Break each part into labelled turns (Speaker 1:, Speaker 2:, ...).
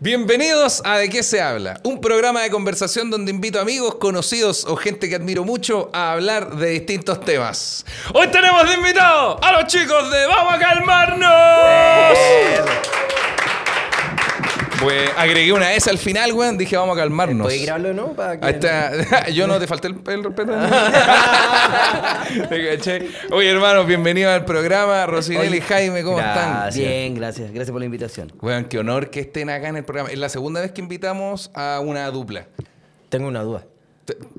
Speaker 1: Bienvenidos a De qué se habla, un programa de conversación donde invito amigos, conocidos o gente que admiro mucho a hablar de distintos temas. Hoy tenemos de invitados a los chicos de Vamos a calmarnos. Pues agregué una S al final, weón, dije vamos a calmarnos.
Speaker 2: ¿Puedes grabarlo no? Para que...
Speaker 1: Ahí está. Yo no te falté el, el respeto. Te caché. Oye, hermanos, bienvenidos al programa. Rosinelli y Jaime, ¿cómo están?
Speaker 2: Gracias. Bien, gracias. Gracias por la invitación.
Speaker 1: Weón, qué honor que estén acá en el programa. Es la segunda vez que invitamos a una dupla.
Speaker 2: Tengo una duda.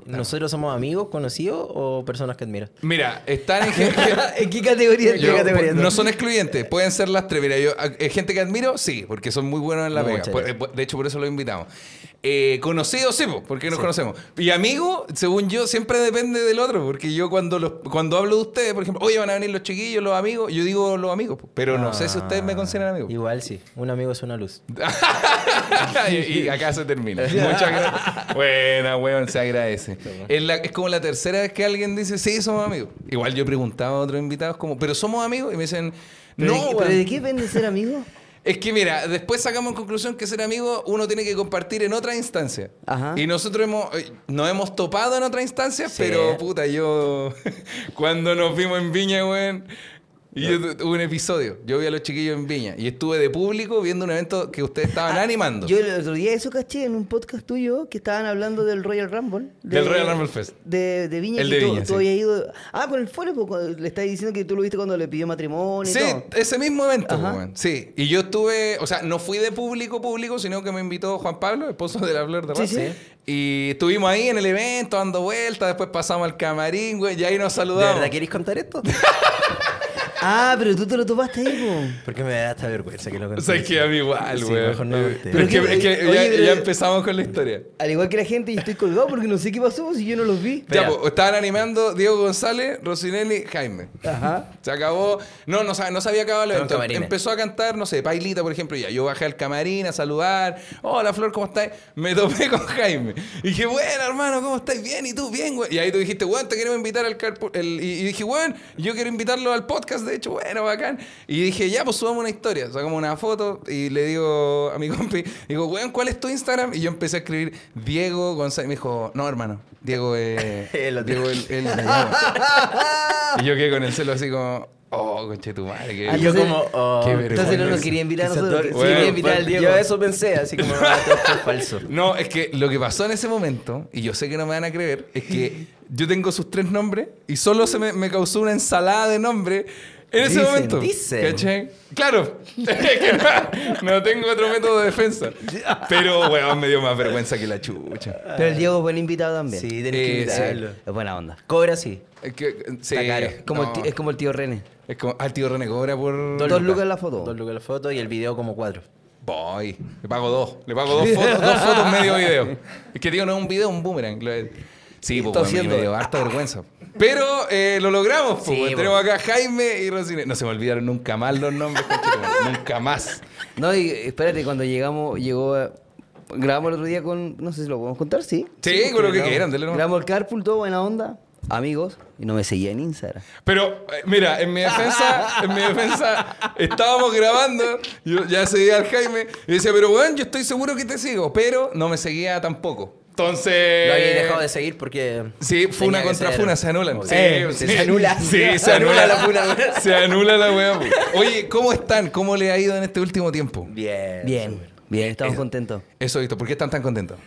Speaker 2: ¿Nosotros somos amigos, conocidos o personas que admiras?
Speaker 1: Mira, están en gente.
Speaker 2: ¿En qué categoría? ¿En qué
Speaker 1: yo-
Speaker 2: categoría?
Speaker 1: pues, no son excluyentes, pueden ser las tres. Mira, yo, a- eh, gente que admiro, sí, porque son muy buenos en la
Speaker 2: No,
Speaker 1: pega.
Speaker 2: muchas
Speaker 1: Por-
Speaker 2: gracias.
Speaker 1: eh, de hecho, por eso los invitamos. Eh, conocidos, sí, po, porque nos conocemos. Y amigos, según yo, siempre depende del otro, porque yo cuando los, cuando hablo de ustedes, por ejemplo, oye, van a venir los chiquillos, los amigos, yo digo los amigos, po, pero no sé si ustedes me consideran amigos.
Speaker 2: Ah, Igual sí. Un amigo es una luz.
Speaker 1: y, y acá se termina. Muchas gracias. Buena, weón, se agradece. Es, la- es como la tercera vez que alguien dice, sí, somos amigos. Igual yo he preguntado a otros invitados como, pero somos amigos y me dicen, no,
Speaker 2: ¿Pero de-
Speaker 1: weón".
Speaker 2: ¿Pero de qué depende ser amigo?
Speaker 1: Es que mira, después sacamos en conclusión que ser amigo uno tiene que compartir en otra instancia.
Speaker 2: Ajá.
Speaker 1: Y nosotros hemos, eh, nos hemos topado en otra instancia,
Speaker 2: Sí.
Speaker 1: pero puta, yo cuando nos vimos en Viña, weón, y yo tu- tuve un episodio, yo vi a los chiquillos en Viña y estuve de público viendo un evento que ustedes estaban
Speaker 2: Ah,
Speaker 1: animando.
Speaker 3: Yo el otro día eso caché en un podcast tuyo que estaban hablando del Royal Rumble.
Speaker 1: Del Royal Rumble Fest.
Speaker 3: De, de Viña.
Speaker 1: El
Speaker 3: que
Speaker 1: de
Speaker 3: tú-
Speaker 1: Viña,
Speaker 3: tú,
Speaker 1: sí.
Speaker 3: habías ido... Ah, con el Fole, pues, cuando- le estás diciendo que tú lo viste cuando le pidió matrimonio
Speaker 1: Sí,
Speaker 3: y todo.
Speaker 1: ese mismo evento,
Speaker 3: Ajá.
Speaker 1: weón. Sí, y yo estuve, o sea, no fui de público público, sino que me invitó Juan Pablo, esposo de la Flor de
Speaker 3: Sí,
Speaker 1: Raza.
Speaker 3: sí.
Speaker 1: Y estuvimos ahí en el evento dando vueltas, después pasamos al camarín, güey, y ahí nos
Speaker 2: ¿De
Speaker 1: saludamos.
Speaker 2: verdad queréis contar esto?
Speaker 3: Ah, pero tú te lo topaste ahí, po.
Speaker 2: Porque me da hasta vergüenza que lo
Speaker 1: O
Speaker 2: conté.
Speaker 1: sea, es que a mí igual,
Speaker 2: Sí,
Speaker 1: güey.
Speaker 2: mejor no
Speaker 1: Eh,
Speaker 2: conté.
Speaker 1: pero es que,
Speaker 3: Pero
Speaker 1: es que
Speaker 3: que-
Speaker 1: ya,
Speaker 3: oye, pero-
Speaker 1: ya empezamos con la historia.
Speaker 3: Al igual que la gente, yo estoy colgado porque no sé qué pasó si yo no los vi.
Speaker 1: Ya,
Speaker 2: Espera.
Speaker 1: pues, estaban animando Diego González, Rosinelli, Jaime.
Speaker 3: Ajá.
Speaker 1: Se acabó. No, no, sab- no sabía acabar el
Speaker 2: Estaban
Speaker 1: evento.
Speaker 2: camarines.
Speaker 1: Empezó a cantar, no sé, Pailita, por ejemplo. y Ya, yo bajé al camarín a saludar. Hola, Flor, ¿cómo estás? Me topé con Jaime. Y dije, bueno, hermano, ¿cómo estás? Bien, ¿y tú? Bien, güey. Y ahí tú dijiste, bueno, te queremos invitar al carpool. el- Y, y dije, bueno, yo quiero invitarlo al podcast, de hecho, bueno, bacán. Y dije, ya, pues subamos una historia. Sacamos una foto y le digo a mi compi, digo, weón, ¿cuál es tu Instagram? Y yo empecé a escribir Diego González. Me dijo, no, hermano, Diego, eh,
Speaker 2: El otro.
Speaker 1: Diego, el, el- no". Y yo quedé con el celo así como, oh, conche tu madre. qué-
Speaker 3: Ah,
Speaker 2: Y yo
Speaker 3: entonces-
Speaker 2: como... oh,
Speaker 1: Qué
Speaker 3: Entonces no
Speaker 1: vergüenza.
Speaker 3: nos quería invitar a
Speaker 2: quizá
Speaker 3: nosotros.
Speaker 2: todo-
Speaker 3: sí
Speaker 1: Bueno,
Speaker 3: quería invitar al
Speaker 2: bueno,
Speaker 3: Diego.
Speaker 2: Yo eso pensé, así como... ah, todo fue falso.
Speaker 1: No, es que lo que pasó en ese momento, y yo sé que no me van a creer, es que yo tengo sus tres nombres y solo se me, me causó una ensalada de nombres en ese
Speaker 2: Dicen,
Speaker 1: momento.
Speaker 2: dicen.
Speaker 1: ¿Cachai? Claro, es que no, no tengo otro método de defensa. Pero, weón, me dio más vergüenza que la chucha.
Speaker 3: Pero el Diego es buen invitado también.
Speaker 2: Sí, tenés que
Speaker 1: Eh, sí.
Speaker 2: invitarlo.
Speaker 3: Es buena onda. Cobra sí.
Speaker 1: Es que, sí,
Speaker 2: Está caro.
Speaker 3: Como el
Speaker 1: no.
Speaker 3: tío- es como el tío René.
Speaker 1: Es como, ah, el tío René cobra por...
Speaker 3: Dos, lucas la foto.
Speaker 2: Dos lucas la foto y el video como cuatro.
Speaker 1: Voy. Le pago dos. Le pago dos fotos, dos fotos, medio video. Es que digo, no es un video, es un boomerang. Lo- Sí,
Speaker 2: Está
Speaker 1: pues bueno,
Speaker 2: haciendo- Ah.
Speaker 1: me dio harta vergüenza. Pero eh, lo logramos, pues.
Speaker 2: Sí,
Speaker 1: weón.
Speaker 2: po.
Speaker 1: Tenemos acá a Jaime y Rosine. No se me olvidaron nunca más los nombres, conchetumare. nunca más.
Speaker 3: No, y espérate, cuando llegamos, llegó. eh, Grabamos el otro día con. No sé si lo podemos contar, sí.
Speaker 1: Sí, con lo que
Speaker 3: grabamos.
Speaker 1: quieran, dale nomás.
Speaker 3: Grabamos el carpool, todo buena onda, amigos, y no me seguía en Instagram.
Speaker 1: Pero, eh, mira, en mi defensa, en mi defensa, estábamos grabando, yo ya seguía al Jaime, y decía, pero bueno, yo estoy seguro que te sigo, pero no me seguía tampoco. Entonces...
Speaker 2: Lo había dejado de seguir porque...
Speaker 1: Sí, funa
Speaker 2: tenía que
Speaker 1: contra
Speaker 2: ser-
Speaker 1: funa, se anulan. Sí,
Speaker 2: Eh,
Speaker 1: sí.
Speaker 2: se anula.
Speaker 1: Sí, se anula la
Speaker 2: funa.
Speaker 1: funa. Se anula la weá. po. Oye, ¿cómo están? ¿Cómo le ha ido en este último tiempo?
Speaker 2: Bien.
Speaker 3: Bien,
Speaker 2: súper.
Speaker 3: bien, estamos
Speaker 1: Eso.
Speaker 3: contentos.
Speaker 1: Eso, Víctor, ¿por qué están tan contentos?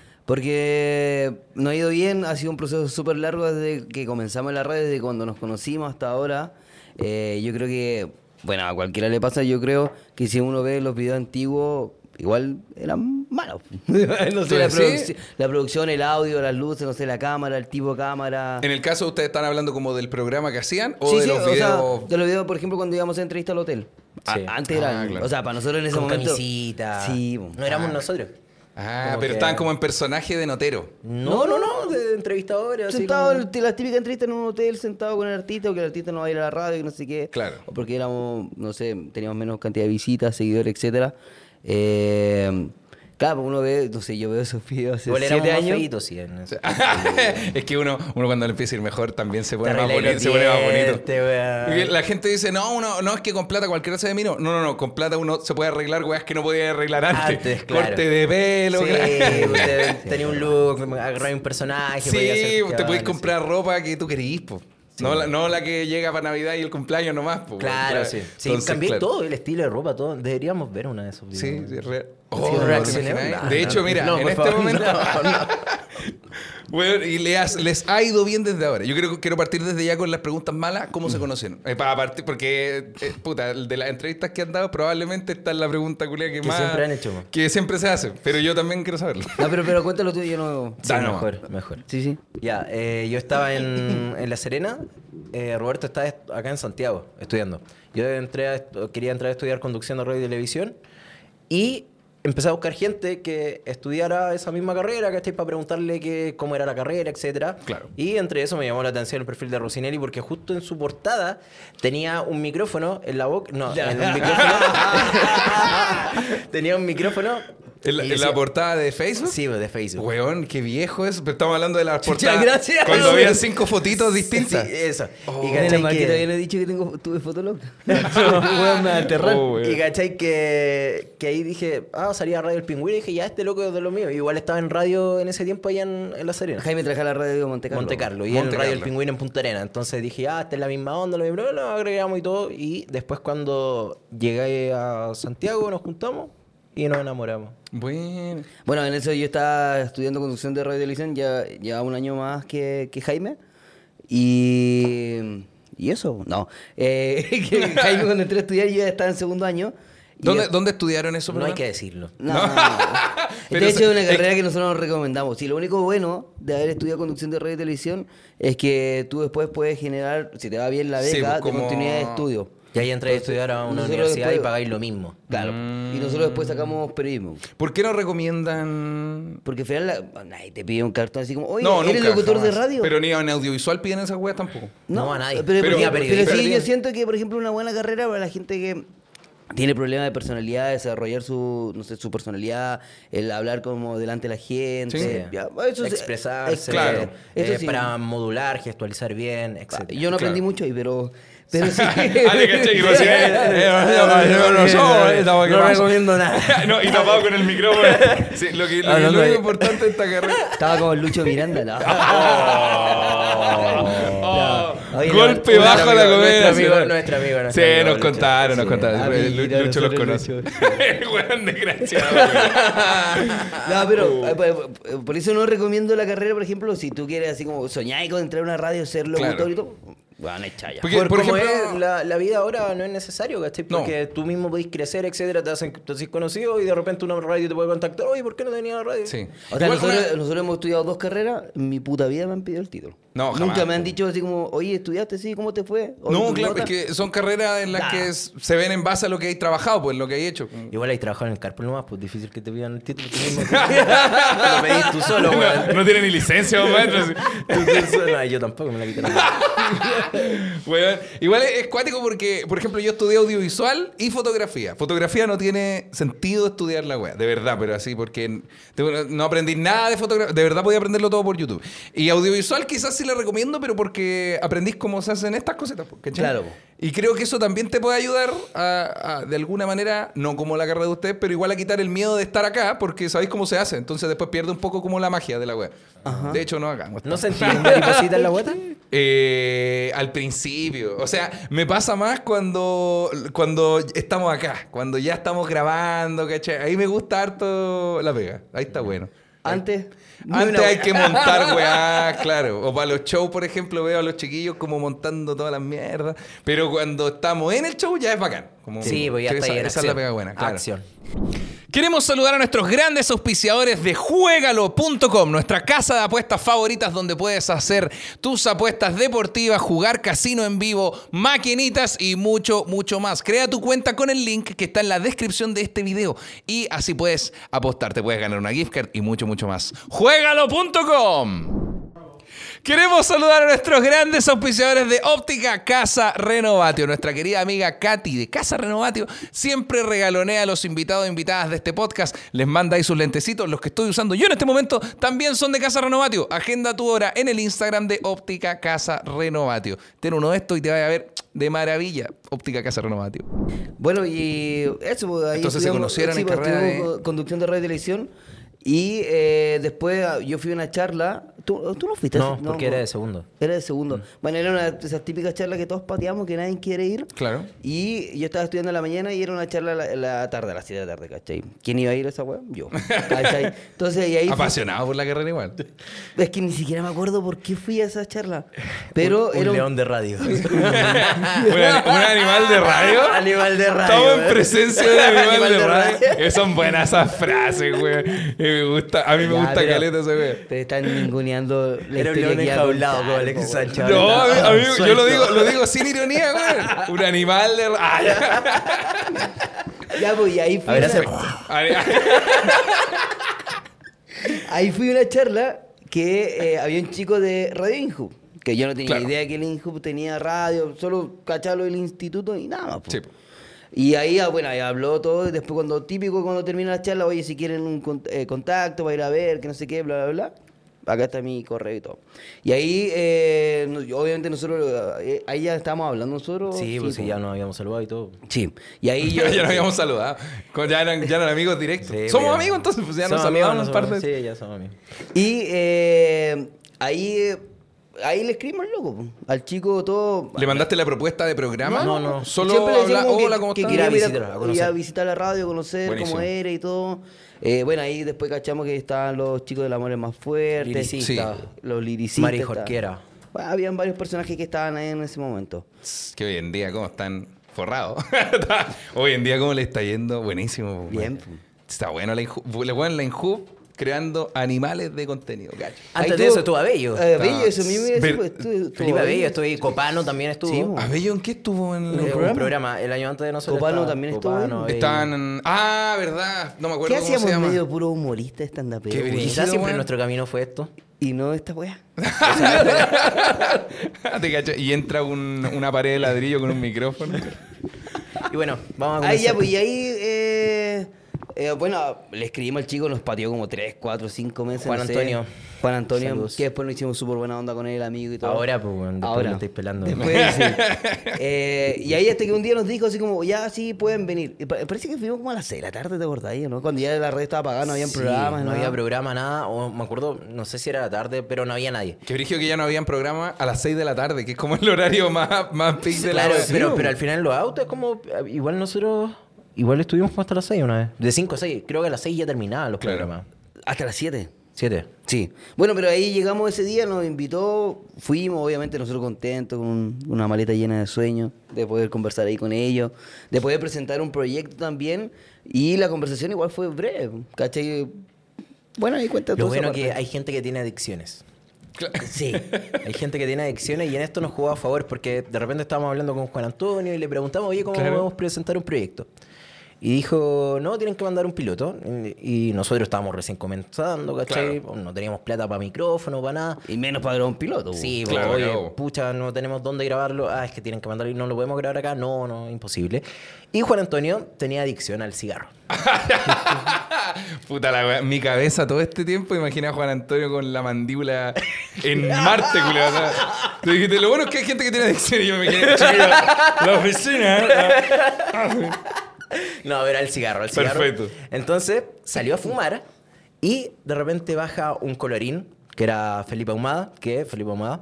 Speaker 3: Porque no ha ido bien, ha sido un proceso súper largo desde que comenzamos la radio, desde cuando nos conocimos hasta ahora. Eh, yo creo que, bueno, a cualquiera le pasa, yo creo que si uno ve los videos antiguos, igual eran malos. no
Speaker 1: ¿Tú
Speaker 3: sé, la,
Speaker 1: decís?
Speaker 3: producci- la producción, el audio, las luces, no sé, la cámara, el tipo de cámara.
Speaker 2: Ah.
Speaker 1: En el caso, ¿ustedes están hablando como del programa que hacían o
Speaker 3: sí,
Speaker 1: de
Speaker 3: sí,
Speaker 1: los
Speaker 3: o sea,
Speaker 1: videos?
Speaker 3: de los videos, por ejemplo, cuando íbamos a entrevista al hotel. A-
Speaker 2: Sí.
Speaker 3: Antes era,
Speaker 1: Ah, claro.
Speaker 3: o sea, para nosotros en ese
Speaker 2: Con
Speaker 3: momento...
Speaker 2: camisita.
Speaker 3: Sí,
Speaker 2: No éramos nosotros.
Speaker 1: Ah,
Speaker 2: Como
Speaker 1: pero
Speaker 2: que-
Speaker 1: estaban como en personaje de notero.
Speaker 2: No, no, no, de entrevistadores. así
Speaker 3: Sentado,
Speaker 2: como-
Speaker 3: en la típica entrevista en un hotel, sentado con el artista, o que el artista no va a ir a la radio y no sé qué.
Speaker 1: Claro.
Speaker 3: O porque éramos, no sé, teníamos menos cantidad de visitas, seguidores, etcétera. Eh, Claro, uno ve, no sé, yo veo esos videos hace
Speaker 2: Igual éramos
Speaker 3: siete
Speaker 2: más
Speaker 3: años.
Speaker 2: feitos, sí. en ese-
Speaker 1: es que uno, uno cuando le empieza a ir mejor también se pone
Speaker 2: Te
Speaker 1: más
Speaker 2: arregláis
Speaker 1: bonito.
Speaker 2: los
Speaker 1: Se pone más bonito.
Speaker 2: dientes, weón.
Speaker 1: Y La gente dice, no, uno, no es que con plata cualquiera se ve mino. No, no, no, con plata uno se puede arreglar weas que no podía arreglar antes.
Speaker 2: Antes, claro.
Speaker 1: Corte de pelo,
Speaker 2: Sí,
Speaker 1: claro.
Speaker 2: usted tenía un look, agarrar un personaje. podía hacer
Speaker 1: Sí, te
Speaker 2: cuestiones,
Speaker 1: podéis
Speaker 2: sí.
Speaker 1: comprar ropa que tú querís, po. No, la, no la que llega para Navidad y el cumpleaños nomás, po.
Speaker 2: Claro, sí. Sí,
Speaker 1: Entonces,
Speaker 2: cambié
Speaker 1: claro.
Speaker 2: todo, el estilo de ropa, todo. Deberíamos ver una de esos videos.
Speaker 1: Sí,
Speaker 2: weón.
Speaker 1: sí, re- Oh,
Speaker 2: Sí,
Speaker 1: ¿te
Speaker 2: reaccioné.
Speaker 1: imaginas?
Speaker 2: No,
Speaker 1: De
Speaker 2: no,
Speaker 1: hecho, mira,
Speaker 2: no,
Speaker 1: en
Speaker 2: por
Speaker 1: este
Speaker 2: favor,
Speaker 1: momento.
Speaker 2: no, no.
Speaker 1: Bueno, y le has- les ha ido bien desde ahora. Yo creo que quiero partir desde ya con las preguntas malas. ¿Cómo
Speaker 2: Mm.
Speaker 1: se conocieron? Eh, para partir, porque, eh, puta, de las entrevistas que han dado, probablemente esta es la pregunta culia que,
Speaker 2: Que
Speaker 1: más.
Speaker 2: siempre han hecho, man.
Speaker 1: Que siempre se hace. Pero yo también quiero saberlo.
Speaker 3: No, pero, pero cuéntalo tú, yo no...
Speaker 2: Sí,
Speaker 1: Dale nomás.
Speaker 2: mejor, mejor.
Speaker 3: Sí, sí.
Speaker 2: Ya, eh, yo estaba en, en La Serena, eh, Roberto está est- acá en Santiago estudiando. Yo entré a est- quería entrar a estudiar conducción de radio y televisión y empecé a buscar gente que estudiara esa misma carrera, ¿cachai? Para preguntarle que, cómo era la carrera, etcétera.
Speaker 1: Claro.
Speaker 2: Y entre eso me llamó la atención el perfil de Rosinelli porque justo en su portada tenía un micrófono en la boca... No, en un micrófono... tenía un micrófono...
Speaker 1: En la,
Speaker 2: y
Speaker 1: en
Speaker 2: decía-
Speaker 1: la portada de Facebook.
Speaker 2: Sí, de Facebook.
Speaker 1: Weón, qué viejo es. Pero estamos hablando de las portadas.
Speaker 3: gracias.
Speaker 1: Cuando habían cinco fotitos distintas.
Speaker 2: Sí, eso.
Speaker 1: Oh.
Speaker 2: Y
Speaker 3: Nena,
Speaker 2: cachai
Speaker 3: Marquita,
Speaker 2: que-
Speaker 3: yo le he dicho que tengo, tuve fotolog. Weón, me va a aterrar.
Speaker 1: Oh, weón.
Speaker 2: y cachai que, que ahí dije, ah, salía a Radio El Pingüino y dije, ya, este loco es de lo mío. Igual estaba en radio en ese tiempo allá en, en La Serena.
Speaker 3: Jaime trabaja en la radio de Monte Carlo.
Speaker 2: Monte Carlo. Y
Speaker 1: Monte
Speaker 2: en Radio El
Speaker 1: Carlo.
Speaker 2: Pingüino en Punta Arena. Entonces dije, ah, esta es la misma onda, lo mismo, lo agregamos y todo. Y después cuando llegué a Santiago nos juntamos y nos enamoramos.
Speaker 1: Bueno.
Speaker 3: Bueno, en eso yo estaba estudiando conducción de radio y televisión, ya, ya un año más que, que Jaime. Y, y eso, no. Eh, que Jaime cuando entré a estudiar yo ya estaba en segundo año. y
Speaker 1: ¿Dónde,
Speaker 3: yo-
Speaker 1: ¿Dónde estudiaron eso?
Speaker 2: No
Speaker 1: perdón?
Speaker 2: hay que decirlo.
Speaker 3: No,
Speaker 1: No.
Speaker 3: no, no.
Speaker 1: Pero
Speaker 3: de hecho, es
Speaker 1: es
Speaker 3: una
Speaker 1: que-
Speaker 3: carrera que nosotros nos recomendamos. Y lo único bueno de haber estudiado conducción de radio y televisión es que tú después puedes generar, si te va bien la
Speaker 1: Sí,
Speaker 3: beca,
Speaker 1: pues, como-
Speaker 3: de continuidad de estudio.
Speaker 2: Y ahí entré a estudiar a una
Speaker 3: nosotros
Speaker 2: universidad y
Speaker 3: después-
Speaker 2: pagáis lo mismo.
Speaker 3: Claro. Y nosotros después sacamos periodismo.
Speaker 1: ¿Por qué no recomiendan
Speaker 3: Porque al final la- nadie te pide un cartón así como, oye,
Speaker 1: no,
Speaker 3: ¿eres
Speaker 1: nunca,
Speaker 3: locutor de
Speaker 1: jamás.
Speaker 3: radio?
Speaker 1: Pero ni en audiovisual piden esas weas tampoco.
Speaker 2: No, a nadie.
Speaker 3: Pero,
Speaker 1: Pero-
Speaker 3: porque-
Speaker 1: pero-
Speaker 3: pero
Speaker 1: pero-
Speaker 3: sí, yo siento que, por ejemplo, una buena carrera para la gente que tiene problemas de personalidad, desarrollar su, no sé, su personalidad, el hablar como delante de la gente.
Speaker 1: Sí.
Speaker 3: ya, eso es- es-
Speaker 2: expresarse,
Speaker 1: claro.
Speaker 2: eh,
Speaker 3: Eso sí.
Speaker 2: para modular, gestualizar bien, etc.
Speaker 3: Yo no
Speaker 1: Claro.
Speaker 3: aprendí
Speaker 1: Ah,
Speaker 3: mucho ahí, pero... Pero sí.
Speaker 1: Ale, ¿cachai? Y recién, eh, no, no, no, no, eh, tampoco, ¿qué
Speaker 2: No
Speaker 1: pasa?
Speaker 2: recomiendo nada.
Speaker 1: no, y tapado con el micrófono. Sí, lo que, lo, que- lo
Speaker 2: Hablando de-
Speaker 1: importante de esta carrera.
Speaker 3: Estaba como Lucho Miranda, ¿no?
Speaker 1: Oh,
Speaker 2: Ya.
Speaker 1: oh,
Speaker 2: Oye,
Speaker 1: golpe
Speaker 2: nuestro
Speaker 1: bajo a la
Speaker 2: amigo,
Speaker 1: comedia.
Speaker 2: nuestro amigo,
Speaker 1: nacional.
Speaker 2: nuestro amigo, nuestro
Speaker 1: Sí,
Speaker 2: amigo
Speaker 1: nos
Speaker 2: Lucho.
Speaker 1: contaron, nos
Speaker 2: Sí.
Speaker 1: contaron.
Speaker 3: Ah,
Speaker 1: Lu-
Speaker 3: mira,
Speaker 1: Lucho los
Speaker 3: nosotros
Speaker 1: conoce. El weón desgraciado. weón.
Speaker 3: No,
Speaker 1: Uh.
Speaker 3: pero eh, por- por, por eso no recomiendo la carrera, por ejemplo, si tú quieres así como soñar con entrar a una radio, ser locutor
Speaker 1: Claro.
Speaker 3: y todo, van a echar ya.
Speaker 1: Porque,
Speaker 2: por,
Speaker 1: por
Speaker 2: como
Speaker 1: ejemplo-
Speaker 2: es, la, la vida ahora no es necesario, ¿cachai?
Speaker 1: No.
Speaker 2: Porque tú mismo podés crecer, etcétera, te hacen te haces conocido y de repente una radio te puede contactar, oye, ¿por qué no tenía radio?
Speaker 1: Sí.
Speaker 3: O sea,
Speaker 1: Igual
Speaker 3: nosotros,
Speaker 1: una-
Speaker 3: nosotros hemos estudiado dos carreras, mi puta vida me han pedido el título.
Speaker 1: No, jamás,
Speaker 3: Nunca me han
Speaker 1: po.
Speaker 3: dicho así como, oye, estudiaste, sí, ¿cómo te fue? Oye,
Speaker 1: No,
Speaker 3: ¿tus
Speaker 1: claro, es
Speaker 3: notas?
Speaker 1: que eh, son carreras en las
Speaker 3: Nah.
Speaker 1: que s- se ven en base a lo que hay trabajado, pues lo que hay hecho.
Speaker 2: Igual ahí trabajar en el carpool nomás, pues difícil que te pidan el título. tú mismo. Te lo pedís tú solo, weón.
Speaker 1: No, no tiene ni licencia, don maestro. sí.
Speaker 2: Tú- tú solo. No, yo tampoco me la quité.
Speaker 1: Weón, Igual es, es cuático porque, por ejemplo, yo estudié audiovisual y fotografía. Fotografía no tiene sentido estudiar la weá, de verdad, pero así, porque de- no aprendí nada de fotografía. De verdad podía aprenderlo todo por YouTube. Y audiovisual quizás sí le recomiendo, pero porque aprendís cómo se hacen estas cositas, po, ¿cachai?
Speaker 3: Claro, po.
Speaker 1: Y creo que eso también te puede ayudar a, a, de alguna manera, no como la carrera de ustedes, pero igual a quitar el miedo de estar acá porque sabéis cómo se hace. Entonces después pierde un poco como la magia de la weá. De hecho, no acá. no está.
Speaker 2: ¿No sentís mariposita en la guata?
Speaker 1: Eh, al principio. O sea, me pasa más cuando, cuando estamos acá, cuando ya estamos grabando, ¿cachai? Ahí me gusta harto la pega. Ahí está bueno.
Speaker 3: Antes, ni
Speaker 1: Antes
Speaker 3: una
Speaker 1: hay
Speaker 3: wea.
Speaker 1: que montar weá, claro. O para los shows, por ejemplo, veo a los chiquillos como montando todas las mierdas. Pero cuando estamos en el show ya es bacán. Como-
Speaker 2: Sí, pues ya
Speaker 1: esa,
Speaker 2: está ahí en
Speaker 1: esa es la
Speaker 2: acción.
Speaker 1: pega buena, claro.
Speaker 2: Acción.
Speaker 1: Queremos saludar a nuestros grandes auspiciadores de juegalo.com, nuestra casa de apuestas favoritas donde puedes hacer tus apuestas deportivas, jugar casino en vivo, maquinitas y mucho, mucho más. Crea tu cuenta con el link que está en la descripción de este video y así puedes apostar, te puedes ganar una gift card y mucho, mucho más. Juegalo.com. Queremos saludar a nuestros grandes auspiciadores de Óptica Casa Renovatio. Nuestra querida amiga Katy de Casa Renovatio siempre regalonea a los invitados e invitadas de este podcast. Les manda ahí sus lentecitos. Los que estoy usando yo en este momento también son de Casa Renovatio. Agenda tu hora en el Instagram de Óptica Casa Renovatio. Ten uno de estos y te vas a ver de maravilla. Óptica Casa Renovatio.
Speaker 3: Bueno, y eso, pues, ahí
Speaker 1: Entonces se
Speaker 3: estudiamos-
Speaker 1: conocieron
Speaker 3: sí,
Speaker 1: en
Speaker 3: pues,
Speaker 1: carrera eh.
Speaker 3: estudiamos
Speaker 1: de-
Speaker 3: conducción de radio y televisión. Y eh, después ah, yo fui a una charla. ¿Tú, tú no fuiste?
Speaker 2: No, porque era de segundo. Mm.
Speaker 3: Era de segundo. Bueno, era una de esas típicas charlas que todos pateamos, que nadie quiere ir.
Speaker 1: Claro.
Speaker 3: Y yo estaba estudiando en la mañana y era una charla a la, a la tarde, a las 7 de la tarde, ¿cachai? ¿Quién iba a ir a esa weá? Yo. ¿Cachai? Entonces, y ahí.
Speaker 1: pues,
Speaker 3: fue-
Speaker 1: Apasionado por la carrera igual.
Speaker 3: es que ni siquiera me acuerdo por qué fui a esa charla. Pero
Speaker 2: un, un
Speaker 3: era. un-
Speaker 2: león de radio.
Speaker 1: ¿Un, ani- un Ah. animal de radio?
Speaker 2: Animal de radio.
Speaker 1: Estamos en
Speaker 2: eh.
Speaker 1: presencia de animal,
Speaker 2: Animal
Speaker 1: de
Speaker 2: de
Speaker 1: radio.
Speaker 2: radio.
Speaker 1: Eh, Son buenas esas frases, güey. Y me gusta, a mí me
Speaker 3: Ya,
Speaker 1: gusta
Speaker 3: pero-
Speaker 1: caleta ese güey.
Speaker 3: Te están ninguneando la
Speaker 2: Era un
Speaker 3: historia
Speaker 2: león
Speaker 3: que iba a
Speaker 2: enjaulado
Speaker 3: contar,
Speaker 2: como Alexis
Speaker 3: po, weón.
Speaker 2: Sánchez.
Speaker 1: No, a mí- a mí- yo lo
Speaker 2: Suelto.
Speaker 1: digo, lo digo sin ironía, güey. Un animal de radio.
Speaker 3: Ya, pues, y ahí fui.
Speaker 2: A ver,
Speaker 3: una-
Speaker 2: hace-
Speaker 3: Ahí fui a una charla que eh, había un chico de Radio Inju, que yo no tenía
Speaker 1: Claro.
Speaker 3: idea que el Inju tenía radio, solo cachalo del instituto y nada más. po.
Speaker 1: Sí, po.
Speaker 3: Y ahí, ah, bueno, ahí habló todo, y después cuando típico, cuando termina la charla, oye, si quieren un con- eh, contacto para ir a ver, que no sé qué, bla, bla, bla. Acá está mi correo y todo. Y ahí, eh, no- yo- obviamente nosotros, eh, ahí ya estábamos hablando nosotros.
Speaker 2: Sí, pues sí,
Speaker 3: po.
Speaker 2: ya nos habíamos saludado y todo.
Speaker 3: Sí, y ahí yo...
Speaker 1: ya nos habíamos saludado. Con- Ya eran, ya eran amigos directos.
Speaker 2: Sí,
Speaker 1: somos
Speaker 2: pues,
Speaker 1: amigos entonces, pues ya nos
Speaker 2: somos amigos,
Speaker 1: saludamos
Speaker 2: no
Speaker 1: parte.
Speaker 2: somos- Sí, ya somos amigos.
Speaker 3: Y eh, ahí, eh, ahí le escribimos al loco, po. al chico todo...
Speaker 1: ¿Le mandaste la propuesta de programa?
Speaker 2: No, no.
Speaker 1: Solo
Speaker 3: Siempre le decía
Speaker 1: habla,
Speaker 3: como que-
Speaker 1: hola, ¿cómo
Speaker 3: que
Speaker 1: estás?
Speaker 3: quería
Speaker 2: Ir a
Speaker 3: visitar,
Speaker 2: visitar, a
Speaker 3: ir a
Speaker 2: conocer.
Speaker 3: visitar la radio, conocer
Speaker 1: Buenísimo.
Speaker 3: cómo era y todo. Eh, bueno, ahí después cachamos que estaban los chicos del amor es más fuerte.
Speaker 2: Liricista. Sí.
Speaker 3: Los liricistas.
Speaker 2: Mari
Speaker 3: estaban-
Speaker 2: Jorquera.
Speaker 3: Bueno, habían varios personajes que estaban ahí en ese momento.
Speaker 1: Que hoy en día, ¿cómo están forrados? hoy en día, ¿cómo le está yendo? Buenísimo. pues,
Speaker 3: Bien,
Speaker 1: güey.
Speaker 3: pues.
Speaker 1: Está bueno la Inju- Le ponen la Inju creando animales de contenido, cacho.
Speaker 2: Antes
Speaker 3: Ahí
Speaker 2: de
Speaker 3: tuvo-
Speaker 2: eso estuvo Abello.
Speaker 3: Eh, Bello, eso mismo iba a decir,
Speaker 1: Ver-
Speaker 3: pues, estuvo- estuvo
Speaker 2: Felipe Abello,
Speaker 3: Bello.
Speaker 2: estuvo ahí. Copano también estuvo.
Speaker 3: Sí, bo.
Speaker 1: ¿Abello en qué estuvo en
Speaker 2: Eh,
Speaker 1: el
Speaker 2: Uh. un
Speaker 1: programa?
Speaker 2: programa. el año antes de nosotros.
Speaker 3: Copano
Speaker 2: estaba
Speaker 3: también estuvo
Speaker 2: Copano,
Speaker 3: ahí.
Speaker 2: Abello.
Speaker 1: Estaban. Ah, verdad. No me acuerdo
Speaker 3: ¿Qué
Speaker 1: cómo se
Speaker 3: hacíamos
Speaker 1: llama.
Speaker 3: medio puro humorista stand up
Speaker 1: Qué brillo.
Speaker 2: Quizás siempre
Speaker 1: weón.
Speaker 2: nuestro camino fue esto.
Speaker 3: Y no esta weá.
Speaker 1: Te cacho. Y entra un- una pared de ladrillo con un micrófono.
Speaker 2: Y bueno, vamos a comenzar.
Speaker 3: Ahí ya, pues, y ahí, eh, eh, bueno, le escribimos al chico, nos pateó como 3, 4, 5 meses.
Speaker 2: Juan
Speaker 3: no sé.
Speaker 2: Antonio.
Speaker 3: Juan Antonio,
Speaker 2: Saludos.
Speaker 3: que después nos hicimos súper buena onda con él, amigo y todo.
Speaker 2: Ahora, pues, bueno, después lo estáis pelando.
Speaker 3: Después, sí. Eh, y ahí hasta que un día nos dijo así como, ya sí pueden venir. Y pa- Parece que fuimos como a las 6 de la tarde, ¿te acordás? no? Cuando ya la red estaba apagada, no habían
Speaker 2: Sí,
Speaker 3: programas,
Speaker 2: No
Speaker 3: nada.
Speaker 2: había programa, nada. O me acuerdo, no sé si era la tarde, pero no había nadie.
Speaker 1: Que brillo que ya no habían programa a las 6 de la tarde, que es como el horario más, más pic de la
Speaker 2: Claro,
Speaker 1: web.
Speaker 2: pero, pero al final en los autos es como. eh, Igual nosotros. Igual estuvimos como hasta las 6 una vez. De 5 a 6. Creo que a las 6 ya terminaban los
Speaker 1: Claro.
Speaker 2: programas.
Speaker 3: Hasta las 7.
Speaker 2: 7.
Speaker 3: Sí. Bueno, pero ahí llegamos ese día, nos invitó, fuimos, obviamente nosotros contentos, con un- una maleta llena de sueños, de poder conversar ahí con ellos, de poder presentar un proyecto también. Y la conversación igual fue breve, ¿cachai? Bueno, ahí cuenta
Speaker 2: Lo
Speaker 3: todo.
Speaker 2: bueno que hay gente que tiene adicciones.
Speaker 3: Sí.
Speaker 2: Hay gente que tiene adicciones y en esto nos jugó a favor porque de repente estábamos hablando con Juan Antonio y le preguntamos, oye, ¿cómo
Speaker 1: Claro.
Speaker 2: podemos presentar un proyecto? Y dijo, no, tienen que mandar un piloto. Y nosotros estábamos recién comenzando, ¿cachai? No teníamos plata para micrófono, para nada.
Speaker 3: Y menos para un piloto.
Speaker 2: Sí,
Speaker 1: Uh, Claro,
Speaker 2: pues, oye,
Speaker 1: claro.
Speaker 2: pucha, no tenemos dónde grabarlo. Ah, es que tienen que mandarlo y no lo podemos grabar acá. No, no, imposible. Y Juan Antonio tenía adicción al cigarro.
Speaker 1: Puta la wea. Mi cabeza todo este tiempo imagina a Juan Antonio con la mandíbula en Marte, culiao. o sea, tú dijiste, lo bueno es que hay gente que tiene adicción y yo me quedé chido. La oficina. ¿eh?
Speaker 2: No, era el cigarro, el cigarro.
Speaker 1: Perfecto.
Speaker 2: Entonces salió a fumar y de repente baja un colorín que era Felipe Ahumada, que es Felipe Ahumada,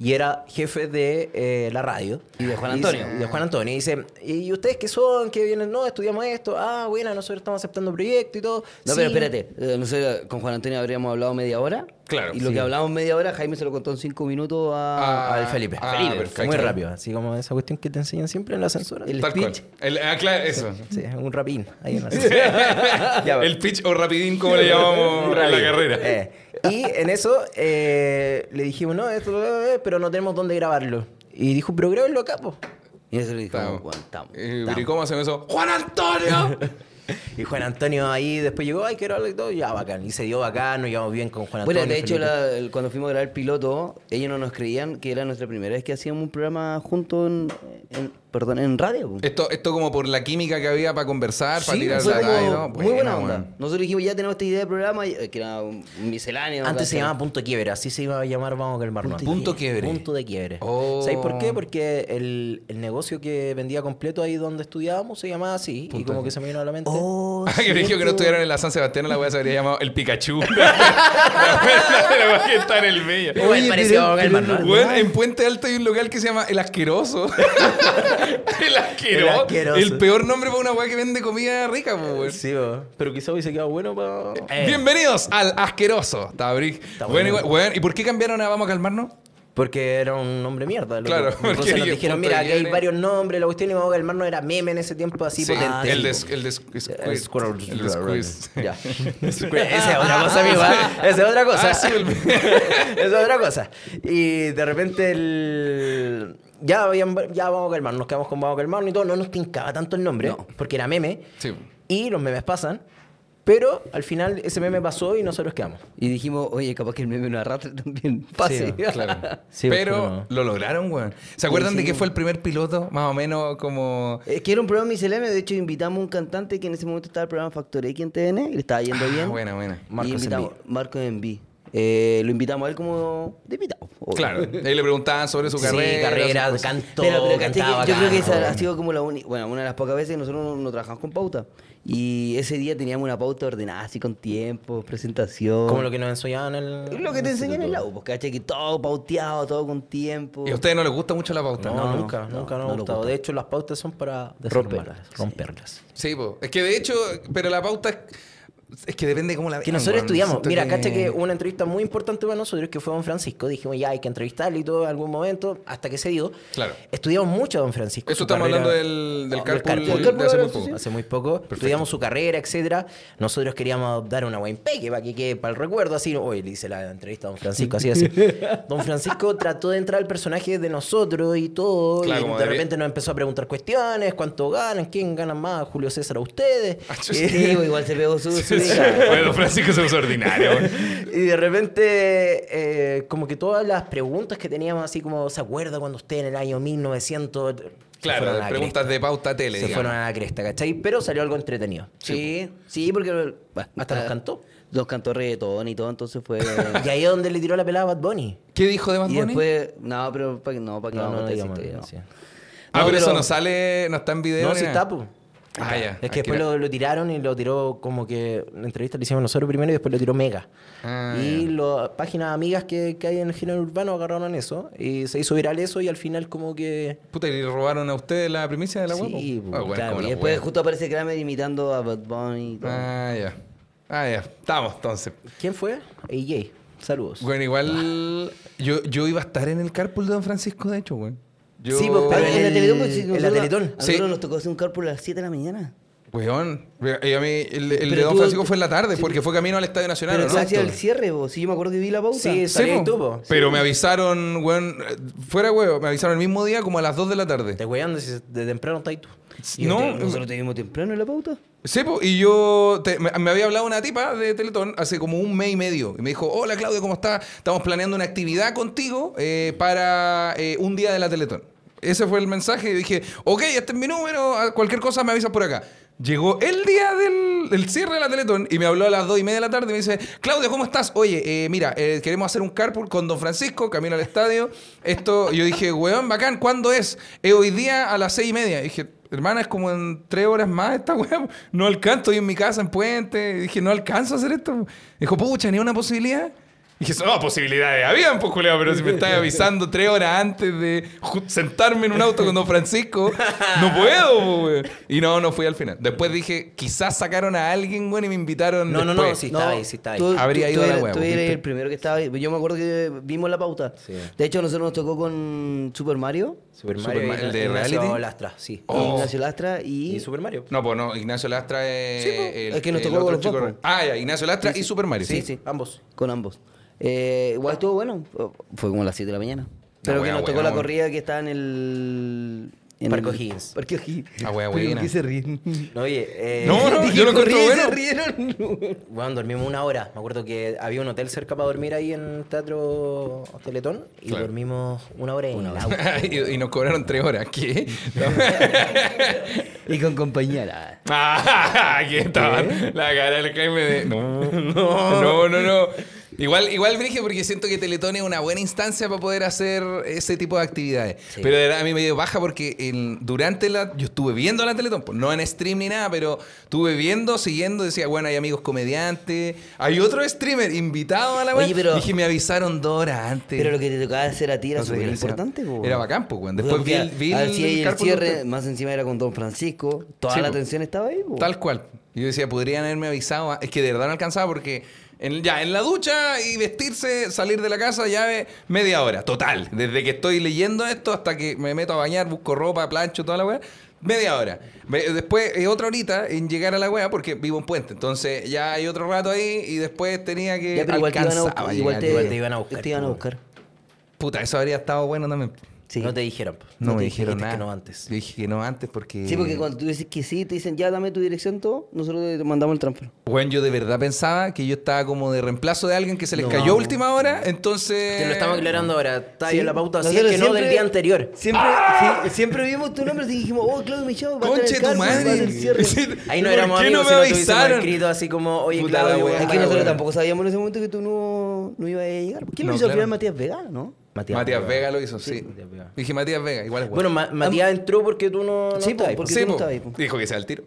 Speaker 2: y era jefe de eh, la radio.
Speaker 3: Y de Juan
Speaker 2: dice-
Speaker 3: Antonio.
Speaker 2: y de Juan Antonio. Y dice, ¿y ustedes qué son? ¿Qué vienen? No, estudiamos esto. Ah, bueno, nosotros estamos aceptando proyectos y todo.
Speaker 3: No,
Speaker 2: Sí.
Speaker 3: pero espérate, eh, no sé, con Juan Antonio habríamos hablado media hora.
Speaker 1: Claro,
Speaker 3: Y lo
Speaker 1: sí.
Speaker 3: que hablamos media hora, Jaime se lo contó en cinco minutos a,
Speaker 1: Ah,
Speaker 2: Al Felipe.
Speaker 1: ah,
Speaker 2: Felipe,
Speaker 1: perfecto.
Speaker 2: pues, Muy rápido, así como esa cuestión que te enseñan siempre en la censura.
Speaker 3: El
Speaker 1: Tal cual.
Speaker 3: speech.
Speaker 1: El- ah, claro, eso.
Speaker 2: Sí, un rapín ahí en la censura. Ya va.
Speaker 1: El pitch o rapidín, como le llamamos en la carrera.
Speaker 2: Eh, y en eso eh, le dijimos, no, esto, eh, eh, pero no tenemos dónde grabarlo. Y dijo, pero grábenlo acá, po".
Speaker 3: Y eso le dijo,
Speaker 1: Estamos.
Speaker 3: Juan, estamos.
Speaker 1: Eh,
Speaker 3: estamos.
Speaker 1: ¿Y cómo hacen eso? ¡Juan Antonio!
Speaker 2: Y Juan Antonio ahí después llegó, ay, quiero hablar y todo, ya bacán. Y se dio bacán, nos llevamos bien con Juan Antonio.
Speaker 3: Bueno, de hecho,
Speaker 2: Felipe.
Speaker 3: la- el- cuando fuimos a grabar el piloto, ellos no nos creían que era nuestra primera vez que hacíamos un programa juntos en, en- perdón, en radio. po.
Speaker 1: Esto, esto como por la química que había para conversar, para
Speaker 3: Sí,
Speaker 1: tirar
Speaker 3: fue
Speaker 1: la
Speaker 3: como
Speaker 1: talla, ¿no?
Speaker 3: Muy buena onda.
Speaker 1: weón.
Speaker 3: Nosotros dijimos, ya tenemos esta idea de programa, y- eh, que era un un misceláneo.
Speaker 2: Antes se
Speaker 3: ¿cachai?
Speaker 2: llamaba Punto Quiebre, así se iba a llamar Vamos a calmar
Speaker 1: Punto Punto Quiebre.
Speaker 2: Punto de Quiebre.
Speaker 1: Oh.
Speaker 2: ¿Sabes por qué? Porque el, el negocio que vendía completo ahí donde estudiábamos se llamaba así. y como que se me vino a la mente.
Speaker 3: Oh,
Speaker 1: Ah, que me dijo que no
Speaker 3: cierto.
Speaker 1: estuvieron en la San Sebastián, la weá se habría llamado el Pikachu. la weá la weá que está en el medio.
Speaker 2: Igual
Speaker 3: Oye,
Speaker 2: parecía
Speaker 3: pero-
Speaker 2: Vamos a
Speaker 3: pero
Speaker 2: calmar,
Speaker 3: es
Speaker 2: ¿no?
Speaker 3: verdad.
Speaker 1: Weón, en Puente Alto hay un local que se llama El Asqueroso. el
Speaker 2: El
Speaker 1: Asqueroso. El,
Speaker 2: Asqueroso.
Speaker 1: peor nombre para una weá que vende comida rica, po, weón.
Speaker 2: Sí, bo. pero quizá hubiese quedado bueno para...
Speaker 1: Bienvenidos al Asqueroso, Tabric.
Speaker 2: bueno.
Speaker 1: Bueno, igual- weón, ¿Y por qué cambiaron a Vamos a Calmarnos?
Speaker 2: Porque era un nombre mierda. loco.
Speaker 1: Claro, porque
Speaker 2: Entonces nos
Speaker 1: dije,
Speaker 2: dijeron,
Speaker 1: punto
Speaker 2: mira,
Speaker 1: de
Speaker 2: aquí hay
Speaker 1: quiebre".
Speaker 2: varios nombres. La cuestión de Vamos a calmar no era meme en ese tiempo así
Speaker 1: Sí,
Speaker 2: potente.
Speaker 1: Ah, el de,
Speaker 2: Sí, pues,
Speaker 1: el de
Speaker 2: bo.
Speaker 1: Squirt. El de Squirt.
Speaker 2: Ya. Squirt. Esa es otra cosa, amigo. ¿ah? Esa es otra cosa.
Speaker 1: Ah, sí, el-
Speaker 2: Eso es otra cosa. Y de repente el... Ya, habían- ya vamos a calmar, nos quedamos con vamos a calmar y todo. No nos tincaba tanto el nombre, porque era meme.
Speaker 1: Sí.
Speaker 2: Y los memes pasan. Pero al final ese meme pasó y nosotros quedamos.
Speaker 3: Y dijimos, oye, capaz que el meme nos arrastre también. Pase.
Speaker 1: Claro.
Speaker 2: Sí,
Speaker 1: pero
Speaker 2: pero-
Speaker 1: lo lograron, weón. ¿Se acuerdan de que fue el primer piloto? Más o menos como.
Speaker 3: Es que era un programa misceláneo, de hecho invitamos a un cantante que en ese momento estaba en el programa Factor X en TN, y le estaba yendo
Speaker 2: Ah,
Speaker 3: bien.
Speaker 1: buena, buena.
Speaker 3: Marco
Speaker 2: Marcos
Speaker 3: y invitamos,
Speaker 2: Enví.
Speaker 3: Marco Enví. Eh, lo invitamos a él como de invitado. obvio.
Speaker 1: Claro. Ahí le preguntaban sobre su
Speaker 2: Sí,
Speaker 1: carrera.
Speaker 2: carrera,
Speaker 1: sus cosas.
Speaker 2: canto,
Speaker 3: Pero, pero ¿cachai?
Speaker 2: cantaba.
Speaker 3: yo creo que
Speaker 2: canto.
Speaker 3: esa ha sido como la única, bueno, una de las pocas veces que nosotros no, no trabajamos con pauta. Y ese día teníamos una pauta ordenada, así con tiempo, presentación.
Speaker 2: Como lo que nos enseñaban en el...
Speaker 3: Lo que te enseñan en el lado, pues, ¿cachai? Que todo pauteado, todo con tiempo.
Speaker 1: Y a ustedes no les gusta mucho la pauta.
Speaker 2: No,
Speaker 3: No, no,
Speaker 2: nunca,
Speaker 3: no,
Speaker 2: nunca
Speaker 3: no
Speaker 2: nos ha
Speaker 3: nos
Speaker 2: gustado.
Speaker 3: gusta.
Speaker 2: De hecho, las pautas son para
Speaker 3: Romperlas,
Speaker 2: desarmarlas, romperlas.
Speaker 1: Sí, po. Es que de hecho, pero la pauta es- es que depende de cómo la
Speaker 2: Que
Speaker 1: vean,
Speaker 2: nosotros
Speaker 1: weón.
Speaker 2: estudiamos.
Speaker 1: Siento
Speaker 2: Mira, cacha que una entrevista muy importante para nosotros que fue a Don Francisco. Dijimos, ya hay que entrevistarle y todo en algún momento, hasta que se dio.
Speaker 1: Claro.
Speaker 2: Estudiamos mucho a Don Francisco.
Speaker 1: Eso
Speaker 2: su
Speaker 1: estamos
Speaker 2: carrera-
Speaker 1: hablando del, del
Speaker 2: No,
Speaker 1: carpool,
Speaker 3: carpool.
Speaker 1: de hace muy
Speaker 3: Sí, sí.
Speaker 1: poco.
Speaker 2: Hace muy poco. Estudiamos su carrera, etcétera. Nosotros queríamos adoptar una wine peque para que quede para el recuerdo. Así, hoy le hice la entrevista a Don Francisco, así, así. Don Francisco trató de entrar al personaje de nosotros y todo.
Speaker 1: Claro,
Speaker 2: y de
Speaker 1: como debería-
Speaker 2: repente nos empezó a preguntar cuestiones: cuánto ganan, quién gana más, Julio César a ustedes.
Speaker 1: Ah,
Speaker 2: Y-
Speaker 1: chucha.
Speaker 3: Sí, pues, igual se pegó su... su
Speaker 1: Bueno, Francisco se puso ordinario. weón.
Speaker 2: Y de repente, eh, como que todas las preguntas que teníamos, así como, ¿se acuerda cuando usted en el año 1900? se fueron a
Speaker 1: Claro,
Speaker 2: la
Speaker 1: preguntas de pauta
Speaker 2: cresta?
Speaker 1: tele.
Speaker 2: Se
Speaker 1: digamos.
Speaker 2: fueron a la cresta, ¿cachai? Pero salió algo entretenido.
Speaker 3: Sí, sí, porque... bueno,
Speaker 2: Hasta nos cantó.
Speaker 3: Nos cantó reggaetón y todo, entonces fue...
Speaker 2: Y ahí es donde le tiró la pelada a Bad Bunny.
Speaker 1: ¿Qué dijo de Bad
Speaker 3: y
Speaker 1: Bunny?
Speaker 3: después... No, pero para que no, para que no, no, te
Speaker 2: digamos,
Speaker 3: hiciste, no.
Speaker 2: sí.
Speaker 1: ah,
Speaker 3: no,
Speaker 1: pero, eso
Speaker 3: pero-
Speaker 1: no sale, no está en video.
Speaker 2: No,
Speaker 1: ni
Speaker 2: sí
Speaker 1: nada.
Speaker 2: está, po.
Speaker 1: Ah, ya.
Speaker 2: Es
Speaker 1: Hay
Speaker 2: que después
Speaker 1: ir a-
Speaker 2: lo, lo tiraron y lo tiró como que la entrevista la hicimos nosotros primero y después lo tiró Mega.
Speaker 1: Ah,
Speaker 2: y las páginas amigas que, que hay en el género urbano agarraron eso y se hizo viral eso y al final como que...
Speaker 1: Puta, ¿y le robaron a ustedes la primicia de la Ah,
Speaker 2: Sí,
Speaker 1: huevo?
Speaker 2: pues,
Speaker 3: Claro, y después justo aparece Kramer imitando a Bad Bunny y todo.
Speaker 1: Ah, ya. Ah, ya. Estamos, entonces.
Speaker 2: ¿Quién fue? AJ. Saludos.
Speaker 1: Bueno, igual yo, yo iba a estar en el carpool de Don Francisco, de hecho, güey. Yo...
Speaker 2: Sí, pues, pero-
Speaker 3: en la
Speaker 2: el-
Speaker 3: Teletón, pues, si
Speaker 2: en la
Speaker 3: nosotros,
Speaker 2: Teletón.
Speaker 3: a nosotros
Speaker 1: Sí.
Speaker 3: nos tocó hacer un carpool a las 7 de la mañana.
Speaker 1: Weón, y a mí el, el de
Speaker 3: Pero
Speaker 1: Don
Speaker 3: tú-
Speaker 1: Francisco fue en la tarde porque fue camino al Estadio
Speaker 3: pero
Speaker 1: Nacional, ¿o
Speaker 3: tú
Speaker 1: ¿no?
Speaker 3: hacías el cierre, vos. Sí, yo me acuerdo que vi la pausa.
Speaker 1: Sí,
Speaker 2: Sí, salí
Speaker 1: po.
Speaker 2: tú, po.
Speaker 1: Pero me avisaron, weón, eh, fuera weón, me avisaron el mismo día como a las 2 de la tarde.
Speaker 2: Te weando si de temprano está ahí tú.
Speaker 3: Y
Speaker 1: no,
Speaker 3: ustedes- nosotros te vimos temprano en la pauta.
Speaker 1: Sí, po, y yo te- me, me había hablado una tipa de Teletón hace como un mes y medio. Y me dijo, hola Claudio, ¿cómo estás? Estamos planeando una actividad contigo eh, para eh, un día de la Teletón. Ese fue el mensaje y dije, ok, este es mi número, a- cualquier cosa me avisas por acá. Llegó el día del, del cierre de la Teletón y me habló a las dos y media de la tarde y me dice, Claudio, ¿cómo estás? Oye, eh, mira, eh, queremos hacer un carpool con Don Francisco, camino al estadio. Esto, yo dije, weón, bacán, ¿cuándo es? "Eh, hoy día a las seis y media. Y dije, Hermana, es como en tres horas más esta weá. No alcanzo, estoy en mi casa, en puente. Y dije, no alcanzo a hacer esto. Dijo, pucha, ni una posibilidad. Y dije, no, posibilidades habían, pues, culiao, pero si me estás avisando tres horas antes de ju- sentarme en un auto con Don Francisco, no puedo, po, weón. Y no, no fui al final. Después dije, quizás sacaron a alguien, weón, y me invitaron.
Speaker 2: No, no, no,
Speaker 1: después.
Speaker 2: sí. estaba ahí, sí, estaba ahí.
Speaker 1: Habría ido a la
Speaker 3: eras-
Speaker 1: hueá,
Speaker 3: tú
Speaker 1: vos,
Speaker 3: eres
Speaker 1: ¿viste?
Speaker 3: el primero que estaba ahí. Yo me acuerdo que vimos la pauta. De hecho, a nosotros nos tocó con Super Mario,
Speaker 2: Super
Speaker 1: Super
Speaker 2: Mario.
Speaker 1: Ma- el de
Speaker 2: Ignacio
Speaker 1: reality.
Speaker 2: Lastra, sí.
Speaker 1: Oh.
Speaker 3: Ignacio Lastra y...
Speaker 2: Y Super Mario.
Speaker 1: No, pues no, Ignacio Lastra es.
Speaker 3: Sí, po.
Speaker 1: el,
Speaker 3: Es que nos
Speaker 1: el
Speaker 3: tocó
Speaker 1: otro
Speaker 3: con los
Speaker 1: chico-
Speaker 3: dos, po.
Speaker 1: Ah, ya, Ignacio Lastra y Super Mario.
Speaker 3: Sí, sí.
Speaker 2: Ambos.
Speaker 3: Con ambos. Eh, igual estuvo bueno. Fue como a las 7 de la mañana. Pero
Speaker 1: buena,
Speaker 3: que nos tocó
Speaker 1: buena,
Speaker 3: la
Speaker 1: buena.
Speaker 3: corrida que estaba en el. en
Speaker 2: Parque
Speaker 3: el-
Speaker 2: O'Higgins.
Speaker 3: Parque O'Higgins.
Speaker 1: Ah, wea,
Speaker 3: Pero,
Speaker 1: buena.
Speaker 3: ¿por qué se ríen?
Speaker 2: No, oye, eh,
Speaker 1: No, no,
Speaker 3: Dije,
Speaker 1: yo lo encontré
Speaker 3: corrí y
Speaker 1: bueno.
Speaker 3: se rieron.
Speaker 2: Bueno, dormimos una hora. Me acuerdo que había un hotel cerca para dormir ahí en Teatro Teletón y
Speaker 1: Claro.
Speaker 2: dormimos una hora en el auto.
Speaker 1: y, y nos cobraron tres horas. ¿Qué?
Speaker 3: y con compañía. la-
Speaker 1: Ah, aquí estaba la cara del Jaime de... No, no, no, no. Igual, igual Brigio, porque siento que Teletón es una buena instancia para poder hacer ese tipo de actividades.
Speaker 3: Sí.
Speaker 1: Pero de verdad a mí me dio baja porque en- durante la... Yo estuve viendo la Teletón, pues, no en stream ni nada, pero estuve viendo, siguiendo, decía, bueno, hay amigos comediantes, hay otro streamer invitado a la
Speaker 3: Oye,
Speaker 1: web.
Speaker 3: pero-
Speaker 1: Dije, me avisaron dos horas antes.
Speaker 3: Pero lo que te tocaba hacer a ti era
Speaker 1: No sé,
Speaker 3: súper
Speaker 1: weón,
Speaker 3: importante,
Speaker 1: era-
Speaker 3: po.
Speaker 1: era bacán, po, weón. Después vi el- vi
Speaker 3: Al
Speaker 1: el
Speaker 3: CIE y el
Speaker 1: Carpool
Speaker 3: cierre,
Speaker 1: Doctor.
Speaker 3: más encima era con Don Francisco. Toda
Speaker 1: Sí,
Speaker 3: la
Speaker 1: po.
Speaker 3: atención estaba ahí, po.
Speaker 1: Tal cual. Y Yo decía, podrían haberme avisado. a- Es que de verdad no alcanzaba porque en- ya en la ducha y vestirse, salir de la casa, ya eh, media hora, total. Desde que estoy leyendo esto hasta que me meto a bañar, busco ropa, plancho, toda la weá. Media hora. Me- Después eh, otra horita en llegar a la weá porque vivo en Puente. Entonces ya hay otro rato ahí y después tenía que
Speaker 3: Ya, pero igual te, iban a
Speaker 1: alcanzaba
Speaker 3: buscar,
Speaker 1: a
Speaker 3: igual,
Speaker 1: llegar,
Speaker 3: te,
Speaker 2: igual
Speaker 1: llegar.
Speaker 2: te iban a buscar,
Speaker 3: te iban a
Speaker 2: po.
Speaker 3: buscar.
Speaker 1: Puta, eso habría estado bueno también.
Speaker 3: Sí.
Speaker 2: No te dijeron. po.
Speaker 1: No,
Speaker 2: te
Speaker 1: me dijeron
Speaker 2: dijiste
Speaker 1: nada.
Speaker 2: que no antes.
Speaker 1: Yo dije que no antes porque...
Speaker 3: Sí, porque cuando tú dices que sí, te dicen ya dame tu dirección, todo, nosotros te mandamos el transfer.
Speaker 1: Bueno, yo de verdad pensaba que yo estaba como de reemplazo de alguien que se les
Speaker 2: No.
Speaker 1: cayó a última hora, entonces...
Speaker 2: Te lo estamos aclarando ahora. Está
Speaker 3: Sí,
Speaker 2: bien la pauta, así es
Speaker 3: nosotros
Speaker 2: que no del
Speaker 3: siempre-
Speaker 2: día anterior.
Speaker 3: Siempre, sí, siempre vimos tu nombre y dijimos, oh, Claudio Michao, va a estar
Speaker 1: ¡Ah! Conche
Speaker 3: en
Speaker 1: tu
Speaker 3: el Carpool, va a hacer el
Speaker 1: madre.
Speaker 3: cierre.
Speaker 2: Ahí no
Speaker 1: ¿Por
Speaker 2: éramos
Speaker 1: qué
Speaker 2: amigos,
Speaker 1: no me
Speaker 2: sino tuviésemos
Speaker 1: avisaron?
Speaker 2: escrito así como, oye,
Speaker 1: Puta la
Speaker 2: Claudio,
Speaker 1: wea.
Speaker 2: weón,
Speaker 3: Es
Speaker 1: Ah,
Speaker 3: que nosotros
Speaker 1: bueno.
Speaker 3: tampoco sabíamos en ese momento que tú no, no ibas a llegar. ¿Quién
Speaker 1: No,
Speaker 3: lo hizo
Speaker 1: claro.
Speaker 3: al final Matías Vega, no?
Speaker 1: Matías, Vega. lo hizo, sí.
Speaker 2: Matías Vega.
Speaker 1: Dije Matías Vega, igual es
Speaker 2: Bueno,
Speaker 1: bueno.
Speaker 2: Ma- Matías entró porque tú no, no
Speaker 3: Sí, po,
Speaker 2: estabas, po.
Speaker 3: porque tú no
Speaker 1: po.
Speaker 3: estabas ahí, po.
Speaker 1: Dijo que sea el tiro.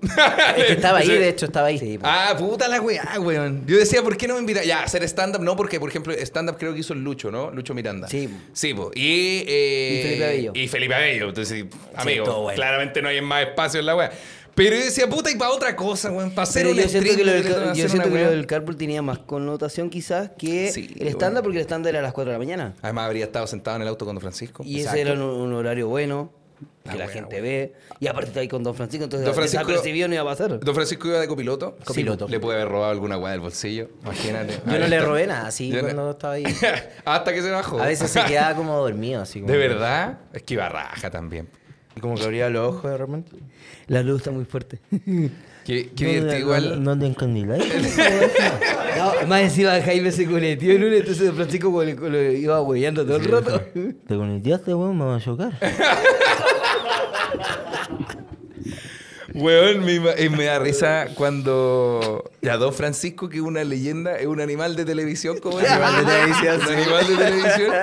Speaker 2: Es que estaba ahí,
Speaker 1: Sí.
Speaker 2: de hecho, estaba ahí.
Speaker 1: Ah, puta la weá, weón. Yo decía, ¿por qué no me invita? Ya, hacer stand-up, no, porque, por ejemplo, stand-up creo que hizo el Lucho, ¿no? Lucho Miranda.
Speaker 3: Sí.
Speaker 1: Sí, po. Y, eh,
Speaker 3: Y Felipe Abello.
Speaker 1: Y Felipe Abello. Entonces, amigo,
Speaker 2: todo bueno.
Speaker 1: claramente no hay más espacio en la weá. Pero yo decía, puta, y para otra cosa, weón. Para hacer un
Speaker 3: Pero yo siento
Speaker 1: stream,
Speaker 3: que lo del,
Speaker 1: Teletón,
Speaker 3: car-
Speaker 1: hacer
Speaker 3: yo
Speaker 1: una
Speaker 3: siento que
Speaker 1: weá.
Speaker 3: lo del carpool tenía más connotación quizás que
Speaker 1: Sí,
Speaker 3: el estándar,
Speaker 1: bueno.
Speaker 3: porque el estándar era a las 4 de la mañana.
Speaker 1: Además, habría estado sentado en el auto con Don Francisco.
Speaker 3: Y
Speaker 1: Exacto.
Speaker 3: ese era un, un horario bueno, que
Speaker 1: Ah,
Speaker 3: la
Speaker 1: bueno,
Speaker 3: gente
Speaker 1: bueno.
Speaker 3: ve. Y aparte está ahí con Don Francisco, entonces
Speaker 1: Don
Speaker 3: don
Speaker 1: Francisco-
Speaker 3: desapercibido no iba a pasar.
Speaker 1: Don Francisco iba de copiloto.
Speaker 2: Copiloto.
Speaker 1: Le puede haber robado alguna weá del bolsillo. Imagínate.
Speaker 2: Yo no
Speaker 1: Ahí
Speaker 2: le
Speaker 1: está.
Speaker 2: robé nada, así
Speaker 1: Yo no-
Speaker 2: cuando estaba ahí.
Speaker 1: Hasta que se bajó.
Speaker 2: A veces se quedaba como dormido, así como.
Speaker 1: De verdad, es que iba raja también.
Speaker 2: Y como que abría los ojos de repente.
Speaker 3: La luz está muy fuerte.
Speaker 1: Qué, qué divertido igual.
Speaker 2: No, te encandiláis.
Speaker 3: No, más encima Jaime se coleteó el lunes, entonces Don Francisco como le- lo iba hueveando todo el rato.
Speaker 2: Te conectaste, weón, me vas a chocar.
Speaker 1: Weón, me, ima- eh, me da risa cuando. Ya, Don Francisco, que es una leyenda, es un animal de televisión, como el
Speaker 2: Animal de televisión,
Speaker 1: Un
Speaker 2: sí.
Speaker 1: animal de televisión.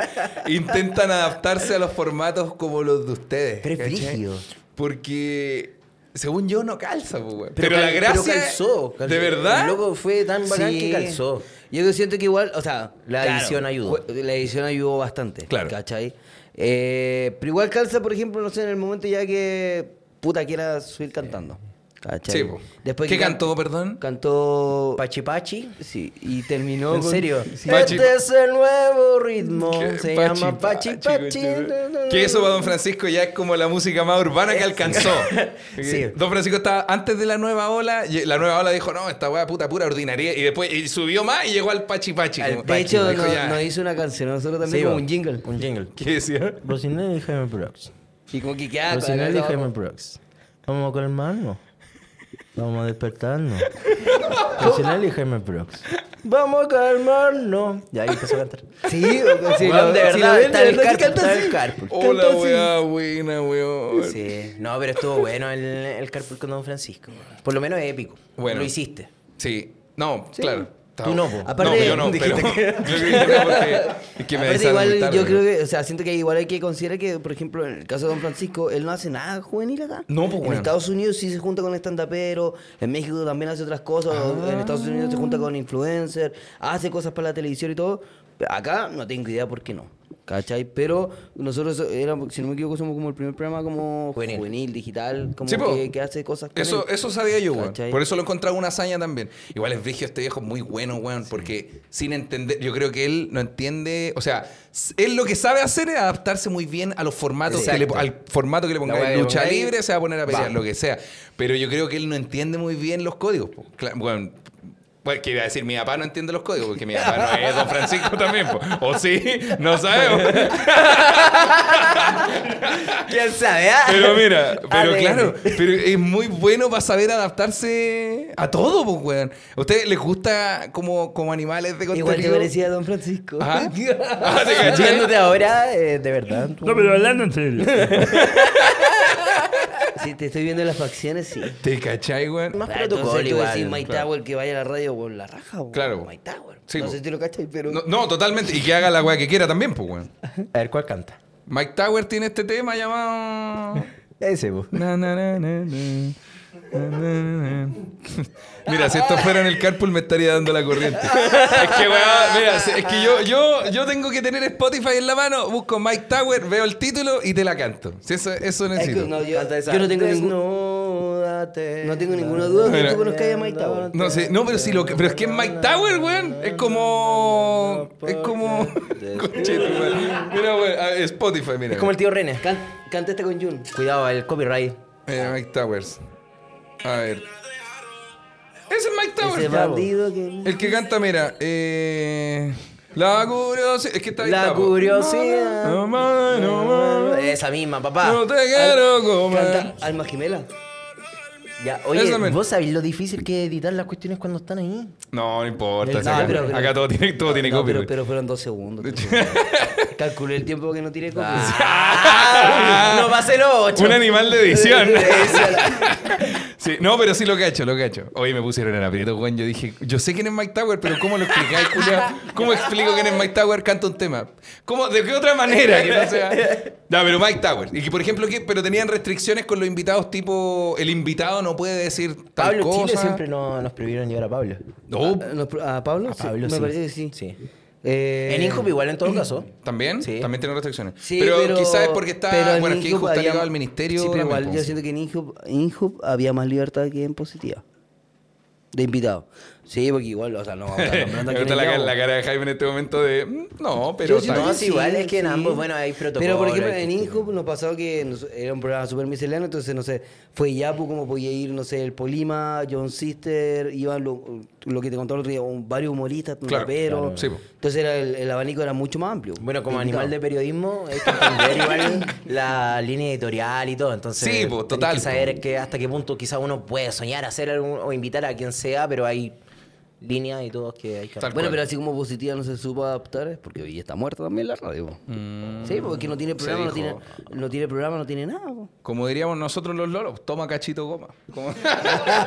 Speaker 1: Intentan adaptarse a los formatos como los de ustedes.
Speaker 2: Pero es
Speaker 1: ¿cachai?
Speaker 2: brígido.
Speaker 1: Porque. Según yo, no calza, pues, weón. Pero,
Speaker 2: cal-
Speaker 1: la gracia.
Speaker 2: Pero calzó, calzó.
Speaker 1: ¿De verdad?
Speaker 2: El loco fue tan bacán
Speaker 3: Sí.
Speaker 2: que calzó.
Speaker 3: Yo siento que igual, o sea,
Speaker 2: La edición ayudó.
Speaker 3: fue- La edición ayudó bastante.
Speaker 1: Claro.
Speaker 3: ¿Cachai? Eh, pero igual calza, por ejemplo, no sé, en el momento ya que puta quiera subir cantando. ¿Cachai?
Speaker 1: Sí, po.
Speaker 3: Después
Speaker 1: ¿Qué
Speaker 3: que can-
Speaker 1: cantó, perdón?
Speaker 3: Cantó.
Speaker 2: Pachi Pachi.
Speaker 3: Sí, y terminó.
Speaker 2: ¿En
Speaker 3: con-
Speaker 2: serio?
Speaker 3: Sí.
Speaker 1: Pachi-
Speaker 2: Este es el nuevo ritmo.
Speaker 1: Que-
Speaker 2: Se
Speaker 1: Pachi,
Speaker 2: llama Pachi
Speaker 1: Pachi,
Speaker 2: Pachi.
Speaker 1: conchetumare. Que eso para Don Francisco ya es como la música más urbana que alcanzó.
Speaker 2: Sí.
Speaker 1: Don Francisco estaba antes de la nueva ola. y la nueva ola dijo, no, esta weá puta pura ordinaria. Y después y subió más y llegó al Pachi Pachi.
Speaker 2: Al
Speaker 1: como-
Speaker 2: Pachi,
Speaker 3: De hecho,
Speaker 1: dijo,
Speaker 3: no-
Speaker 1: "Ya".
Speaker 3: nos hizo una canción a nosotros
Speaker 2: Sí,
Speaker 3: también, como
Speaker 2: po.
Speaker 3: un jingle.
Speaker 2: Un jingle.
Speaker 1: ¿Qué decía?
Speaker 2: Brociné y Jaime Brooks.
Speaker 3: Y como que quedaba con la
Speaker 2: Brociné y
Speaker 3: cabeza
Speaker 2: Jaime
Speaker 3: abajo.
Speaker 2: Brooks. Vamos a calmarnos. Vamos a despertarnos. Brociné y Jaime Brooks. Vamos a calmarnos. Y ahí empezó a cantar.
Speaker 3: Sí, o- sí,
Speaker 2: Weón,
Speaker 3: lo-
Speaker 2: de
Speaker 3: si lo
Speaker 2: verdad,
Speaker 3: ven,
Speaker 2: está
Speaker 3: de
Speaker 2: el
Speaker 3: verdad que
Speaker 2: carpool,
Speaker 3: canta
Speaker 2: está
Speaker 3: así.
Speaker 2: el carpool.
Speaker 1: Hola,
Speaker 3: Cantó así.
Speaker 1: weá, buena, weón.
Speaker 2: Sí, no, pero estuvo bueno el, el carpool con Don Francisco. Por lo menos es épico.
Speaker 1: Bueno.
Speaker 2: Lo hiciste.
Speaker 1: Sí. No, claro.
Speaker 2: Tú no, po.
Speaker 1: no,
Speaker 3: Aparte,
Speaker 1: yo no, pero...
Speaker 3: dijiste
Speaker 1: Yo creo que no, porque- es que me
Speaker 3: Aparte,
Speaker 1: avisaron
Speaker 3: igual
Speaker 1: muy tarde,
Speaker 3: yo creo
Speaker 1: pero-
Speaker 3: que, o sea, siento que igual hay que considerar que, por ejemplo, en el caso de Don Francisco, él no hace nada juvenil acá.
Speaker 1: No, pues,
Speaker 3: En
Speaker 1: weón.
Speaker 3: Estados Unidos sí se junta con estandapero, en México también hace otras cosas, en Estados Ah. Unidos se junta con influencers, hace cosas para la televisión y todo. Acá no tengo idea por qué no. ¿Cachai? Pero nosotros, éramos, si no me equivoco, somos como el primer programa como
Speaker 2: Juvenil.
Speaker 3: juvenil, digital, como
Speaker 1: Sí, po.
Speaker 3: que, que hace cosas con
Speaker 1: Eso,
Speaker 3: él.
Speaker 1: eso sabía yo, weón.
Speaker 3: ¿Cachai?
Speaker 1: Por eso lo he encontrado una hazaña también. Igual es Vigio este viejo muy bueno, weón, porque sin entender, yo creo que él no entiende, o sea, s- él lo que sabe hacer es adaptarse muy bien a los formatos, que le po- al formato que le
Speaker 2: La
Speaker 1: pongáis.
Speaker 2: weá que
Speaker 1: Lucha
Speaker 2: pongáis,
Speaker 1: libre, se va a poner a pelear,
Speaker 2: vamos.
Speaker 1: lo que sea. Pero yo creo que él no entiende muy bien los códigos, po. Cla- weón, Pues que iba a decir, mi papá no entiende los códigos, porque mi papá no es Don Francisco también. po. O sí, no sabemos.
Speaker 2: ¿Quién sabe? ah?
Speaker 1: Pero mira, pero
Speaker 2: ADN.
Speaker 1: claro, pero es muy bueno para saber adaptarse a todo, pues, weón. ¿A ustedes les gusta como, como animales de contenido?
Speaker 3: Igual que parecía Don Francisco.
Speaker 1: Ajá. Ah, ¿te caché?
Speaker 2: Viéndote ahora, eh, de verdad. tú-
Speaker 4: No, pero hablando en serio.
Speaker 3: Si te estoy viendo las facciones, sí.
Speaker 1: ¿Te cachai, weón?
Speaker 2: Más
Speaker 3: Ah,
Speaker 2: protocolo
Speaker 3: entonces tú
Speaker 2: igual.
Speaker 3: decís My Tower que vaya a la radio por la raja, weón.
Speaker 1: Claro.
Speaker 3: My Tower.
Speaker 1: Sí,
Speaker 3: no
Speaker 1: po.
Speaker 3: sé si lo cachas, pero.
Speaker 1: No, no, totalmente. Y que haga la weá que quiera también, pues, weón.
Speaker 2: A ver, ¿cuál canta?
Speaker 1: Mike Tower tiene este tema llamado...
Speaker 2: Ese, po.
Speaker 1: Na, na, na, na, na. Na, na, na. Mira, si esto fuera en el carpool me estaría dando la corriente. Es que, weón, mira, si- es que yo, yo, yo tengo que tener Spotify en la mano, busco Mike Tower, veo el título y te la canto. Si eso, eso
Speaker 3: Es que
Speaker 1: necesito.
Speaker 3: no, yo,
Speaker 2: Canta esa.
Speaker 3: yo no tengo ningún.
Speaker 2: Desnúdate.
Speaker 3: No tengo ninguna duda de
Speaker 1: Mira.
Speaker 3: que tú conozcas a Mike Tower.
Speaker 1: No sé, no, pero si lo que- pero es que es Mike Tower, weón. Es como. Es como. Conchete, weón. Mira, weón. a ver, Spotify, mira.
Speaker 2: Es como el tío René. este
Speaker 3: Can- canta esta con Jun.
Speaker 2: Cuidado, el copyright.
Speaker 1: Mira, Eh, Mike Towers. A ver. Ese es Mike Towers.
Speaker 3: Ese bandido que.
Speaker 1: El que canta, mira. Eh, la curiosidad. Es que está ahí.
Speaker 2: La
Speaker 1: está, po.
Speaker 2: curiosidad.
Speaker 1: No, mames, no, mames,
Speaker 2: Esa misma,
Speaker 1: no
Speaker 2: papá.
Speaker 1: te quiero comer.
Speaker 3: Canta Alma Gemela.
Speaker 2: Ya, oye,
Speaker 1: Esa misma.
Speaker 2: vos sabéis lo difícil que es editar las cuestiones cuando están ahí.
Speaker 1: No, no importa.
Speaker 3: No,
Speaker 1: saca-
Speaker 3: pero- pero-
Speaker 1: acá todo tiene, todo tiene
Speaker 3: No, pero,
Speaker 1: copyright.
Speaker 3: pero fueron dos segundos. Calculé el tiempo que no tiré copia. Ah.
Speaker 2: no pasé los ocho.
Speaker 1: Ah, Un animal de edición. Sí, no, pero sí lo cacho, lo cacho. Hoy me pusieron en aprieto, Juan. Yo dije, yo sé quién es Mike Tower, pero ¿cómo lo explicáis, culiao? ¿Cómo explico quién es Mike Tower? Canta un tema. ¿Cómo? ¿De qué otra manera? Que no sea. No, pero Mike Tower. Y que, por ejemplo, que, pero tenían restricciones con los invitados, tipo, el invitado no puede decir tal
Speaker 2: Pablo
Speaker 1: cosa.
Speaker 2: Chile siempre no- nos prohibieron llevar a Pablo.
Speaker 1: No,
Speaker 3: ¿A, nos- a Pablo?
Speaker 2: A Pablo,
Speaker 3: sí.
Speaker 2: sí.
Speaker 3: Me parece que sí.
Speaker 2: Sí.
Speaker 3: Eh,
Speaker 2: en Injup igual en todo caso.
Speaker 1: ¿También?
Speaker 2: Sí.
Speaker 1: También tiene restricciones.
Speaker 3: Sí,
Speaker 1: pero,
Speaker 3: pero,
Speaker 1: quizás es porque está.
Speaker 3: pero en
Speaker 1: bueno, es que
Speaker 3: Inhub
Speaker 1: Inhub está
Speaker 3: había-
Speaker 1: ligado al ministerio.
Speaker 3: Sí, pero
Speaker 1: también,
Speaker 3: igual
Speaker 1: po.
Speaker 3: yo siento que en Inhub, Inhub había más libertad que en Positiva. De invitado. Sí, porque igual, o sea, no vamos a estar nombrando a
Speaker 1: Me gusta
Speaker 3: quienes
Speaker 1: la,
Speaker 3: ya,
Speaker 1: la cara de Jaime en este momento de. mm, No, pero.
Speaker 3: Yo siento
Speaker 1: tal
Speaker 2: No,
Speaker 3: que
Speaker 1: vez".
Speaker 2: sí, igual es que en ambos, bueno, hay
Speaker 3: Pero por
Speaker 2: protocolos,
Speaker 3: ejemplo,
Speaker 2: hay
Speaker 3: en
Speaker 2: cuestiones.
Speaker 3: Inhub nos pasó que nos- era un programa súper misceláneo, entonces, no sé, fue Yapu como podía ir, no sé, el Polima, John Sister, iban lo, lo que te contó el otro día, un- varios humoristas,
Speaker 1: Claro,
Speaker 3: raperos.
Speaker 1: claro. Sí, po.
Speaker 3: Entonces era el, el abanico era mucho más amplio.
Speaker 2: Bueno, como
Speaker 3: Invitado.
Speaker 2: animal de periodismo, hay que entender igual la línea editorial y todo. Entonces,
Speaker 1: Sí, po,
Speaker 2: tenés
Speaker 1: total,
Speaker 2: que
Speaker 1: po.
Speaker 2: saber que hasta qué punto quizás uno puede soñar hacer algún- o invitar a quien sea, pero hay líneas y todo que hay que
Speaker 1: Tal
Speaker 3: Bueno,
Speaker 1: cual.
Speaker 3: pero así como Positiva no se supo adaptar, es porque hoy está muerta también la radio. po. Sí, porque no tiene
Speaker 1: Mm. se
Speaker 3: programa, no tiene,
Speaker 1: dijo.
Speaker 3: no tiene programa, no tiene nada. po.
Speaker 1: Como diríamos nosotros los loros, toma cachito goma. Como-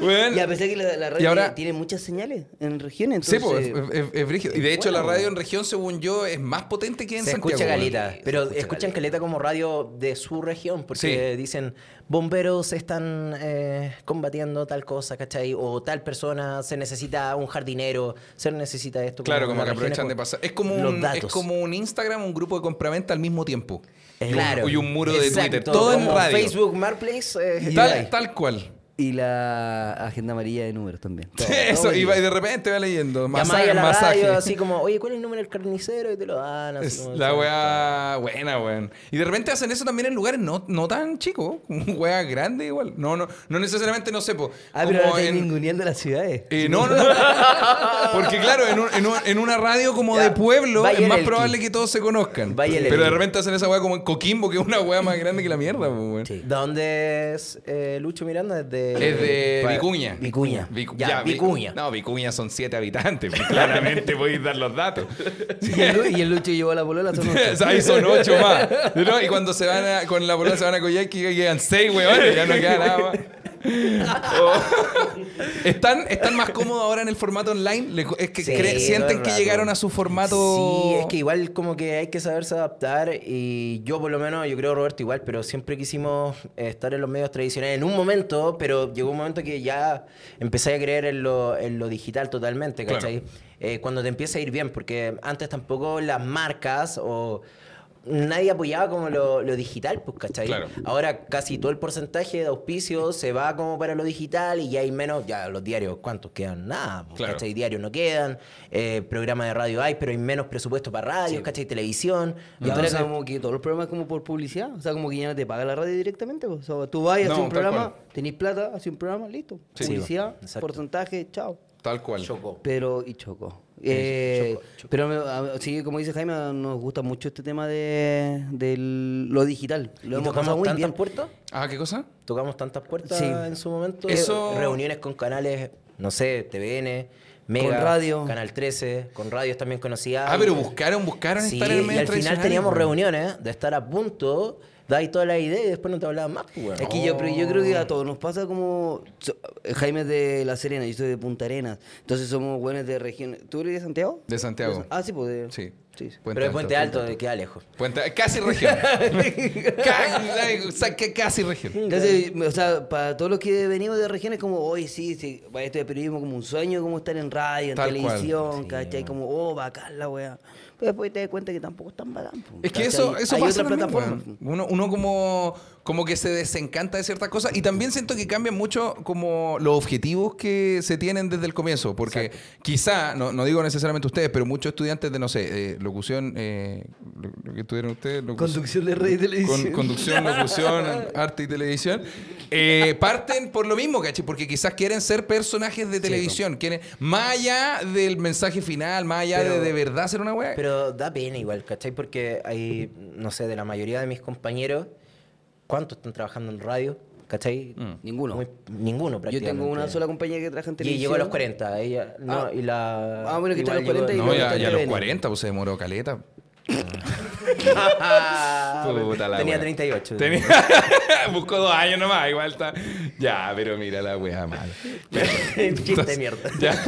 Speaker 1: Weón,
Speaker 3: Y a pesar que la, la
Speaker 1: Y
Speaker 3: radio
Speaker 1: ahora-
Speaker 3: tiene muchas señales en regiones,
Speaker 1: sí,
Speaker 3: entonces...
Speaker 1: po, es, es, es brígido. Y de hecho la radio en región, según yo, es más potente que en
Speaker 2: Se
Speaker 1: Santiago.
Speaker 2: escucha
Speaker 1: weón.
Speaker 2: Caleta, pero
Speaker 3: escucha
Speaker 2: escuchan Caleta como radio de su región, porque
Speaker 1: Sí.
Speaker 2: dicen, bomberos están eh, combatiendo tal cosa, ¿cachai? O tal persona, se necesita un jardinero, se necesita esto.
Speaker 1: Claro, como
Speaker 2: las
Speaker 1: que
Speaker 2: regiones,
Speaker 1: aprovechan de
Speaker 2: como-
Speaker 1: pasar. Es como,
Speaker 2: los
Speaker 1: un, es
Speaker 2: datos.
Speaker 1: como un Instagram, un grupo de compraventa al mismo tiempo. Y un-
Speaker 2: Claro.
Speaker 1: Y un muro de
Speaker 2: Exacto,
Speaker 1: Twitter. Todo en
Speaker 2: como
Speaker 1: radio.
Speaker 2: Facebook, Marketplace. eh,
Speaker 1: Tal, tal cual.
Speaker 3: Y la agenda amarilla de números también.
Speaker 1: Eso, y, va- y de repente va leyendo.
Speaker 2: Llamáis
Speaker 1: Masaje,
Speaker 2: a la
Speaker 1: masaje.
Speaker 2: radio, así como, oye, ¿cuál es el número del carnicero? Y te lo dan. Así
Speaker 1: Es
Speaker 2: como-
Speaker 1: la weá buena, weón. Y de repente hacen eso también en lugares no, no tan chicos. Weá grande igual. No, no, no necesariamente, no sé, po,
Speaker 3: Ah, pero
Speaker 1: como
Speaker 3: ahora estáis
Speaker 1: en-
Speaker 3: ninguneando las ciudades.
Speaker 1: Eh, no, no, no. Porque claro, en, un- en un- en una radio como
Speaker 2: Ya,
Speaker 1: de pueblo
Speaker 2: vaya
Speaker 1: es más
Speaker 2: el
Speaker 1: probable
Speaker 2: Elqui.
Speaker 1: que todos se conozcan.
Speaker 2: Vaya el
Speaker 1: Pero de
Speaker 2: Elqui.
Speaker 1: repente hacen esa weá como en Coquimbo, que es una weá más grande que la mierda, pues, weón.
Speaker 2: ¿De dónde es eh, Lucho Miranda? Es de,
Speaker 1: Es de
Speaker 2: Pa-
Speaker 1: Vicuña.
Speaker 2: Vicuña.
Speaker 1: Vicu-
Speaker 2: ya,
Speaker 1: ya, Vi-
Speaker 2: Vicuña.
Speaker 1: No, Vicuña son siete habitantes. pues, claramente podéis dar los datos.
Speaker 3: Y el, Lu- y el Lucho llevó a la polola. son ocho.
Speaker 1: O sea, Ahí son ocho más. ¿No? Y cuando se van a- con la bola se van a Coyhaique y quedan seis, weón. Ya no queda nada más. Oh. ¿Están, ¿Están más cómodos ahora en el formato online? Le- Es que
Speaker 2: Sí,
Speaker 1: cre-
Speaker 2: todo el
Speaker 1: sienten que
Speaker 2: rato.
Speaker 1: llegaron a su formato.
Speaker 2: Sí, es que igual como que hay que saberse adaptar y yo por lo menos, yo creo Roberto igual, pero siempre quisimos eh, estar en los medios tradicionales en un momento, pero llegó un momento que ya empecé a creer en lo, en lo digital totalmente,
Speaker 1: Claro.
Speaker 2: ¿cachai? Eh, cuando te empieza a ir bien, porque antes tampoco las marcas o... Nadie apoyaba como lo, lo digital, pues, ¿cachai?
Speaker 1: Claro.
Speaker 2: Ahora casi todo el porcentaje de auspicios se va como para lo digital y ya hay menos, ya los diarios, ¿cuántos quedan? Nada, pues,
Speaker 1: Claro.
Speaker 2: ¿cachai? diarios no quedan, eh, programas de radio hay, pero hay menos presupuesto para radio, ¿cachai? Televisión.
Speaker 1: Ah,
Speaker 3: Y ahora
Speaker 2: Entonces,
Speaker 3: como que todos los programas como por publicidad. O sea, como que ya no te paga la radio directamente. po. O sea, tú vas,
Speaker 1: No,
Speaker 3: haces un
Speaker 1: tal
Speaker 3: programa,
Speaker 1: cual.
Speaker 3: tenés plata, haces un programa, listo.
Speaker 1: Sí.
Speaker 3: publicidad,
Speaker 2: Sí, po. Exacto.
Speaker 3: porcentaje, chao.
Speaker 1: Tal cual.
Speaker 2: Chocó.
Speaker 3: Pero, y Choco. Eh,
Speaker 2: Choco,
Speaker 3: Pero me- a- sí, como dice Jaime, nos gusta mucho este tema de, de lo digital. Lo
Speaker 2: ¿Y
Speaker 3: hemos
Speaker 2: tocamos
Speaker 3: pasado muy
Speaker 2: tantas
Speaker 3: bien.
Speaker 2: puertas?
Speaker 1: Ah, ¿qué cosa?
Speaker 2: Tocamos tantas puertas
Speaker 3: Sí.
Speaker 2: en su momento.
Speaker 1: Eso-
Speaker 2: Reuniones con canales, no sé, TVN, Mega,
Speaker 3: Con radio.
Speaker 2: Canal 13, con radios también conocía.
Speaker 1: Ah, pero buscaron, buscaron estar en el
Speaker 2: y
Speaker 1: medio
Speaker 2: al final
Speaker 1: tradicional,
Speaker 2: teníamos
Speaker 1: güey.
Speaker 2: reuniones de estar a punto, dais toda la idea y después no te hablaban más, pues,
Speaker 3: Es
Speaker 2: weón.
Speaker 3: que yo, pero yo creo que
Speaker 2: Oh.
Speaker 3: a todos nos pasa como so- Jaime es de La Serena, yo soy de Punta Arenas, entonces somos buenos de región. ¿Tú eres de Santiago?
Speaker 1: De Santiago.
Speaker 3: Ah, sí, pues. de-
Speaker 1: Sí.
Speaker 3: sí. sí.
Speaker 2: Pero es Puente Alto, de queda lejos.
Speaker 1: Puente- casi región. casi, o sea, que casi región.
Speaker 3: Entonces, o sea, para todos los que venimos de regiones, como hoy sí, sí, para esto de periodismo, como un sueño, como estar en radio, en
Speaker 1: Tal cual.
Speaker 3: televisión, ¿cachai? Como, oh, bacán la weá. Pero después te das cuenta que tampoco es tan bacán. po,
Speaker 1: Es que
Speaker 3: ¿cachai?
Speaker 1: eso, eso
Speaker 3: Hay
Speaker 1: pasa
Speaker 3: otra
Speaker 1: también,
Speaker 3: plataforma.
Speaker 1: weón. Uno, uno como, como que se desencanta de ciertas cosas. Y también siento que cambian mucho como los objetivos que se tienen desde el comienzo. Porque quizá, no, no digo necesariamente ustedes, pero muchos estudiantes de, no sé, eh, locución, eh, lo, lo que tuvieron ustedes, locución-
Speaker 3: Conducción de radio y televisión.
Speaker 1: Con- conducción, locución, arte y televisión. Eh, parten por lo mismo, ¿cachai? Porque quizás quieren ser personajes de televisión. quieren, más allá del mensaje final, más allá de
Speaker 2: Pero-
Speaker 1: de verdad ser una wea.
Speaker 2: Pero da pena igual, ¿cachai? Porque hay, no sé, de la mayoría de mis compañeros, ¿cuántos están trabajando en radio? ¿Cachai?
Speaker 3: Ninguno.
Speaker 2: Muy- ninguno
Speaker 3: Mm. Yo
Speaker 2: prácticamente.
Speaker 3: tengo una sola compañera que trabaja en
Speaker 2: Y
Speaker 3: televisión.
Speaker 2: llegó a los 40. Ella, no,
Speaker 3: Ah.
Speaker 2: y la...
Speaker 3: Ah, bueno, que está a los
Speaker 2: igual llegó-
Speaker 3: 40 y
Speaker 1: no,
Speaker 3: luego
Speaker 1: ya,
Speaker 3: está el
Speaker 1: ya a los
Speaker 3: TVN.
Speaker 1: 40 pues, se demoró caleta. Puta la
Speaker 2: Tenía
Speaker 1: wea.
Speaker 2: 38.
Speaker 1: Tenía... Buscó dos años nomás, igual está. Ya, pero mira la wea mala.
Speaker 2: Chiste de mierda.
Speaker 1: Ya.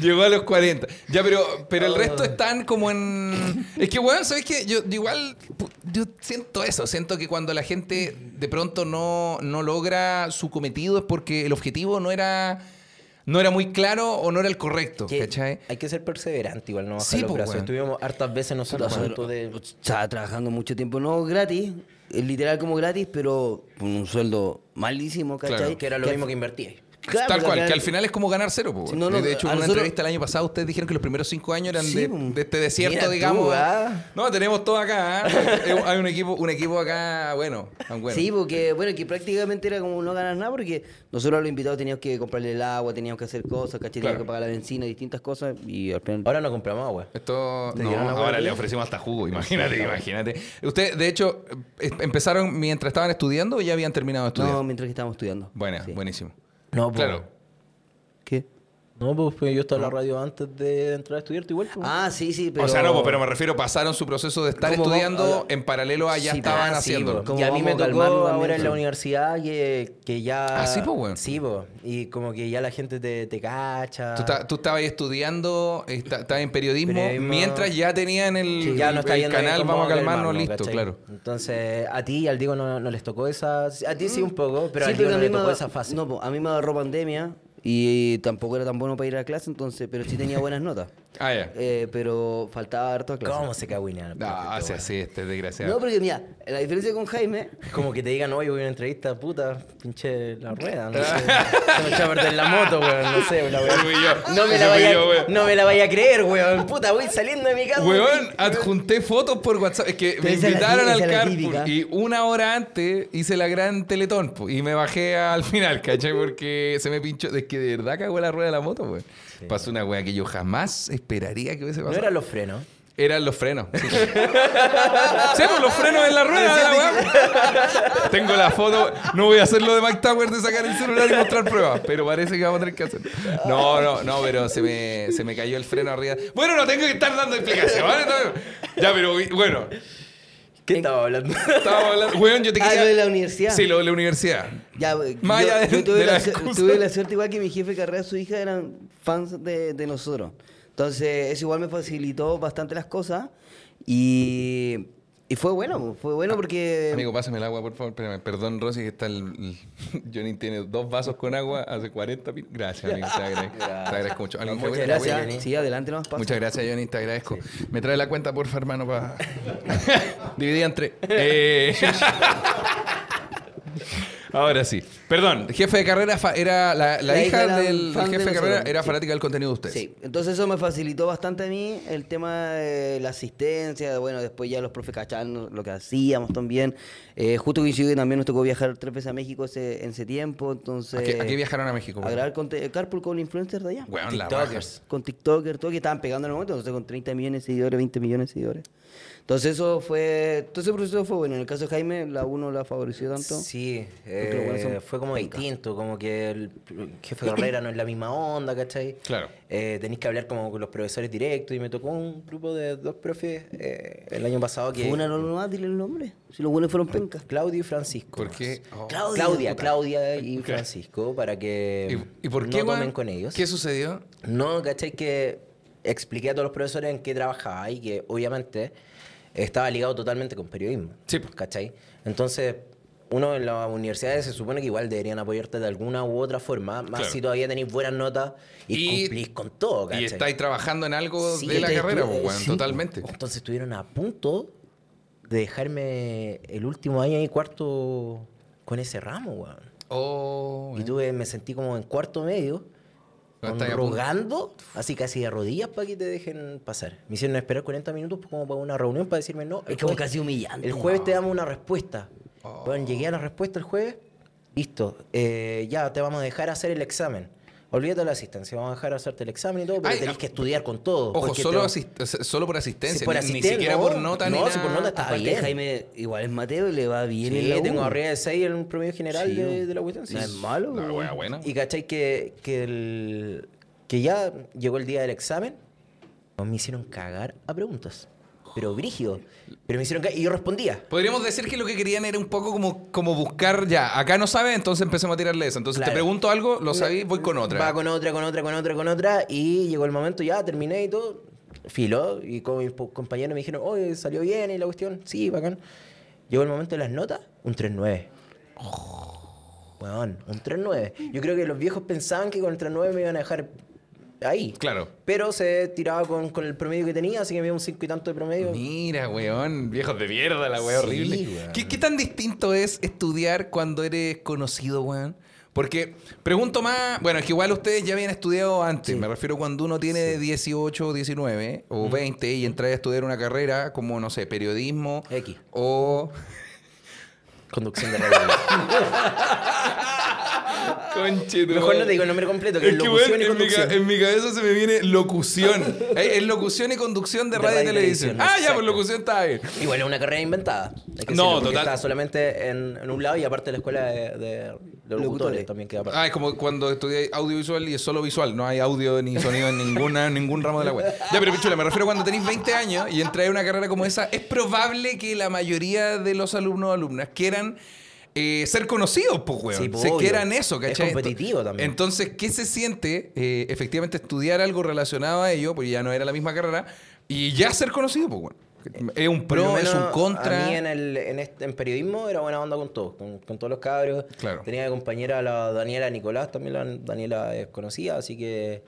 Speaker 1: Llegó a los 40. Ya, pero, pero el
Speaker 2: Oh.
Speaker 1: resto están como en. Es que, weón, ¿sabes qué? Yo igual. pu- Yo siento eso. Siento que cuando la gente de pronto no, no logra su cometido es porque el objetivo no era. No era muy claro o no era el correcto.
Speaker 2: Que
Speaker 1: ¿Cachai?
Speaker 2: Hay que ser perseverante igual, no bajar
Speaker 1: Sí,
Speaker 2: los
Speaker 1: pues,
Speaker 2: brazos.
Speaker 1: weón.
Speaker 2: Estuvimos hartas veces nosotros a punto
Speaker 3: Nosotros,
Speaker 2: de...
Speaker 3: o sea, trabajando mucho tiempo, no gratis, eh, literal como gratis, pero con un sueldo malísimo, ¿cachai?
Speaker 1: Claro.
Speaker 2: Que era lo mismo que invertí.
Speaker 3: Claro,
Speaker 1: Tal
Speaker 3: porque
Speaker 1: cual,
Speaker 3: al
Speaker 1: que al
Speaker 3: final-
Speaker 1: final es como ganar cero. po,
Speaker 3: Sí, no, no,
Speaker 1: de hecho,
Speaker 3: a
Speaker 1: en una
Speaker 3: nosotros-
Speaker 1: entrevista el año pasado ustedes dijeron que los primeros cinco años eran
Speaker 3: Sí,
Speaker 1: de,
Speaker 3: po.
Speaker 1: de este desierto,
Speaker 2: Mira tú,
Speaker 1: digamos.
Speaker 2: ah.
Speaker 1: No, tenemos todo acá. ¿ah? Eh, Hay un equipo, un equipo acá, bueno, tan bueno.
Speaker 3: Sí, porque bueno, que prácticamente era como no ganas nada porque nosotros a los invitados teníamos que comprarle el agua, teníamos que hacer cosas, ¿cachai? Teníamos
Speaker 1: Claro.
Speaker 3: que pagar la benzina, distintas cosas y al final...
Speaker 2: Ahora no compramos agua.
Speaker 1: Esto
Speaker 2: ¿Te
Speaker 1: no,
Speaker 2: dieron la
Speaker 1: ahora
Speaker 2: guardia?
Speaker 1: le ofrecimos hasta jugo, imagínate, imagínate. Ustedes, de hecho, eh, empezaron mientras estaban estudiando o ya habían terminado de estudiar.
Speaker 3: No, mientras que estábamos estudiando.
Speaker 1: Buena,
Speaker 3: Sí.
Speaker 1: buenísimo.
Speaker 2: No, pues.
Speaker 1: Claro.
Speaker 3: ¿Qué?
Speaker 2: No, pues pues, yo estaba en la radio antes de entrar a estudiar igual. pues.
Speaker 3: Ah, sí, sí, pero...
Speaker 1: O sea, no, po, pero me refiero, pasaron su proceso de estar
Speaker 3: Como vamos-
Speaker 1: estudiando
Speaker 3: ah,
Speaker 1: en paralelo a ya
Speaker 3: sí,
Speaker 1: estaban
Speaker 2: Ah, sí,
Speaker 1: haciéndolo.
Speaker 2: po.
Speaker 3: Como
Speaker 2: y a mí me
Speaker 3: vamos
Speaker 2: tocó
Speaker 3: calmando también,
Speaker 2: ahora en la
Speaker 3: sí.
Speaker 2: universidad que, que ya...
Speaker 1: Ah, sí, po, weón.
Speaker 2: Sí, po. Y como que ya la gente te, te cacha.
Speaker 1: Tú, esta- tú estabas ahí estudiando, esta- estabas en periodismo,
Speaker 2: Periodismo.
Speaker 1: mientras ya tenían el,
Speaker 2: Sí, ya no está
Speaker 1: el
Speaker 2: yendo bien
Speaker 1: canal,
Speaker 2: con
Speaker 1: vamos a
Speaker 2: Vamos
Speaker 1: calmarnos, listo,
Speaker 2: ¿cachai?
Speaker 1: claro.
Speaker 2: Entonces, a ti y al Diego no, no les tocó esa... A ti sí
Speaker 1: Mm.
Speaker 2: un poco, pero
Speaker 3: Sí,
Speaker 2: al Diego no
Speaker 3: a
Speaker 2: le
Speaker 3: mí me
Speaker 2: tocó
Speaker 3: da-
Speaker 2: esa fase.
Speaker 3: No, po, a mí me agarró pandemia y tampoco era tan bueno para ir a clase, entonces, pero sí tenía buenas notas.
Speaker 1: Ah, ya.
Speaker 3: Eh, pero faltaba harto a clase.
Speaker 2: ¿Cómo se cagüinean?
Speaker 1: Ah, sí, sí, este es desgraciado.
Speaker 3: No, porque mira, la diferencia con Jaime
Speaker 2: Como que te digan, oye, voy a una entrevista, puta, pinche la rueda, no sé. Se me echó a perder la moto, weón, no sé, una
Speaker 1: Ese
Speaker 2: weón.
Speaker 1: fui yo,
Speaker 2: No me,
Speaker 1: ese
Speaker 2: la
Speaker 1: fui
Speaker 2: vaya,
Speaker 1: yo, weón.
Speaker 2: no me la vaya a creer, weón. Puta, voy saliendo de mi casa.
Speaker 1: Weón, adjunté fotos por WhatsApp. Es que
Speaker 3: Pero
Speaker 1: me
Speaker 3: esa es la
Speaker 1: invitaron
Speaker 3: tí-
Speaker 1: al
Speaker 3: esa es la
Speaker 1: carpool
Speaker 3: típica.
Speaker 1: y una hora antes hice la gran teletón po, y me bajé al final, ¿cachai? Porque se me pinchó. Es que de verdad cagó la rueda de la moto, weón. Pasó una wea que yo jamás esperaría que hubiese
Speaker 2: No
Speaker 1: pasado.
Speaker 2: eran los frenos.
Speaker 1: Eran los frenos. Sí, pues, los frenos en la rueda de la weá. Tengo la foto. No voy a hacer lo de Mike Tower de sacar el celular y mostrar pruebas, pero parece que vamos a tener que hacer. No, no, no, pero se me, se me cayó el freno arriba. Bueno, no tengo que estar dando explicaciones. ¿no? Ya, pero bueno,
Speaker 2: ¿Qué estaba hablando?
Speaker 1: estábamos hablando. Weón, yo te
Speaker 3: Ah,
Speaker 1: quería.
Speaker 3: lo de la universidad.
Speaker 1: Sí, lo de la universidad.
Speaker 3: Ya, eh,
Speaker 1: Más
Speaker 3: yo,
Speaker 1: allá de-
Speaker 3: yo tuve,
Speaker 1: de
Speaker 3: la
Speaker 1: la
Speaker 3: su-
Speaker 1: excusa.
Speaker 3: tuve la suerte igual que mi jefe de carrera, su hija eran fans de, de nosotros. Entonces, eso igual me facilitó bastante las cosas. Y, y fue bueno, fue bueno porque...
Speaker 1: Amigo, pásame el agua, por favor. Espérame. Perdón, Rosy, que está el, el- Johnny tiene dos vasos con agua hace 40 pin- Gracias, amigo. Te agradezco, te agradezco mucho. ¿Alguien que
Speaker 2: Muchas
Speaker 1: huele?
Speaker 3: gracias.
Speaker 2: Johnny.
Speaker 3: Sí, adelante nomás. pasa.
Speaker 1: Muchas gracias, Johnny, te agradezco. Me trae la cuenta, porfa, hermano, para. Dividida entre. Eh... Ahora sí. Perdón, jefe de carrera fa- era la, la
Speaker 3: La
Speaker 1: hija,
Speaker 3: hija era
Speaker 1: del,
Speaker 3: fan
Speaker 1: del jefe
Speaker 3: de
Speaker 1: de carrera
Speaker 3: nosotros,
Speaker 1: era
Speaker 3: sí.
Speaker 1: fanática del contenido de ustedes.
Speaker 3: Sí, entonces eso me facilitó bastante a mí el tema de la asistencia, bueno, después ya los profes cachaban lo que hacíamos también. Eh, justo coincidió que también nos tocó viajar tres veces a México ese, en ese tiempo, entonces...
Speaker 1: ¿A, qué, a
Speaker 2: eh,
Speaker 1: qué viajaron a México?
Speaker 3: A grabar con te- Carpool con influencers de allá.
Speaker 1: Weón, la
Speaker 2: TikTokers.
Speaker 3: con TikToker, todo que estaban pegando en el momento, entonces con 30 millones de seguidores, 20 millones de seguidores. Entonces eso fue, todo ese proceso fue bueno. En el caso de Jaime, la uno la favoreció tanto.
Speaker 2: Sí,
Speaker 3: Porque los buenos
Speaker 2: eh,
Speaker 3: son
Speaker 2: fue como
Speaker 3: pencas.
Speaker 2: distinto, como que el jefe de carrera no es la misma onda, ¿cachai?
Speaker 1: Claro.
Speaker 2: Eh, tenés que hablar como con los profesores directos y me tocó un grupo de dos profes eh, el año pasado que...
Speaker 3: Fue una no nomás, dile el nombre. Si los buenos fueron pencas.
Speaker 2: Claudio y Francisco.
Speaker 1: ¿Por qué? Oh.
Speaker 2: Claudia, Claudia, y Francisco para que
Speaker 1: ¿Y, y por qué,
Speaker 2: no tomen
Speaker 1: weón?
Speaker 2: con ellos.
Speaker 1: ¿Qué sucedió?
Speaker 2: No, ¿cachai? Que expliqué a todos los profesores en qué trabajaba y que obviamente estaba ligado totalmente con periodismo.
Speaker 1: Sí, po.
Speaker 2: ¿Cachai? Entonces, uno en las universidades se supone que igual deberían apoyarte de alguna u otra forma, más
Speaker 1: Claro.
Speaker 2: si todavía tenéis buenas notas y,
Speaker 1: Y-
Speaker 2: cumplís con todo, ¿cachai?
Speaker 1: Y estáis trabajando en algo
Speaker 2: Sí,
Speaker 1: de la
Speaker 2: estáis
Speaker 1: carrera,
Speaker 2: tú-
Speaker 1: pues, weón,
Speaker 2: sí,
Speaker 1: totalmente.
Speaker 2: po. Entonces estuvieron a punto de dejarme el último año y cuarto con ese ramo, weón.
Speaker 1: Oh,
Speaker 2: Y
Speaker 1: weón.
Speaker 2: tuve, me sentí como en cuarto medio,
Speaker 1: No,
Speaker 2: con-
Speaker 1: está ahí a punto.
Speaker 2: rogando, así casi de rodillas para que te dejen pasar. Me hicieron esperar 40 minutos pues, como para una reunión para decirme no. el
Speaker 3: Es como
Speaker 2: jueves-
Speaker 3: casi humillante.
Speaker 2: El jueves te damos una respuesta.
Speaker 1: Oh.
Speaker 2: Bueno, llegué a la respuesta el jueves, listo, eh, ya te vamos a dejar hacer el examen. Olvídate de la asistencia, vamos a dejar hacerte el examen y todo, pero
Speaker 1: Ay,
Speaker 2: tenés
Speaker 1: ah,
Speaker 2: que estudiar con todo.
Speaker 1: Ojo,
Speaker 2: porque
Speaker 1: solo,
Speaker 2: te-
Speaker 1: asist- o sea, solo por asistencia,
Speaker 2: Sí, por
Speaker 1: ni- ni
Speaker 2: asisten-
Speaker 1: siquiera
Speaker 2: no,
Speaker 1: por nota ni
Speaker 2: no, si por
Speaker 1: nada.
Speaker 2: nota está
Speaker 3: Aparte,
Speaker 2: bien.
Speaker 3: Jaime igual es Mateo y le va bien
Speaker 2: Sí,
Speaker 3: en la U.
Speaker 2: E tengo arriba de 6 en un promedio general
Speaker 3: Sí,
Speaker 2: de,
Speaker 3: bo.
Speaker 2: de la cuestión.
Speaker 3: No
Speaker 2: sí.
Speaker 3: es malo.
Speaker 1: La
Speaker 3: weón.
Speaker 1: wea buena.
Speaker 2: Y cachai que, que, el- que ya llegó el día del examen, me hicieron cagar a preguntas. Pero brígido. Pero me hicieron cagar. Y yo respondía.
Speaker 1: Podríamos decir que lo que querían era un poco como, como buscar ya. Acá no sabe, entonces empecemos a tirarle eso. Entonces
Speaker 2: Claro.
Speaker 1: te pregunto algo, lo sabí, voy con otra.
Speaker 2: Va con otra, con otra, con otra, con otra. Y llegó el momento, ya terminé y todo. Filo. Y con mis po- compañeros me dijeron, oye, salió bien y la cuestión. Sí, bacán. Llegó el momento de las notas, un 3-9. Weón, un 3-9. Yo creo que los viejos pensaban que con el 3-9 me iban a dejar ahí.
Speaker 1: Claro.
Speaker 2: Pero se tiraba con, con el promedio que tenía, así que me dio un 5 y tanto de promedio.
Speaker 1: Mira, weón, viejos de mierda, la weá
Speaker 2: Sí,
Speaker 1: horrible.
Speaker 2: weón.
Speaker 1: ¿Qué, qué tan distinto es estudiar cuando eres conocido, weón? Porque pregunto más, bueno, es que igual ustedes ya habían estudiado antes, me refiero cuando uno tiene 18, 19 o 20 y entra a estudiar una carrera como, no sé, periodismo
Speaker 2: X.
Speaker 1: o...
Speaker 2: Conducción de radio.
Speaker 1: Conche, tu
Speaker 2: Mejor no te
Speaker 1: madre.
Speaker 2: digo el nombre completo, que
Speaker 1: Es
Speaker 2: es
Speaker 1: que, weón,
Speaker 2: locución y
Speaker 1: en, mi,
Speaker 2: conducción.
Speaker 1: ca- en mi cabeza se me viene locución. Eh, es, locución y conducción de, radio y televisión. ah, ya,
Speaker 2: exacto.
Speaker 1: pues locución está bien.
Speaker 2: Igual es una carrera inventada. Hay que
Speaker 1: No,
Speaker 2: decirlo, porque
Speaker 1: total.
Speaker 2: Está solamente en, en un lado y aparte la escuela de, de- de locutores,
Speaker 3: Locutores.
Speaker 2: también queda aparte.
Speaker 1: Ah, es como cuando estudié audiovisual y es solo visual, no hay audio ni sonido en ninguna, en ningún ramo de la web. Ya, pero pichula, me refiero cuando tenéis 20 años y entráis a una carrera como esa, es probable que la mayoría de los alumnos o alumnas quieran eh, ser conocidos, pues, weón.
Speaker 2: Sí, pues,
Speaker 1: se
Speaker 2: obvio.
Speaker 1: quieran eso,
Speaker 2: Es
Speaker 1: ¿cachai?
Speaker 2: competitivo también.
Speaker 1: Entonces, ¿qué se siente eh, efectivamente estudiar algo relacionado a ello? Porque ya no era la misma carrera y ya ser conocido, pues, weón. Es un
Speaker 2: Eh, Por lo
Speaker 1: pro, es
Speaker 2: menos
Speaker 1: un contra.
Speaker 2: A mí en, el, en, este- en periodismo era buena onda con todos, con, con todos los cabros.
Speaker 1: Claro.
Speaker 2: Tenía de compañera a la Daniela Nicolás, también la Daniela es conocida, así que.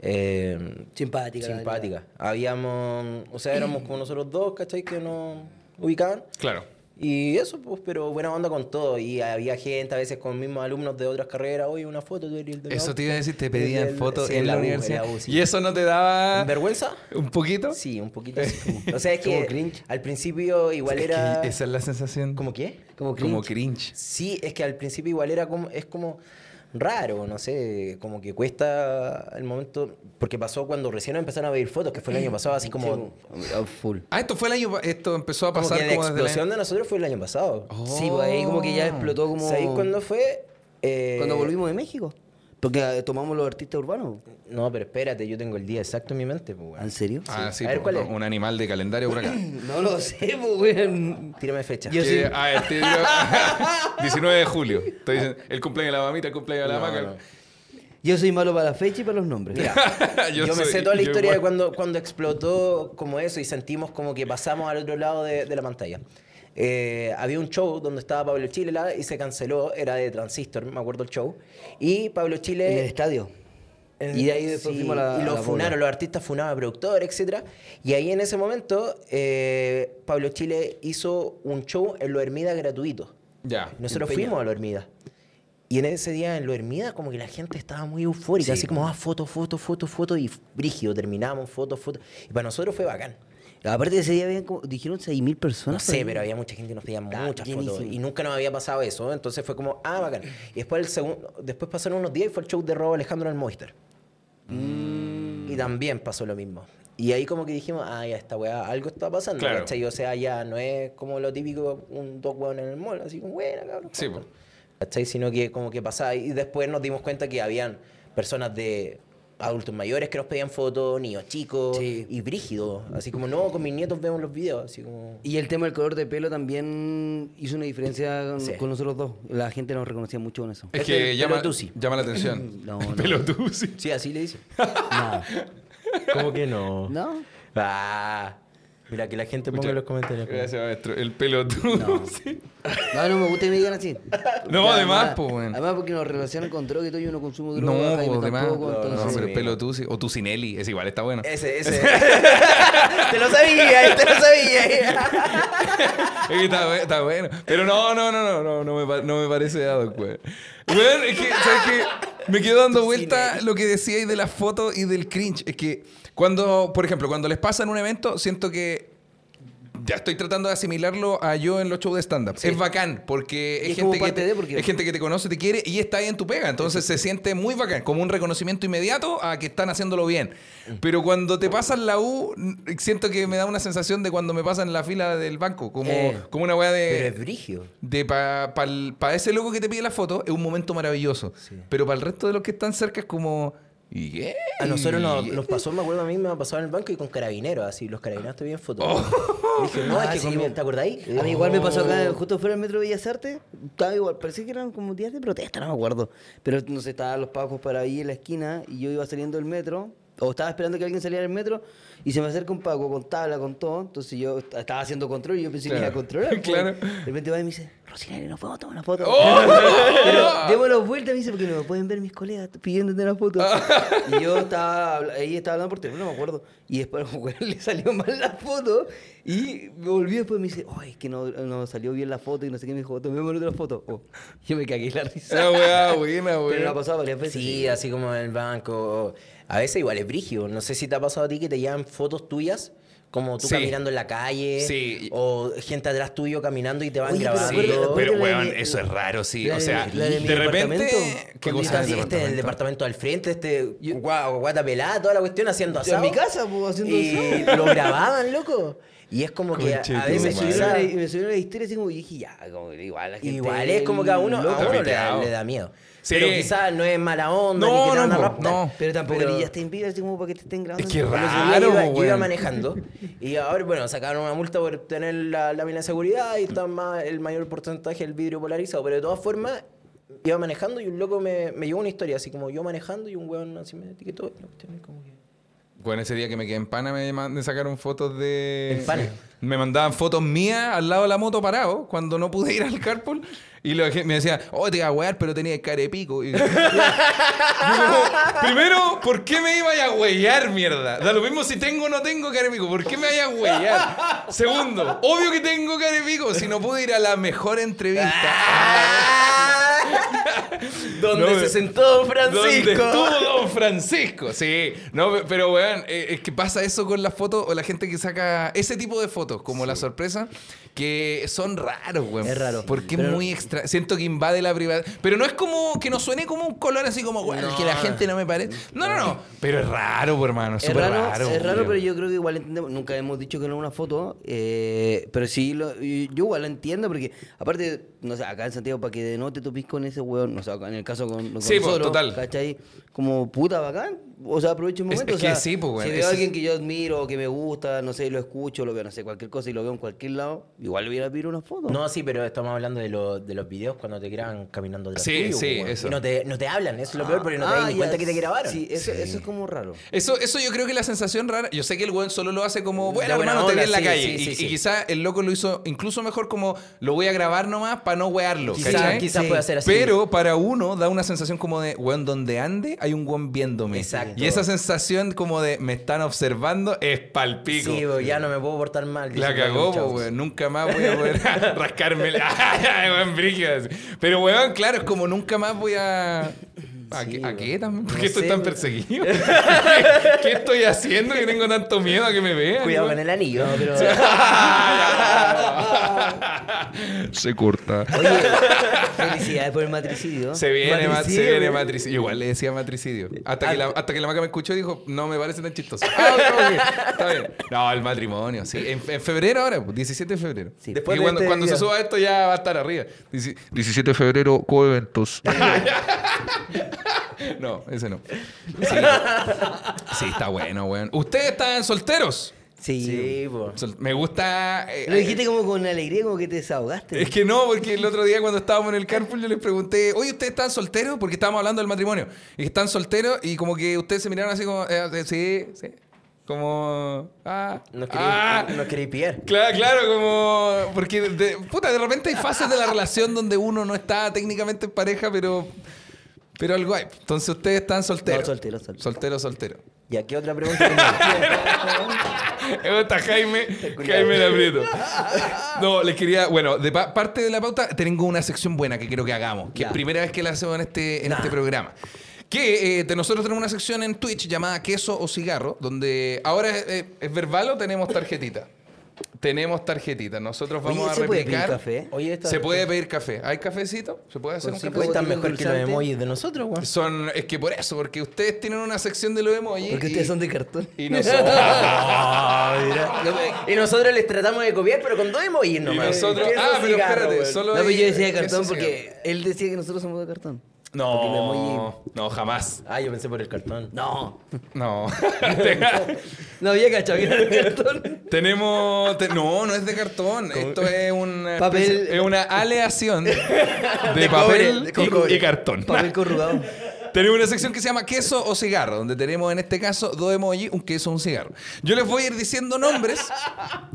Speaker 2: eh,
Speaker 3: Simpática. la
Speaker 2: simpática. Habíamos, o sea, éramos como nosotros dos, ¿cachai? Que nos ubicaban.
Speaker 1: Claro.
Speaker 2: Y eso, pues, pero buena onda con todo. Y había gente, a veces con mismos alumnos de otras carreras. Oye, una foto, tú eres el de la
Speaker 1: Eso
Speaker 2: U".
Speaker 1: te iba a decir, te
Speaker 2: Eres
Speaker 1: pedían
Speaker 2: del-
Speaker 1: fotos
Speaker 2: sí,
Speaker 1: en la,
Speaker 2: U,
Speaker 1: universidad.
Speaker 2: U, sí.
Speaker 1: Y eso no te daba...
Speaker 2: ¿Vergüenza?
Speaker 1: ¿Un poquito?
Speaker 2: Sí, un poquito así. como- O sea, es que
Speaker 3: Como cringe.
Speaker 2: al principio igual
Speaker 1: Es que
Speaker 2: era...
Speaker 1: esa es la sensación.
Speaker 2: ¿Cómo qué?
Speaker 3: Como
Speaker 1: Como
Speaker 3: cringe.
Speaker 1: cringe.
Speaker 2: Sí, es que al principio igual era como, es como raro, no sé, como que cuesta el momento, porque pasó cuando recién empezaron a pedir fotos, que fue el año pasado, así como...
Speaker 3: Sí, a full.
Speaker 1: Ah, esto fue el año... pa- Esto empezó a
Speaker 2: Como
Speaker 1: pasar
Speaker 2: que la
Speaker 1: como, desde la-
Speaker 2: explosión de nosotros fue el año pasado.
Speaker 1: Oh.
Speaker 3: Sí, pues ahí como que ya explotó como...
Speaker 2: ¿Sabéis cuándo fue? Eh,
Speaker 3: Cuando volvimos de México. Porque eh, tomamos los artistas urbanos.
Speaker 2: No, pero espérate, yo tengo el día exacto en mi mente, pues, weón.
Speaker 3: ¿En serio?
Speaker 1: Ah, sí,
Speaker 2: A ver,
Speaker 1: po,
Speaker 2: ¿cuál es?
Speaker 1: un animal de calendario por acá.
Speaker 3: No lo sé, pues, weón.
Speaker 2: Tírame fecha.
Speaker 3: Yo
Speaker 1: Que-
Speaker 3: sí.
Speaker 1: ah, el tío- 19 de julio. Estoy diciendo, el cumpleaños de la mamita, el cumpleaños de la
Speaker 2: No,
Speaker 1: maca.
Speaker 2: no.
Speaker 3: Yo soy malo para la fecha y para los nombres.
Speaker 2: Yo, me
Speaker 1: soy-
Speaker 2: sé toda la
Speaker 1: yo
Speaker 2: historia de
Speaker 1: igual.
Speaker 2: cuando, cuando explotó como eso y sentimos como que pasamos al otro lado de, de la pantalla. Eh, había un show donde estaba Pablo Chile la- y se canceló, era de Transistor, me acuerdo el show. Y Pablo
Speaker 3: En el
Speaker 2: Chile...
Speaker 3: estadio.
Speaker 2: en-
Speaker 3: Eh, y de ahí después
Speaker 2: sí,
Speaker 3: fuimos a la-
Speaker 2: y
Speaker 3: a
Speaker 2: lo
Speaker 3: la
Speaker 2: funaron,
Speaker 3: bola.
Speaker 2: los artistas funaban, productores, etcétera Y ahí en ese momento eh, Pablo Chile hizo un show en Lo Hermida gratuito.
Speaker 1: Ya.
Speaker 2: Este Nosotros fuimos a la Hormida. Y en ese día en Lo Hermida, como que la gente estaba muy eufórica, así como, ah, foto, foto, foto, foto, y brígido, terminamos, foto, foto. Y para nosotros fue bacán.
Speaker 3: Aparte de ese día habían como- dijeron 6.000
Speaker 2: No
Speaker 3: personas. por
Speaker 2: sé,
Speaker 3: ahí.
Speaker 2: pero había mucha gente y nos pedían
Speaker 3: Está
Speaker 2: muchas fotos.
Speaker 3: llenísimo.
Speaker 2: Y nunca nos había pasado eso. Entonces fue como, ah, bacán. Y después, el segundo, después pasaron unos días y fue el show de Robo Alejandro en el Movistar.
Speaker 1: Mm.
Speaker 2: Y también pasó lo mismo. Y ahí como que dijimos, ah, ya esta weá, algo está pasando.
Speaker 1: Claro.
Speaker 2: ¿cachai? O sea, ya no es como lo típico, un dos weón en el mall, así como, bueno, cabrón.
Speaker 1: Sí,
Speaker 2: cabrón".
Speaker 1: po.
Speaker 2: ¿Cachai? Sino que como que pasaba. Y después nos dimos cuenta que habían personas de adultos mayores que nos pedían fotos, niños chicos
Speaker 3: Sí.
Speaker 2: y brígidos. Así como, no, con mis nietos vemos los videos. Así como...
Speaker 3: Y el tema del color de pelo también hizo una diferencia con,
Speaker 2: Sí.
Speaker 3: con nosotros dos. La gente nos reconocía mucho con eso.
Speaker 1: Es
Speaker 2: Este
Speaker 1: que
Speaker 2: es
Speaker 1: llama,
Speaker 2: pelotusi.
Speaker 1: llama la atención.
Speaker 3: No, no.
Speaker 1: Pelotusi.
Speaker 2: Sí, así le dice. ¿Cómo que no?
Speaker 3: ¿No?
Speaker 2: Ah, mira, que la gente ponga en los comentarios.
Speaker 1: Gracias, maestro. El pelotusi.
Speaker 3: No, no me gusta que me digan así.
Speaker 1: No,
Speaker 3: Ya,
Speaker 1: además, po, weón.
Speaker 3: Además, porque nos relacionan con droga y todo, yo no consumo droga.
Speaker 1: No,
Speaker 3: Jaime
Speaker 1: por demás.
Speaker 3: tampoco,
Speaker 1: No,
Speaker 3: entonces-
Speaker 1: pero
Speaker 2: sí.
Speaker 1: pelotusi. O tucinelli. Es igual, está bueno.
Speaker 2: Ese, ese. te lo sabía, te lo sabía.
Speaker 1: Es que está, bu- está bueno. Pero no, no, no, no, no, no me, pa- no me parece ad hoc, weón. Weón, es que, ¿sabes qué? Me quedo dando vuelta lo que decíais de las fotos y del cringe. Es que cuando, por ejemplo, cuando les pasa en un evento, siento que ya estoy tratando de asimilarlo a yo en los shows de stand-up. Es bacán, porque es,
Speaker 3: Y es como
Speaker 1: gente que
Speaker 3: parte
Speaker 1: te,
Speaker 3: de, porque-
Speaker 1: es gente que te conoce, te quiere y está ahí en tu pega. Entonces se siente muy bacán, como un reconocimiento inmediato a que están haciéndolo bien.
Speaker 2: Mm.
Speaker 1: Pero cuando te pasan la U, n- siento que me da una sensación de cuando me pasan la fila del banco, como,
Speaker 3: Eh.
Speaker 1: como una weá
Speaker 2: Pero es
Speaker 1: de...
Speaker 2: brígido.
Speaker 1: De para ese loco que te pide la foto es un momento maravilloso. Pero para el resto de los que están cerca es como... ¿Y qué?
Speaker 2: A nosotros nos,
Speaker 1: ¿Y
Speaker 2: nos pasó, me acuerdo a mí, me ha pasado en el banco y con carabineros, así, los carabineros te bien fotos. Y Dije, no,
Speaker 3: Ah,
Speaker 2: es que
Speaker 3: sí,
Speaker 2: conmigo,
Speaker 3: po.
Speaker 2: ¿te acordáis?
Speaker 3: A mí igual me pasó acá, justo fuera del metro de Bellas Artes, estaba igual, parecía que eran como días de protesta, no me acuerdo. Pero no sé, estaban los pacos para ahí en la esquina y yo iba saliendo del metro, o estaba esperando que alguien saliera del metro, y se me acerca un paco con tabla, con todo. Entonces yo estaba haciendo control y yo pensé que
Speaker 1: Claro.
Speaker 3: iba a controlar. pues.
Speaker 1: Claro.
Speaker 3: De repente va y me dice, Rosinari, nos podemos tomar una foto. Pero
Speaker 1: ¡Oh!
Speaker 3: démonos vuelta, me dice, porque no me pueden ver mis colegas pidiéndote una foto. y yo estaba, habla- ahí estaba hablando por teléfono, no me acuerdo. Y después weón, le salió mal la foto. Y me volvió después y me dice, ay, es que no, no salió bien la foto y no sé qué. Me dijo, tomémosle otra foto. Oh, yo me cagué la risa.
Speaker 1: Esa Ah, weá buena,
Speaker 3: Pero
Speaker 1: weón.
Speaker 3: la pasaba varias veces.
Speaker 2: Sí, así como en el banco. A veces igual es brígido. No sé si te ha pasado a ti que te llevan fotos tuyas, como tú
Speaker 1: Sí.
Speaker 2: caminando en la calle,
Speaker 1: Sí.
Speaker 2: o gente atrás tuyo caminando y te van
Speaker 3: Oye,
Speaker 1: Sí,
Speaker 3: pero
Speaker 2: grabando.
Speaker 3: acuérdate- acuérdate
Speaker 1: pero
Speaker 3: la de
Speaker 1: weón,
Speaker 3: mi-
Speaker 1: eso es raro, sí.
Speaker 3: la
Speaker 1: O
Speaker 3: de
Speaker 1: sea,
Speaker 3: mi- la de
Speaker 1: de,
Speaker 3: mi
Speaker 1: repente.
Speaker 3: departamento.
Speaker 1: ¿Qué
Speaker 2: Cuando
Speaker 1: cosa
Speaker 2: estás
Speaker 1: es
Speaker 2: así, este es el departamento al frente, este guau, guata pelada, toda la cuestión haciendo
Speaker 3: Yo
Speaker 2: asado.
Speaker 3: en mi casa, pues, haciendo
Speaker 2: Y
Speaker 3: asado.
Speaker 2: lo grababan, loco. Y es como que
Speaker 1: Conche
Speaker 2: a
Speaker 1: tu
Speaker 3: Y me
Speaker 2: veces
Speaker 1: madre.
Speaker 3: subieron a
Speaker 2: quizá-
Speaker 3: la- y me subieron a la historia así como, y dije, ya, como que igual la gente.
Speaker 2: igual es como que a uno, a
Speaker 3: loca.
Speaker 1: Está
Speaker 2: uno le, da,
Speaker 1: piteado.
Speaker 2: le da miedo.
Speaker 1: Sí.
Speaker 2: Pero quizás no es mala onda,
Speaker 1: No,
Speaker 2: ni que te
Speaker 1: no,
Speaker 2: van a
Speaker 1: po,
Speaker 2: raptar.
Speaker 1: no.
Speaker 3: Pero tampoco
Speaker 2: Pero-
Speaker 3: ni ya en vivo, así como para que te estén grabando.
Speaker 1: Es que
Speaker 3: así.
Speaker 2: El otro día
Speaker 1: Raro,
Speaker 2: iba- yo iba
Speaker 1: weón.
Speaker 2: manejando y ahora, bueno, sacaron una multa por tener la lámina de seguridad y está más, el mayor porcentaje del vidrio polarizado. Pero de todas formas, iba manejando y un loco me, me llevó una historia, así como yo manejando y un weón así me etiquetó. y la cuestión es como que-
Speaker 1: Bueno, ese día que me quedé en pana me, man- me sacaron fotos de.
Speaker 2: En pana.
Speaker 1: Me mandaban fotos mías al lado de la moto parado cuando no pude ir al carpool. Y la gente me decía, oh, te iba a wear, pero tenía carepico. Y- Yo como, Primero, ¿por qué me iba a huear, mierda? Da lo mismo si tengo o no tengo carepico. ¿Por qué me vaya a huear? Segundo, obvio que tengo carepico. Si no pude ir a la mejor entrevista.
Speaker 2: Donde
Speaker 1: No,
Speaker 2: se
Speaker 1: pero-
Speaker 2: sentó
Speaker 1: Donde
Speaker 2: Francisco.
Speaker 1: estuvo Don Francisco? Sí. No, pe- pero weón, eh, es que pasa eso con las fotos o la gente que saca ese tipo de fotos, como la sorpresa, que son raros, weón.
Speaker 3: Es raro.
Speaker 1: Porque es
Speaker 3: Pero-
Speaker 1: muy extra. Siento que invade la privacidad. Pero no es como que no suene como un color así como, weón,
Speaker 2: No.
Speaker 1: que la gente no me parece. No, no, no. Pero es raro, po, hermano. Es
Speaker 3: Es
Speaker 1: súper
Speaker 3: raro,
Speaker 1: raro.
Speaker 3: es raro
Speaker 1: weón.
Speaker 3: pero yo creo que igual entendemos. Nunca hemos dicho que no es una foto, eh, pero sí, lo- y- yo igual lo entiendo porque, aparte, no sé, acá en Santiago, para que no te topís con ese weón, no sé, en el caso con, con
Speaker 1: Sí, po,
Speaker 3: nosotros,
Speaker 1: total.
Speaker 3: ¿cachai? Como puta bacán, o sea, aprovecho el
Speaker 1: Es-
Speaker 3: momento.
Speaker 1: es
Speaker 3: o
Speaker 1: que
Speaker 3: sea,
Speaker 1: sí, po, weón,
Speaker 3: Si
Speaker 1: ese
Speaker 3: veo
Speaker 1: es-
Speaker 3: a alguien que yo admiro, que me gusta, no sé, lo escucho, lo veo, no sé, cualquier cosa y lo veo en cualquier lado, igual le hubiera pedido una
Speaker 1: Oh.
Speaker 3: foto.
Speaker 2: No, sí, pero estamos hablando de, lo- de los videos cuando te graban caminando atrás
Speaker 1: Sí,
Speaker 2: tuyo,
Speaker 1: sí,
Speaker 2: weón.
Speaker 1: eso.
Speaker 2: Y no te, no te hablan, eso es lo peor, porque no te
Speaker 3: Ah,
Speaker 2: das ni
Speaker 3: ya,
Speaker 2: cuenta que te grabaron.
Speaker 3: Sí, eso, eso es como raro.
Speaker 1: Eso, eso yo creo que la sensación rara. Yo sé que el weón solo lo hace como,
Speaker 2: De
Speaker 1: bueno,
Speaker 2: buena
Speaker 1: hermano, te vi
Speaker 2: onda,
Speaker 1: en la
Speaker 2: sí,
Speaker 1: calle.
Speaker 2: sí,
Speaker 1: y,
Speaker 2: sí,
Speaker 1: y
Speaker 2: sí.
Speaker 1: quizá el loco lo hizo incluso mejor como, lo voy a grabar nomás para no wearlo.
Speaker 2: Quizá-
Speaker 1: ¿cachai?
Speaker 2: quizá
Speaker 1: Sí.
Speaker 2: pueda ser así.
Speaker 1: Pero para uno, da una sensación como de, weón, donde ande hay un weón viéndome.
Speaker 2: Exacto.
Speaker 1: Y esa sensación como de, me están observando, es palpico.
Speaker 2: Sí, bo, ya no me puedo portar mal.
Speaker 1: La cagó, po, weón. Nunca más voy a poder rascarme la... Ay, weón, brígido así. Pero, weón, claro, es como nunca más voy a... ¿A,
Speaker 2: Sí,
Speaker 1: qué, a
Speaker 2: weón.
Speaker 1: qué también? ¿Por
Speaker 2: No
Speaker 1: qué estoy
Speaker 2: sé,
Speaker 1: tan
Speaker 2: weón.
Speaker 1: perseguido? ¿Qué, qué estoy haciendo que tengo tanto miedo a que me vean?
Speaker 2: Cuidado
Speaker 1: weón?
Speaker 2: con el anillo. pero...
Speaker 1: Se corta.
Speaker 3: Oye, felicidades por el matricidio.
Speaker 1: Se viene, ma- se
Speaker 2: Matricidio,
Speaker 1: viene
Speaker 2: güey.
Speaker 1: matricidio. Igual le decía matricidio. Hasta que, la, hasta que la maca me escuchó y dijo, no me parece tan chistoso. Ah, ok, ok. Está bien. No, el matrimonio, sí. En, en febrero ahora, pues, 17 de febrero.
Speaker 3: Sí.
Speaker 1: Y
Speaker 2: Después de
Speaker 1: cuando,
Speaker 2: este
Speaker 1: cuando se
Speaker 2: día.
Speaker 1: suba esto ya va a estar arriba. Dieci-
Speaker 4: 17 de febrero, Coeventos.
Speaker 1: No, ese no. Sí, Sí, está bueno, weón. Ustedes están solteros.
Speaker 3: Sí.
Speaker 2: Sí, po.
Speaker 1: Sol- me gusta... eh,
Speaker 3: Lo dijiste como con alegría, como que te desahogaste.
Speaker 1: Es que no, porque el otro día cuando estábamos en el carpool yo les pregunté, oye, ¿ustedes están solteros? Porque estábamos hablando del matrimonio. Y están solteros y como que ustedes se miraron así como, eh, eh, sí, sí. Como, ah,
Speaker 2: No
Speaker 1: ah.
Speaker 2: quería, no quería pillar.
Speaker 1: Claro, claro, como... Porque, de, de- puta, de repente hay fases de la relación donde uno no está técnicamente en pareja, pero... Pero algo hay. Entonces ustedes están solteros.
Speaker 3: No, soltero, soltero.
Speaker 1: Soltero, soltero.
Speaker 2: ¿Y aquí otra pregunta? tenemos?
Speaker 1: Me gusta Jaime, Jaime la aprieto. No, les quería, bueno, de pa- parte de la pauta tengo una sección buena que quiero que hagamos, que
Speaker 3: Ya.
Speaker 1: es primera vez que la hacemos en este, en este programa. Que eh, de nosotros tenemos una sección en Twitch llamada Queso o Cigarro, donde ahora es, es- es verbal o tenemos tarjetita. Tenemos tarjetita. Nosotros vamos
Speaker 3: Oye,
Speaker 1: a
Speaker 3: ¿se puede pedir
Speaker 1: replicar.
Speaker 3: café?
Speaker 2: Oye, esta-
Speaker 1: Se puede pedir café. ¿Hay cafecito? ¿Se puede hacer
Speaker 3: Con
Speaker 1: un
Speaker 3: cinco
Speaker 1: café?
Speaker 2: pues, Están mejor que los
Speaker 3: Endulzante.
Speaker 2: emojis de nosotros, weón.
Speaker 1: Son, es que por eso, porque ustedes tienen una sección de lo emojis.
Speaker 3: Porque
Speaker 1: y-
Speaker 3: ustedes son de cartón.
Speaker 1: Y nosotros.
Speaker 2: Ah, Y nosotros les tratamos de copiar, pero con dos emojis
Speaker 1: Y
Speaker 2: nomás.
Speaker 1: nosotros.
Speaker 2: Eso
Speaker 1: Ah, pero
Speaker 2: cigarro,
Speaker 1: espérate.
Speaker 2: weón.
Speaker 1: Solo
Speaker 3: No, pero
Speaker 1: hay-
Speaker 3: yo decía de
Speaker 1: eso
Speaker 3: cartón
Speaker 1: sí.
Speaker 3: porque él decía que nosotros somos de cartón. Porque el emoji-
Speaker 1: No, no, jamás.
Speaker 2: Ah, yo pensé por el cartón.
Speaker 3: No.
Speaker 1: No.
Speaker 3: No había cachado que era de cartón.
Speaker 1: Tenemos. te- no, no es de cartón. Esto es un.
Speaker 3: Papel-
Speaker 1: Es una aleación de,
Speaker 2: De
Speaker 1: papel
Speaker 2: cobre, de
Speaker 1: y-
Speaker 2: cobre.
Speaker 1: y cartón.
Speaker 3: Papel corrugado.
Speaker 1: Tenemos una sección que se llama queso o cigarro, donde tenemos en este caso dos emojis, un queso o un cigarro. Yo les voy a ir diciendo nombres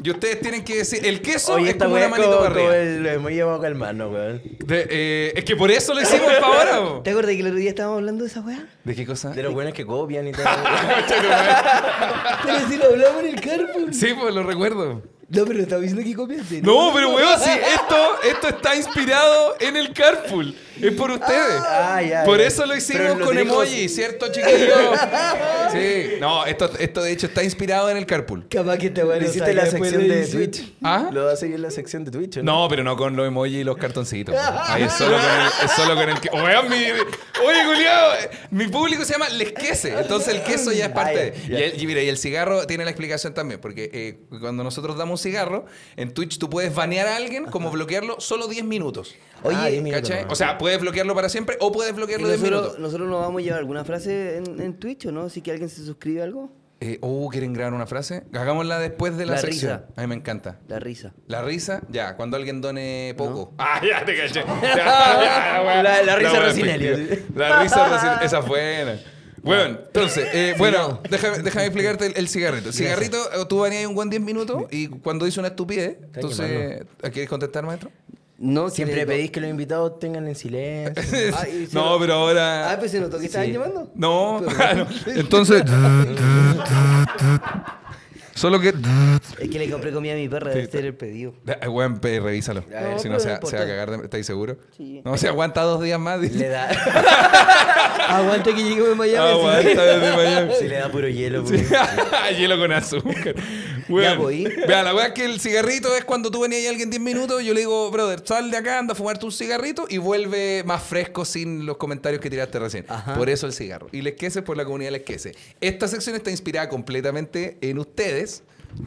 Speaker 1: y ustedes tienen que decir. El queso
Speaker 2: Oye,
Speaker 1: es
Speaker 2: esta
Speaker 1: como
Speaker 2: weá
Speaker 1: una
Speaker 2: es
Speaker 1: manito
Speaker 2: como,
Speaker 1: para
Speaker 2: como
Speaker 1: arriba.
Speaker 2: el, los emojis vamos a calmarnos, weón.
Speaker 1: De- eh, es que por eso lo hicimos para ahora.
Speaker 3: ¿Te acuerdas que el otro día estábamos hablando de esa weá?
Speaker 1: ¿De qué cosa?
Speaker 2: De los buenos que copian y todo.
Speaker 3: Pero si lo hablamos en el carpool.
Speaker 1: Sí, pues lo recuerdo.
Speaker 3: No, pero estaba diciendo que copiaste.
Speaker 1: No, pero weón, sí, esto, esto está inspirado en el carpool. Es por ustedes.
Speaker 2: Ah, ya,
Speaker 1: por
Speaker 2: ya.
Speaker 1: eso lo
Speaker 2: Pero
Speaker 1: hicimos
Speaker 2: lo
Speaker 1: con
Speaker 2: tenemos-
Speaker 1: emoji, ¿cierto, chiquillos? Sí. No, esto, esto de hecho está inspirado en el carpool.
Speaker 3: Capaz que esta weá
Speaker 2: Pero
Speaker 3: no
Speaker 2: hiciste
Speaker 3: salga
Speaker 2: la
Speaker 1: pues
Speaker 3: después
Speaker 2: sección de
Speaker 3: edición.
Speaker 2: Twitch.
Speaker 1: ¿Ah?
Speaker 2: Lo vas a seguir en la sección de Twitch, ¿o ¿no?
Speaker 1: No, pero no con los emojis y los cartoncitos. Ahí es solo con el, es solo con el que. Weón, mi- oye, culiao, mi público se llama Les Quese. Entonces el queso ya es parte
Speaker 2: Ah,
Speaker 1: de.
Speaker 2: ya,
Speaker 1: Y, el, y mira, y el cigarro tiene la explicación también. Porque eh, cuando nosotros damos un cigarro, en Twitch tú puedes banear a alguien, como bloquearlo solo 10 minutos.
Speaker 2: Oye,
Speaker 3: Ah, diez
Speaker 2: minutos
Speaker 1: ¿Cachai?
Speaker 2: nomás.
Speaker 1: O sea, puedes bloquearlo para siempre o puedes
Speaker 3: Y
Speaker 1: bloquearlo de
Speaker 3: Nosotros,
Speaker 1: minutos.
Speaker 3: nosotros nos vamos a llevar alguna frase en, en Twitch o no, así que alguien se suscribe a algo.
Speaker 1: Eh, oh, ¿quieren grabar una frase? Hagámosla después de la,
Speaker 3: La
Speaker 1: sección.
Speaker 3: risa.
Speaker 1: A mí me encanta.
Speaker 3: La risa.
Speaker 1: La risa, ya, cuando alguien done poco.
Speaker 4: Ah, ya te caché.
Speaker 1: ah,
Speaker 2: La, la risa
Speaker 1: buena
Speaker 2: Rosinelli.
Speaker 1: perspectiva. La risa Rosinelli. Esa es buena. Bueno, entonces, eh, bueno, déjame, déjame explicarte el, el cigarrito. El cigarrito, eh, tú baneas un buen 10 minutos y cuando dice una estupidez, entonces, ¿quieres contestar, maestro?
Speaker 3: No,
Speaker 2: Siempre
Speaker 3: que-
Speaker 2: pedís que los invitados tengan en silencio.
Speaker 3: Ah, y se
Speaker 1: no,
Speaker 3: lo-
Speaker 1: pero ahora...
Speaker 3: Ah, pues se notó que estaban llamando.
Speaker 1: No, claro. Entonces... Solo que...
Speaker 3: Es que le compré comida a mi perra, debe ser el pedido.
Speaker 1: Eh, Weón, pe, revísalo.
Speaker 3: A ver.
Speaker 1: si no, se,
Speaker 3: No, pero no
Speaker 1: va- se va a
Speaker 3: importa.
Speaker 1: cagar. de- ¿Estáis seguros?
Speaker 3: Sí.
Speaker 1: No, se aguanta dos días más. dice. Ah,
Speaker 2: le da,
Speaker 3: Aguanta que lleguemos de Miami. así que-
Speaker 1: aguanta desde mañana.
Speaker 2: si le da puro hielo, puro-
Speaker 1: Hielo con azúcar.
Speaker 3: Ya, voy.
Speaker 1: Vea, la weá es que el cigarrito es cuando tú venías a alguien 10 minutos. Yo le digo, brother, sal de acá, anda a fumarte un cigarrito y vuelve más fresco sin los comentarios que tiraste recién.
Speaker 3: Ajá.
Speaker 1: Por eso el cigarro. Y les quese por la comunidad les quese. Esta sección está inspirada completamente en ustedes.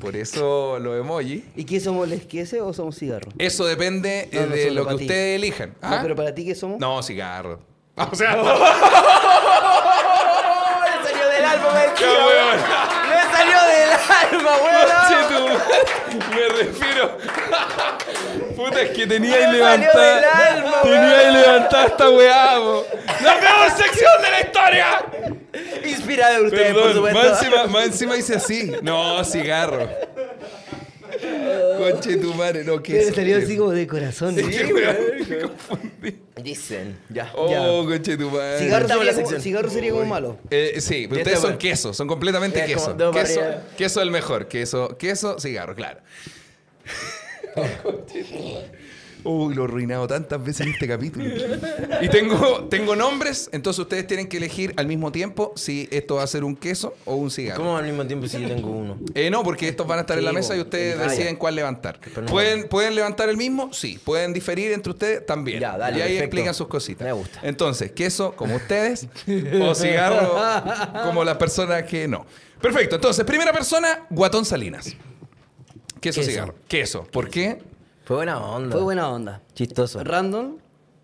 Speaker 1: Por eso los emojis.
Speaker 3: ¿Y qué somos? ¿Les quese o somos cigarros?
Speaker 1: Eso depende
Speaker 3: No,
Speaker 1: eh,
Speaker 3: no,
Speaker 1: de
Speaker 3: solo
Speaker 1: lo que
Speaker 3: para ti.
Speaker 1: ustedes elijan. ¿Ah?
Speaker 3: No, pero para ti, ¿qué somos?
Speaker 1: No, cigarro. O sea,
Speaker 2: ¡Oh, le salió del alma, el
Speaker 1: Qué
Speaker 2: tío,
Speaker 1: weón.
Speaker 2: ¡Le salió del alma, weón!
Speaker 1: conche tu madre, me refiero. Puta, es que tenía y
Speaker 2: Me salió del alma,
Speaker 1: levantar. Tenía y
Speaker 2: weón.
Speaker 1: levantar esta weá, po. ¡La peor sección de la historia!
Speaker 2: Inspirado de ustedes, por
Speaker 1: Perdón,
Speaker 2: supuesto.
Speaker 1: más encima, más encima hice así. No, cigarro. Conche tu madre, no, que
Speaker 3: Pero salió así como de corazón.
Speaker 1: Sí,
Speaker 3: ¿no?
Speaker 1: weón, me confundí.
Speaker 2: Dicen, ya.
Speaker 1: Oh, conche tu madre.
Speaker 3: Cigarro
Speaker 2: Estamos en Eh, la
Speaker 3: sería, como,
Speaker 2: sección.
Speaker 3: cigarro sería como malo.
Speaker 1: Eh, sí, pero
Speaker 2: Ya
Speaker 1: ustedes
Speaker 2: está,
Speaker 1: son
Speaker 2: bueno.
Speaker 1: queso, son completamente
Speaker 2: Es como
Speaker 1: queso.
Speaker 2: dos
Speaker 1: Queso,
Speaker 2: variedades.
Speaker 1: queso el mejor, queso, queso, cigarro, claro. Uy, lo he arruinado tantas veces en este capítulo. Y tengo, tengo nombres, entonces ustedes tienen que elegir al mismo tiempo si esto va a ser un queso o un cigarro.
Speaker 2: ¿Cómo al mismo tiempo si yo tengo uno?
Speaker 1: Eh, no, porque estos van a estar en la
Speaker 3: Sí,
Speaker 1: mesa y
Speaker 3: bo,
Speaker 1: ustedes
Speaker 3: el- ah,
Speaker 1: deciden
Speaker 3: ya.
Speaker 1: cuál levantar.
Speaker 2: no.
Speaker 1: ¿Pueden, ¿Pueden levantar el mismo? Sí. ¿Pueden diferir entre ustedes? También.
Speaker 2: Ya, dale,
Speaker 1: y ahí
Speaker 2: perfecto.
Speaker 1: explican sus cositas.
Speaker 2: Me gusta.
Speaker 1: Entonces, queso como ustedes o cigarro como las personas que no. Perfecto. Entonces, primera persona, Guatón Salinas. Queso,
Speaker 3: Queso.
Speaker 1: cigarro. Queso. ¿Por qué?
Speaker 2: Fue buena onda.
Speaker 3: Fue buena onda.
Speaker 2: Chistoso.
Speaker 3: Random,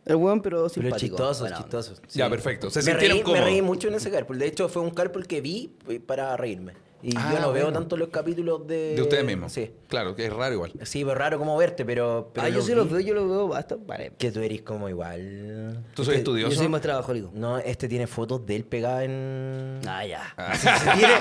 Speaker 3: el weón, pero simpático.
Speaker 2: Pero chistoso,
Speaker 3: buena onda.
Speaker 2: chistoso.
Speaker 1: Ya, perfecto. Se
Speaker 2: me
Speaker 1: sintieron
Speaker 2: reí, me
Speaker 1: cómodos.
Speaker 2: reí mucho en ese carpool. De hecho, fue un carpool que vi eh, para reírme. Y
Speaker 1: Ah,
Speaker 2: yo no veo
Speaker 1: bueno.
Speaker 2: tanto los capítulos de...
Speaker 1: De ustedes mismos.
Speaker 2: Eh, Sí.
Speaker 1: Claro, que es raro igual.
Speaker 2: Sí, pero raro como verte, pero... pero
Speaker 3: ah, yo sí
Speaker 2: vi.
Speaker 3: los veo, yo los veo basta. Vale.
Speaker 2: Que tú eres como igual...
Speaker 1: ¿Tú soy
Speaker 3: Yo
Speaker 1: estudioso?
Speaker 3: soy más trabajólico.
Speaker 2: No, este tiene fotos de él pegada en...
Speaker 3: Ah, ya.
Speaker 2: Se tiene,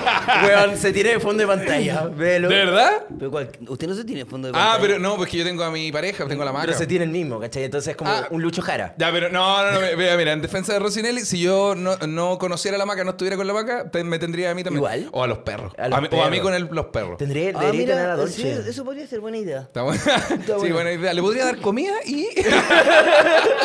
Speaker 2: weón, se tiene de fondo de pantalla.
Speaker 1: ¿De
Speaker 2: Velo.
Speaker 1: verdad?
Speaker 3: Pero cuál, usted no se tiene fondo de
Speaker 1: Ah,
Speaker 3: pantalla.
Speaker 1: pero no, porque yo tengo a mi pareja, tengo a la maca.
Speaker 2: Pero se tiene el mismo, ¿cachai? Entonces es como
Speaker 1: Ah.
Speaker 2: un Lucho Jara.
Speaker 1: Ya, pero no, no, no, mira, mira, en defensa de Rosinelli, si yo no, no conociera a la maca, no estuviera con la maca, te- me tendría a mí también.
Speaker 2: Igual.
Speaker 1: O a los perros.
Speaker 2: A los
Speaker 1: A mí- O a mí
Speaker 2: perros.
Speaker 1: con el- los perros.
Speaker 2: Tendría,
Speaker 3: Ah,
Speaker 2: debería tener a la
Speaker 3: mira, sí,
Speaker 2: Dolce.
Speaker 3: eso podría ser buena idea.
Speaker 1: Está buena. Sí,
Speaker 3: bueno.
Speaker 1: buena idea. Le podría dar comida y.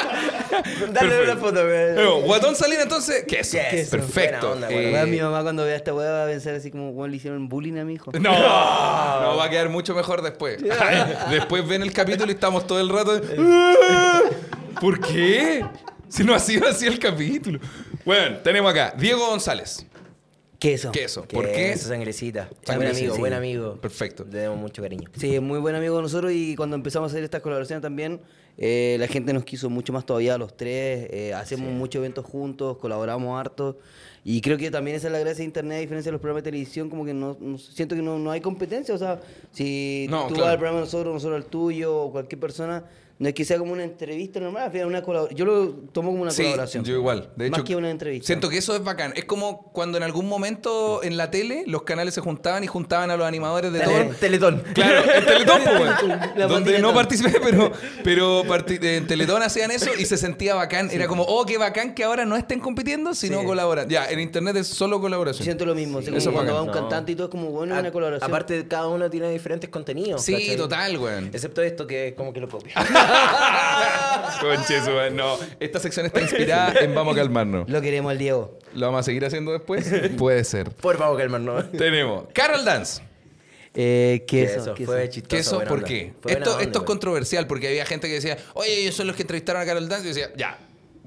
Speaker 2: Dale una foto, weón.
Speaker 1: Pero, Guatón Salina, entonces, queso.
Speaker 2: Eh. Queso.
Speaker 1: Perfecto.
Speaker 2: Buena onda,
Speaker 1: Eh,
Speaker 2: buena
Speaker 3: Weón, mi mamá cuando vea esta weá va a pensar así como, weón, le hicieron bullying a mi hijo.
Speaker 1: no, no va a quedar mucho mejor después. después ven el capítulo y estamos todo el rato.
Speaker 2: Eh.
Speaker 1: ¿Por qué? Si no ha sido así el capítulo. Bueno, tenemos acá Diego González.
Speaker 3: Queso.
Speaker 1: Queso. ¿Por qué?
Speaker 2: Eso, sangrecita. Buen
Speaker 3: Sangrecita,
Speaker 2: amigo,
Speaker 3: sí.
Speaker 2: buen amigo.
Speaker 1: Perfecto.
Speaker 2: Le damos mucho cariño.
Speaker 3: Sí, muy buen amigo de nosotros y cuando empezamos a hacer estas colaboraciones también, eh, la gente nos quiso mucho más todavía a los tres, eh, hacemos muchos eventos juntos, colaboramos harto y creo que también esa es la gracia de Internet, a diferencia de los programas de televisión, como que no, no- siento que no, no hay competencia, o sea, si
Speaker 1: No,
Speaker 3: tú
Speaker 1: claro.
Speaker 3: vas al programa de nosotros, nosotros al tuyo o cualquier persona, no es que sea como una entrevista normal, al final una colabor- yo lo tomo como una colaboración.
Speaker 1: Yo igual. De
Speaker 3: más
Speaker 1: hecho,
Speaker 3: que una entrevista.
Speaker 1: Siento que eso es bacán. Es como cuando en algún momento en la tele los canales se juntaban y juntaban a los animadores de
Speaker 2: Tele-
Speaker 1: todo.
Speaker 2: Teletón.
Speaker 1: Claro, en Teletón, pues, weón.
Speaker 3: La
Speaker 1: Donde
Speaker 3: pandilla
Speaker 1: no
Speaker 3: Tom.
Speaker 1: participé, pero, pero parti- en Teletón hacían eso y se sentía bacán. Era como, oh, qué bacán que ahora no estén compitiendo, sino
Speaker 3: Sí.
Speaker 1: colaboran. Ya, en internet es solo colaboración.
Speaker 3: Siento lo mismo, o sea,
Speaker 1: Eso
Speaker 3: como cuando
Speaker 1: bacán.
Speaker 3: va un
Speaker 2: No.
Speaker 3: cantante y todo es como bueno, es
Speaker 2: A-
Speaker 3: una colaboración.
Speaker 2: Aparte, cada uno tiene diferentes contenidos.
Speaker 1: Sí,
Speaker 2: ¿cachai?
Speaker 1: total, weón.
Speaker 2: Excepto esto que como que lo copia.
Speaker 1: Conche, su madre, no. Esta sección está inspirada en Vamos a calmarnos.
Speaker 3: lo queremos al Diego.
Speaker 1: ¿Lo vamos a seguir haciendo después? Puede ser.
Speaker 2: Por favor, calmarnos.
Speaker 1: Tenemos Carol Dance.
Speaker 3: Eh, queso,
Speaker 2: Eso,
Speaker 3: queso.
Speaker 2: fue chistoso.
Speaker 1: ¿Qué eso?
Speaker 2: buena
Speaker 1: ¿Por
Speaker 2: onda.
Speaker 1: qué?
Speaker 2: Fue buena
Speaker 1: Esto,
Speaker 2: onda,
Speaker 1: esto es
Speaker 2: weón.
Speaker 1: controversial porque había gente que decía, oye, ellos son los que entrevistaron a Carol Dance. Y yo decía, ya,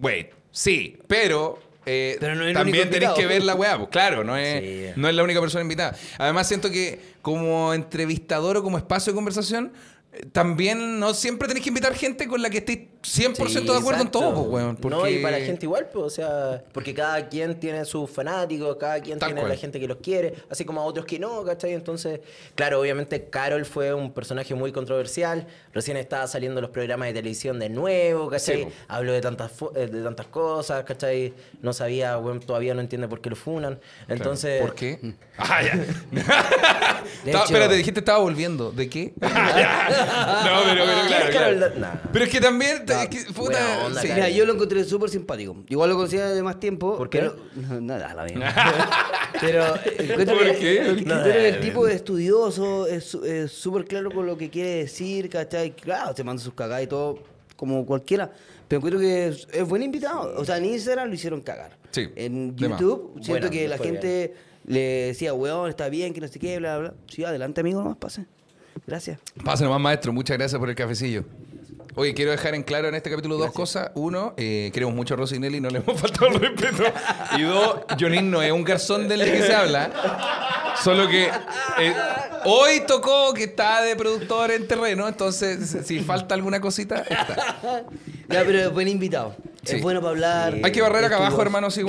Speaker 1: wait, sí, pero, eh,
Speaker 3: Pero no es el
Speaker 1: también
Speaker 3: único
Speaker 1: tenéis
Speaker 3: invitado.
Speaker 1: que ver la weá. Pues claro, no es,
Speaker 2: Sí.
Speaker 1: no es la única persona invitada. Además, siento que como entrevistador o como espacio de conversación, eh, también no siempre tenéis que invitar gente con la que estéis 100%
Speaker 2: Sí,
Speaker 1: de acuerdo en
Speaker 2: exacto.
Speaker 1: todo, pues, weón.
Speaker 2: No, y
Speaker 1: porque-
Speaker 2: para la gente igual, pues, o sea, porque cada quien tiene sus fanáticos, cada quien
Speaker 1: Tal
Speaker 2: tiene
Speaker 1: cual.
Speaker 2: la gente que los quiere, así como a otros que no, ¿cachai? Entonces, claro, obviamente Carol fue un personaje muy controversial, recién estaba saliendo en los programas de televisión de nuevo,
Speaker 1: Sí,
Speaker 2: ¿cachai?
Speaker 1: po.
Speaker 2: Habló de tantas, fu- eh, de tantas cosas, ¿cachai? No sabía, bueno, todavía no entiende por qué lo funan. Entonces,
Speaker 1: ¿Por qué? Ah, ya. Estaba-
Speaker 3: hecho-
Speaker 1: espérate, dijiste estaba volviendo. ¿De qué? Ah, ya. no, pero, pero
Speaker 2: ¿Quieres
Speaker 1: claro.
Speaker 2: que
Speaker 1: claro.
Speaker 2: habla- nah.
Speaker 1: Pero es que también. es que,
Speaker 2: buena
Speaker 1: puta,
Speaker 2: onda,
Speaker 1: sí.
Speaker 2: Karen.
Speaker 3: Mira, yo lo encontré súper simpático. Igual lo conocía de más tiempo.
Speaker 2: ¿Por qué?
Speaker 3: pero- no, nada, la verdad. pero encuentro
Speaker 1: ¿Por
Speaker 3: que,
Speaker 1: qué?
Speaker 3: es que tú
Speaker 2: Nada,
Speaker 3: eres
Speaker 2: la
Speaker 3: el tipo de estudioso, es su- es súper claro con lo que quiere decir, ¿cachai? Claro, te manda sus cagadas y todo, como cualquiera. Pero encuentro que es, es buen invitado. O sea, en Instagram lo hicieron cagar.
Speaker 1: Sí,
Speaker 3: En
Speaker 1: de más.
Speaker 3: YouTube, siento
Speaker 2: Bueno,
Speaker 3: que la
Speaker 2: fue bien.
Speaker 3: gente le decía, weón, está bien, que no sé qué, bla, bla. bla". Sí, adelante, amigo, nomás pase. Gracias.
Speaker 1: Pase nomás, maestro. Muchas gracias por el cafecillo. Oye, quiero dejar en claro en este capítulo dos cosas. Uno, eh, queremos mucho a Rosinelli, no le hemos faltado el respeto. Y dos, Jonin no es un garzón del que se habla. Solo que eh, hoy tocó que está de productor en terreno, entonces si falta alguna cosita, está.
Speaker 3: Ya, pero es buen invitado.
Speaker 1: Sí.
Speaker 3: Es bueno para hablar.
Speaker 1: Hay que barrer acá abajo,
Speaker 3: Estudioso.
Speaker 1: hermano, si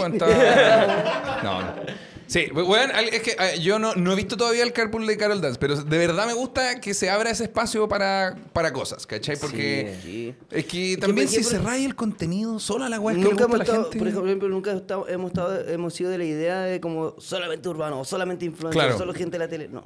Speaker 1: aguanta. No, no. Sí, bueno, es que eh, yo no, no he visto todavía el carpool de Carol Dance, pero de verdad me gusta que se abra ese espacio para, para cosas, ¿cachai? Porque
Speaker 3: sí.
Speaker 1: es que también
Speaker 3: por ejemplo-
Speaker 1: si se raya el contenido solo a la weá Pues, que
Speaker 3: Nunca
Speaker 1: le gusta
Speaker 3: hemos
Speaker 1: a la
Speaker 3: estado,
Speaker 1: gente.
Speaker 3: por ejemplo, nunca estado- hemos, estado, hemos sido de la idea de como solamente urbano, solamente influencer,
Speaker 1: Claro.
Speaker 3: solo gente de la tele. No.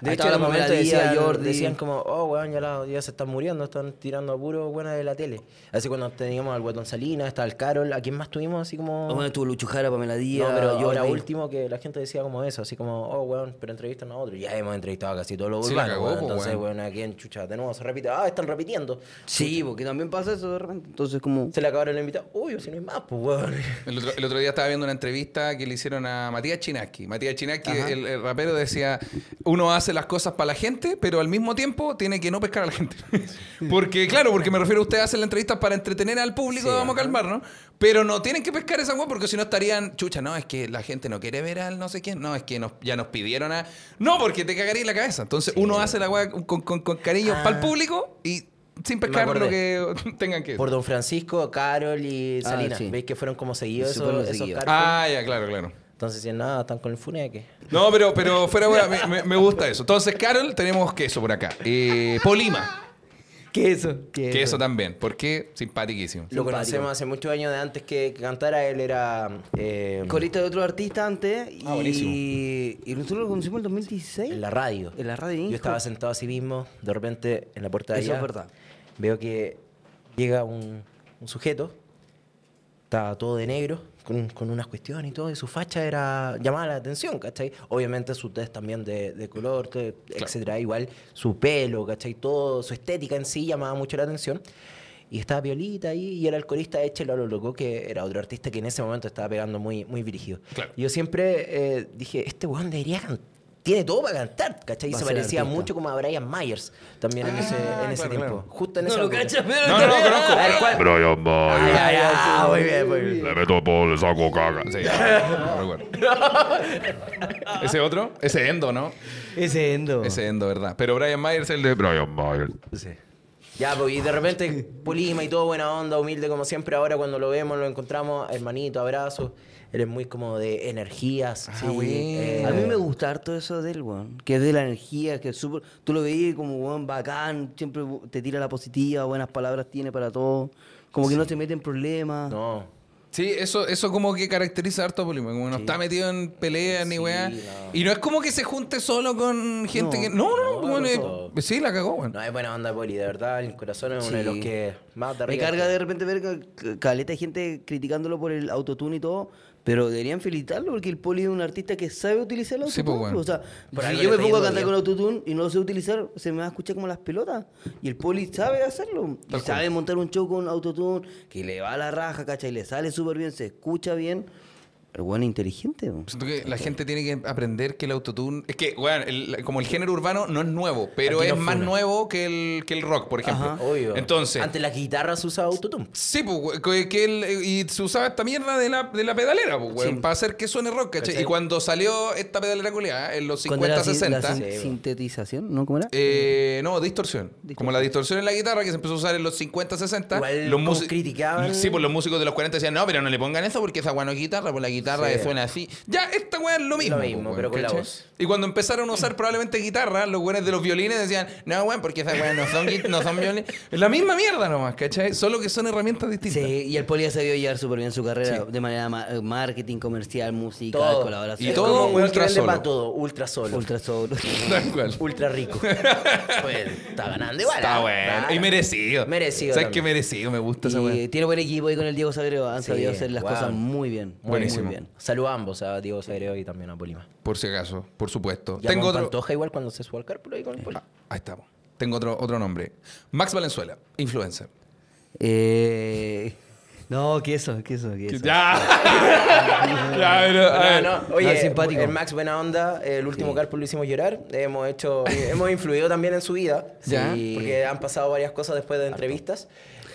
Speaker 2: De
Speaker 3: Ahí
Speaker 2: hecho, en un
Speaker 3: estábamos
Speaker 2: momento
Speaker 3: con la Lía,
Speaker 2: decían,
Speaker 3: Jordi.
Speaker 2: decían como, oh, weón, ya, la- ya se están muriendo, están tirando a puro buena de la tele. Así cuando teníamos al Guatón Salinas, estaba el Carol, ¿a quién más tuvimos? Así como...
Speaker 3: Ah, Bueno, estuvo Lucho Jara, Pamela Díaz,
Speaker 2: No, pero yo
Speaker 3: Jordi.
Speaker 2: era último que la gente decía como eso, así como, oh, weón, pero entrevistan a otro. Ya hemos entrevistado a casi todos los
Speaker 1: Sí, la
Speaker 2: urbanos,
Speaker 1: cagó,
Speaker 2: weón.
Speaker 1: po,
Speaker 2: Entonces,
Speaker 1: weón.
Speaker 2: weón, aquí en Chucha, de nuevo se repite. Ah, están repitiendo.
Speaker 3: Sí, porque también pasa eso de repente. Entonces, como.
Speaker 2: Se le acabaron el invitado. Uy, si no hay más, pues, weón.
Speaker 1: El otro, el otro día estaba viendo una entrevista que le hicieron a Matías Chinaski. Matías Chinaski, el, el rapero, decía, uno hace las cosas para la gente, pero al mismo tiempo tiene que no pescar a la gente. porque, claro, porque me refiero a ustedes hacen la entrevista para entretener al público, vamos a calmar, ¿no? Pero no tienen que pescar esa agua porque si no estarían, chucha, no, es que la gente no quiere ver al no sé quién, no, es que nos- ya nos pidieron a... No, porque te cagaría en la cabeza. Entonces uno hace la agua con, con- con cariño
Speaker 2: Ah.
Speaker 1: para el público y sin pescar lo
Speaker 2: acordé.
Speaker 1: que tengan que...
Speaker 2: Por Don Francisco, Carol y
Speaker 3: Ah,
Speaker 2: Salinas.
Speaker 3: sí.
Speaker 2: ¿Veis que fueron como seguidos
Speaker 3: Sí,
Speaker 2: esos,
Speaker 3: fueron
Speaker 2: esos
Speaker 3: seguidos.
Speaker 2: cargos?
Speaker 1: Ah, ya, claro, claro.
Speaker 2: Entonces, si nada, están con el funeque.
Speaker 1: No, pero, pero fuera, weá, me, me- me gusta eso. Entonces, Carol, tenemos queso por acá. Eh, Polima,
Speaker 3: ¿Qué eso? ¿Qué
Speaker 1: queso también, porque simpatiquísimo.
Speaker 2: Lo
Speaker 3: Simpático.
Speaker 2: conocemos hace muchos años de antes que cantara. Él era... eh,
Speaker 3: Corista de otro artista antes.
Speaker 1: Ah, buenísimo.
Speaker 3: y, y nosotros lo conocimos en el 2016.
Speaker 2: En la radio.
Speaker 3: En la radio, hijo.
Speaker 2: Yo estaba sentado así mismo, de repente en la puerta de
Speaker 3: Eso
Speaker 2: allá.
Speaker 3: es verdad.
Speaker 2: Veo que llega un, un sujeto, estaba todo de negro, con, con unas cuestiones y todo, y su facha era llamaba la atención, ¿cachai? Obviamente su test también de, de color, que- etcétera, igual su pelo, ¿cachai? Todo, su estética en sí llamaba mucho la atención. Y estaba Violita ahí, y era el corista de Chelo a lo loco, que era otro artista que en ese momento estaba pegando muy, muy dirigido.
Speaker 1: Claro.
Speaker 2: Yo siempre eh, dije, este weón debería can- Tiene todo para cantar, ¿cachai? Y
Speaker 3: Va a
Speaker 2: se
Speaker 3: ser
Speaker 2: parecía
Speaker 3: artista.
Speaker 2: mucho como a Brian Myers también en ese, en ese
Speaker 1: Ah, claro,
Speaker 2: tiempo.
Speaker 1: claro.
Speaker 2: Justo en
Speaker 3: No
Speaker 2: esa
Speaker 3: lo
Speaker 2: época.
Speaker 3: cachas, pero
Speaker 1: No, no, no,
Speaker 3: todavía-
Speaker 1: conozco.
Speaker 2: A ver, ¿cuál?
Speaker 5: Brian
Speaker 2: Ah,
Speaker 5: Mayer.
Speaker 2: ya, ya, muy bien, muy bien.
Speaker 5: Le meto por el saco caca.
Speaker 1: Sí, no recuerdo. ¿Ese otro? Ese Endo, ¿no?
Speaker 3: Ese endo.
Speaker 1: Ese Endo, ¿verdad? Pero Brian Myers, el de...
Speaker 5: Brian Mayer.
Speaker 2: Ya, pues, y de repente, Polima y todo, buena onda, humilde como siempre. Ahora cuando lo vemos, lo encontramos, hermanito, abrazos. Eres muy como de energías. sí,
Speaker 1: bueno.
Speaker 2: eh,
Speaker 3: A mí me gusta harto eso de él, weón. Que es de la energía, que es súper. Tú lo veías como, weón, bacán. Siempre bu- te tira la positiva, buenas palabras tiene para todo. Como que no se mete en problemas.
Speaker 2: No.
Speaker 1: Sí, eso, eso como que caracteriza harto a Polima, como no está metido en peleas ni weá. Y no es como que se junte solo con gente
Speaker 3: No.
Speaker 1: que... No, no, no.
Speaker 2: No,
Speaker 1: bueno,
Speaker 2: no.
Speaker 1: eh, Sí, la cagó, bueno.
Speaker 2: No, es buena onda, Poli, de verdad. El corazón es uno de
Speaker 3: Sí.
Speaker 2: los que más de
Speaker 3: Me
Speaker 2: arriba
Speaker 3: carga
Speaker 2: está.
Speaker 3: de repente ver ca- ca- caleta de gente criticándolo por el autotune y todo, pero deberían felicitarlo porque el poli es un artista que sabe utilizar el
Speaker 1: Sí,
Speaker 3: autotune.
Speaker 1: pues, bueno.
Speaker 3: O sea,
Speaker 2: Por
Speaker 3: si
Speaker 2: algo
Speaker 3: yo
Speaker 2: le está
Speaker 3: me pongo a
Speaker 2: yendo
Speaker 3: cantar
Speaker 2: bien.
Speaker 3: con autotune y no lo sé utilizar, se me va a escuchar como las pelotas. Y el poli sabe hacerlo. Y
Speaker 1: Tal cual.
Speaker 3: sabe montar un show con autotune, que le va a la raja, ¿cachai? Le sale súper bien, se escucha bien. El bueno es inteligente. weón.
Speaker 1: Siento que la gente tiene que aprender que el autotune. Es que, weón, el- como el género urbano no es nuevo, pero
Speaker 2: Aquí
Speaker 1: es
Speaker 2: no
Speaker 1: más
Speaker 2: funa.
Speaker 1: nuevo que el, que el rock, por ejemplo.
Speaker 2: Obvio.
Speaker 1: Entonces.
Speaker 2: Antes las guitarras usaba autotune.
Speaker 1: Sí, pues, we- que, que el- y se usaba esta mierda de la, de la pedalera, pues, weón,
Speaker 3: Sí.
Speaker 1: para hacer que suene rock, ¿cachai?
Speaker 2: ¿Cachai?
Speaker 1: Y cuando salió esta pedalera culiada, en los
Speaker 3: Cuando era
Speaker 1: 50,
Speaker 3: la sin- la
Speaker 1: 60.
Speaker 3: sin-
Speaker 2: Sí,
Speaker 3: sintetización, ¿no? ¿Cómo era?
Speaker 1: eh, no, distorsión. Como la distorsión en la guitarra que se empezó a usar en los 50, 60.
Speaker 2: Igual
Speaker 1: los
Speaker 2: como
Speaker 1: músicos
Speaker 2: criticaban.
Speaker 1: Sí, pues los músicos de los 40 decían, no, pero no le pongan eso porque esa weá no es guitarra, pues la guitarra
Speaker 2: Sí.
Speaker 1: suena así. Ya, esta weá es lo mismo.
Speaker 2: mismo,
Speaker 1: pues, weón,
Speaker 2: pero con la
Speaker 1: ¿cachai?
Speaker 2: voz.
Speaker 1: Y cuando empezaron a usar probablemente guitarra, los weones de los violines decían, no, weón, porque esas weas no son, gui- no son violines. Es la misma mierda nomás, ¿cachai? Solo que son herramientas distintas.
Speaker 3: Sí, y el Poli ha sabido llevar súper bien su carrera de manera ma- eh, marketing, comercial, musical,
Speaker 2: Todo.
Speaker 3: colaboración.
Speaker 1: Y todo
Speaker 2: como un
Speaker 1: ultra
Speaker 2: grande
Speaker 1: solo.
Speaker 2: pa' todo, ultra solo. Ultra,
Speaker 3: Ultra solo.
Speaker 1: Tal cual.
Speaker 2: rico. pues, está ganando igual.
Speaker 1: Está
Speaker 2: ¿eh?
Speaker 1: bueno.
Speaker 2: Claro.
Speaker 1: Y merecido.
Speaker 2: Merecido
Speaker 1: ¿Sabes
Speaker 2: también.
Speaker 1: qué merecido? Me gusta esa
Speaker 3: y
Speaker 1: wea.
Speaker 3: tiene buen equipo ahí con el Diego Sagreo. Han
Speaker 2: Sí,
Speaker 3: sabido hacer las
Speaker 2: wow.
Speaker 3: cosas muy bien. muy,
Speaker 1: Buenísimo.
Speaker 3: Muy bien.
Speaker 2: Saludos a ambos, a Diego Sagreo y también a Polima.
Speaker 1: Por si acaso, por supuesto.
Speaker 2: Ya
Speaker 1: Tengo
Speaker 2: con
Speaker 1: otro.
Speaker 2: Pantoja igual cuando se suba al cárpulo ahí con el Poli.
Speaker 3: Eh,
Speaker 1: Ahí estamos. Tengo otro, otro nombre. Max Valenzuela, influencer.
Speaker 3: Eh, no, que eso, que eso, que eso.
Speaker 1: Ya. ya, pero, a ver.
Speaker 2: No, no,
Speaker 3: No,
Speaker 2: oye,
Speaker 3: eh, es simpático.
Speaker 2: el Max buena onda, el último cárpulo lo hicimos llorar, hemos hecho, eh, hemos influido también en su vida,
Speaker 1: Ya.
Speaker 2: sí, porque han pasado varias cosas después de entrevistas.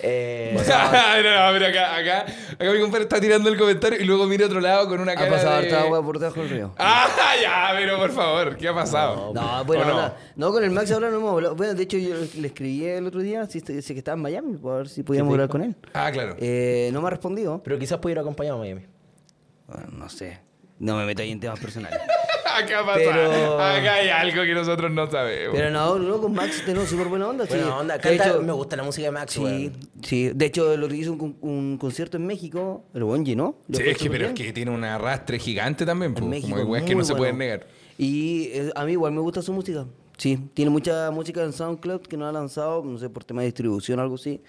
Speaker 2: Eh,
Speaker 1: Mira, no, mira, acá, acá, acá mi compadre está tirando el comentario y luego mira a otro lado con una
Speaker 3: Ha
Speaker 1: cara
Speaker 3: pasado
Speaker 1: de...
Speaker 3: harta agua por debajo del río.
Speaker 1: Ah, ya, pero por favor, ¿qué ha pasado?
Speaker 3: No,
Speaker 1: ¿O
Speaker 3: bueno,
Speaker 1: no?
Speaker 3: ahora- no? con el Max ahora no hemos hablado. Bueno, de hecho, yo le escribí el otro día, si, si- que estaba en Miami, para ver si podíamos hablar con él.
Speaker 1: Ah, claro.
Speaker 3: Eh, no me ha respondido.
Speaker 2: pero quizás pudiera acompañar a Miami.
Speaker 3: Bueno, no sé. No me meto ahí en temas personales.
Speaker 1: Acá pasa.
Speaker 3: Pero-
Speaker 1: Acá hay algo que nosotros no sabemos.
Speaker 3: Pero no, no, con Max tenemos súper buena onda. sí.
Speaker 2: Bueno, onda,
Speaker 3: De
Speaker 2: canta-
Speaker 3: hecho-
Speaker 2: me gusta la música de Max,
Speaker 3: Sí,
Speaker 2: weón.
Speaker 3: sí. De hecho, lo que hizo un, con- un concierto en México, el buen llenó. Le
Speaker 1: sí,
Speaker 3: fue
Speaker 1: es que,
Speaker 3: súper
Speaker 1: pero es
Speaker 3: bien.
Speaker 1: que tiene un arrastre gigante también. po.
Speaker 3: En México.
Speaker 1: Como hay weas
Speaker 3: muy
Speaker 1: que no se
Speaker 3: bueno.
Speaker 1: pueden negar.
Speaker 3: Y eh, a mí igual me gusta su música. Sí, tiene mucha música en SoundCloud que no ha lanzado, no sé, por tema de distribución o algo así,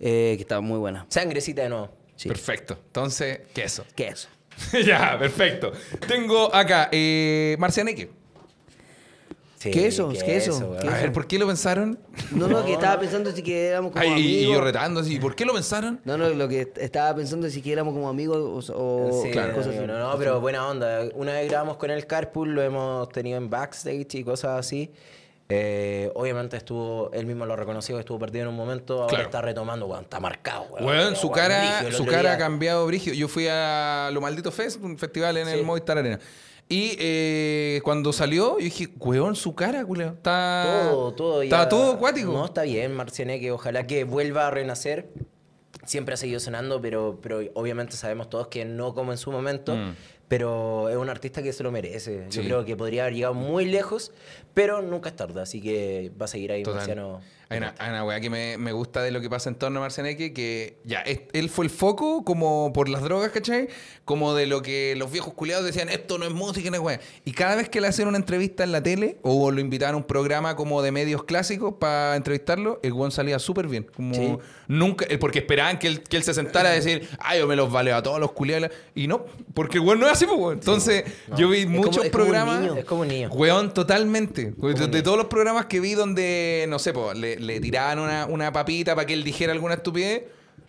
Speaker 3: eh, que está muy buena.
Speaker 2: Sangrecita de nuevo.
Speaker 3: Sí.
Speaker 1: Perfecto. Entonces, queso.
Speaker 3: ¿Qué es?
Speaker 1: ya, perfecto. Tengo acá, eh, Marcianeque.
Speaker 2: Sí,
Speaker 3: Quesos, quesos,
Speaker 2: weón.
Speaker 1: A
Speaker 3: quesos.
Speaker 1: ver, ¿por qué lo pensaron?
Speaker 3: No, no, que estaba pensando si que éramos como
Speaker 1: Ay, y, y yo
Speaker 3: amigos.
Speaker 1: retando así. ¿Por qué lo pensaron?
Speaker 3: No, no, lo que estaba pensando si que éramos como amigos o, o
Speaker 2: Sí,
Speaker 1: claro.
Speaker 3: cosas
Speaker 2: amigo,
Speaker 3: así.
Speaker 2: no, no, pero buena onda. Una vez grabamos con el Carpool, lo hemos tenido en backstage y cosas así. Eh, obviamente estuvo, él mismo lo reconoció, estuvo perdido en un momento, ahora
Speaker 1: Claro.
Speaker 2: está retomando, weón, está marcado, weón.
Speaker 1: Weón, su
Speaker 2: Weón,
Speaker 1: cara,
Speaker 2: brígido, el
Speaker 1: su
Speaker 2: otro
Speaker 1: cara ha
Speaker 2: día-
Speaker 1: cambiado brígido. Yo fui a Lo Maldito Fest, un festival en el Movistar Arena. Y eh, cuando salió, yo dije, weón, su cara, culo. Está
Speaker 2: Todo, todo.
Speaker 1: Ah, Está
Speaker 2: ya-
Speaker 1: todo acuático.
Speaker 2: No, está bien, Marcianeque. Ojalá que vuelva a renacer. Siempre ha seguido sonando, pero, pero obviamente sabemos todos que no como en su momento. Pero es un artista que se lo merece. Yo
Speaker 1: Mm. Sí.
Speaker 2: creo que podría haber llegado muy lejos, pero nunca es tarde. Así que va a seguir ahí
Speaker 1: Total.
Speaker 2: Marciano.
Speaker 1: Hay una, hay una weá que me, me gusta de lo que pasa en torno a Marcianeque, que ya, es- él fue el foco como por las drogas, ¿cachai? Como de lo que los viejos culiados decían, esto no es música, no es weá. Y cada vez que le hacían una entrevista en la tele o lo invitaban a un programa como de medios clásicos para entrevistarlo, el weón salía súper bien. Como
Speaker 3: Sí.
Speaker 1: nunca, eh, porque esperaban que él, que él se sentara a decir, ay, yo me los valeo a todos los culiados. Y no, porque el weón no es así, pues, weón. Entonces, yo vi
Speaker 3: como-
Speaker 1: muchos
Speaker 3: es como un
Speaker 1: programas.
Speaker 3: niño.
Speaker 2: Es como un niño.
Speaker 1: Weón, totalmente. de todos los programas que vi donde, no sé, po, le, le tiraban una, una papita para que él dijera alguna estupidez,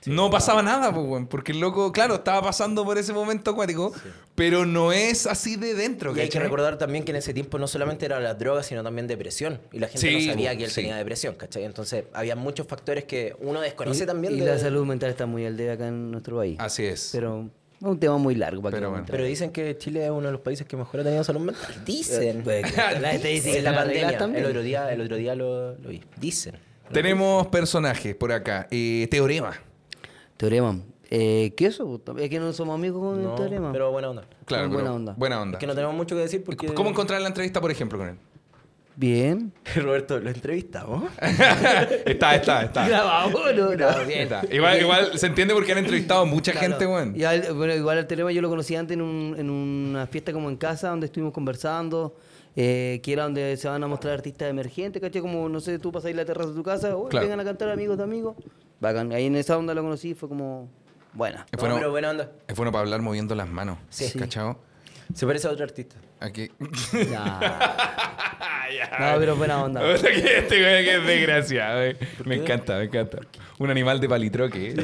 Speaker 1: no pasaba nada, po, weón. Porque el loco, claro, estaba pasando por ese momento acuático, pero no es así de dentro.
Speaker 2: Y hay que
Speaker 1: ¿cachai?
Speaker 2: recordar también que en ese tiempo no solamente eran las drogas, sino también depresión. Y la gente
Speaker 1: Sí,
Speaker 2: no sabía que él
Speaker 1: sí.
Speaker 2: tenía depresión, ¿cachai? Entonces había muchos factores que uno desconoce
Speaker 3: Y,
Speaker 2: también.
Speaker 3: y
Speaker 2: de-
Speaker 3: la salud mental está muy al debe acá en nuestro país.
Speaker 1: Así es.
Speaker 3: Pero es un tema muy largo para
Speaker 1: Pero
Speaker 3: que
Speaker 1: bueno.
Speaker 2: Pero dicen que Chile es uno de los países que mejor ha tenido salud mental. Dicen.
Speaker 3: la gente dice que
Speaker 2: en la
Speaker 3: la arreglas
Speaker 2: pandemia.
Speaker 3: también.
Speaker 2: El otro día, el otro día lo, lo vi. Dicen.
Speaker 1: Tenemos personajes por acá. Eh, teorema.
Speaker 3: Teorema. Eh, ¿Qué eso? Es que no somos amigos con
Speaker 2: No,
Speaker 3: el teorema.
Speaker 2: pero buena onda.
Speaker 1: Claro,
Speaker 3: Buena
Speaker 1: pero-
Speaker 3: onda.
Speaker 1: Buena onda.
Speaker 2: Es que no tenemos mucho que decir porque...
Speaker 1: ¿Cómo encontrar la entrevista, por ejemplo, con él?
Speaker 3: Bien.
Speaker 2: Roberto, lo entrevistamos.
Speaker 1: está, está, está.
Speaker 3: Grabado, no, no, bien.
Speaker 1: Está. Igual, igual se entiende porque han entrevistado a mucha gente, weón.
Speaker 3: Y al- bueno, igual al teorema yo lo conocí antes en, un- en una fiesta como en casa donde estuvimos conversando, eh, que era donde se van a mostrar artistas emergentes, ¿cachai? Como, no sé, tú pasas ahí la terraza de tu casa, "Oye,
Speaker 1: Claro.
Speaker 3: vengan a cantar amigos de amigos. Bacán. Ahí en esa onda lo conocí, fue como, buena.
Speaker 1: Es
Speaker 2: No,
Speaker 1: bueno,
Speaker 2: pero buena onda.
Speaker 1: es bueno para hablar moviendo las manos.
Speaker 2: Sí.
Speaker 1: ¿Cachao?
Speaker 2: Se parece a otro artista.
Speaker 1: Aquí.
Speaker 3: Ya. No, pero buena onda.
Speaker 1: O sea, que este güey que es desgraciado. güey. Me encanta, me encanta. Un animal de palitroque. eh.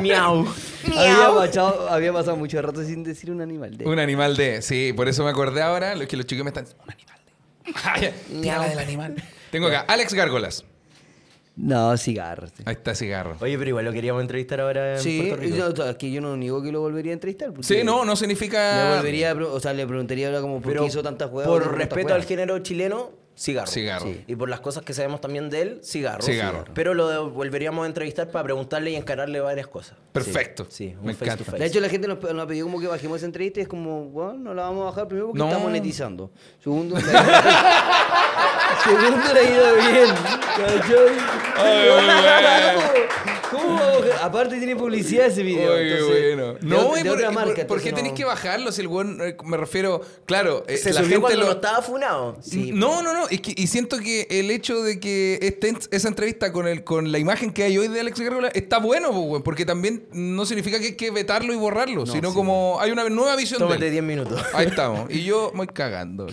Speaker 2: Miau.
Speaker 3: había, pasado, había pasado mucho rato sin decir un animal. De...
Speaker 1: un animal de. Sí, por eso me acordé ahora. Los que los chicos me están. Un animal de. Ay, tía, la del animal. Tengo acá, Alex Gárgolas.
Speaker 3: No, cigarros.
Speaker 1: Ahí está cigarro.
Speaker 2: Oye, pero igual lo queríamos entrevistar ahora en
Speaker 3: Sí,
Speaker 2: Puerto Rico.
Speaker 3: yo, o sea, es que yo no niego que lo volvería a entrevistar. porque
Speaker 1: Sí, no, no significa.
Speaker 3: Me volvería, a pre- o sea, le preguntaría ahora como por
Speaker 2: Pero
Speaker 3: qué hizo tantas jugadas.
Speaker 2: por respeto al género chileno, cigarro.
Speaker 1: Cigarro.
Speaker 3: Sí.
Speaker 2: Y por las cosas que sabemos también de él, cigarro.
Speaker 1: Cigarro.
Speaker 2: Pero lo volveríamos a entrevistar para preguntarle y encararle varias cosas.
Speaker 1: Perfecto.
Speaker 2: Sí, sí, un
Speaker 1: me
Speaker 2: face to
Speaker 1: encanta.
Speaker 2: face.
Speaker 3: De hecho, la gente nos, nos pidió como que bajemos esa entrevista y es como, bueno, no la vamos a bajar primero porque
Speaker 1: No.
Speaker 3: está monetizando. Segundo, la Segundo, le ha ido bien. ¿cachai?
Speaker 1: Ay, bueno.
Speaker 3: ¿Cómo vamos a- Aparte tiene publicidad ese video.
Speaker 1: Oye,
Speaker 3: entonces,
Speaker 1: bueno.
Speaker 3: de
Speaker 1: No,
Speaker 3: ot-
Speaker 1: y
Speaker 3: de
Speaker 1: por,
Speaker 3: otra
Speaker 1: y por-
Speaker 3: marca.
Speaker 1: ¿por
Speaker 3: entonces
Speaker 1: qué
Speaker 3: no-
Speaker 1: tenés que bajarlo si el weón, eh, me refiero, claro, eh,
Speaker 2: Se
Speaker 1: la gente
Speaker 2: subió cuando
Speaker 1: lo,
Speaker 2: no estaba funado.
Speaker 1: N- no, no, no. Es que- y siento que el hecho de que esté en- esa entrevista con el con la imagen que hay hoy de Alex Gárgola está bueno, po, weón, porque también no significa que hay que vetarlo y borrarlo, sino como hay una nueva visión de
Speaker 2: Tómate
Speaker 1: él.
Speaker 2: 10 minutos.
Speaker 1: Ahí estamos. Y yo voy cagando.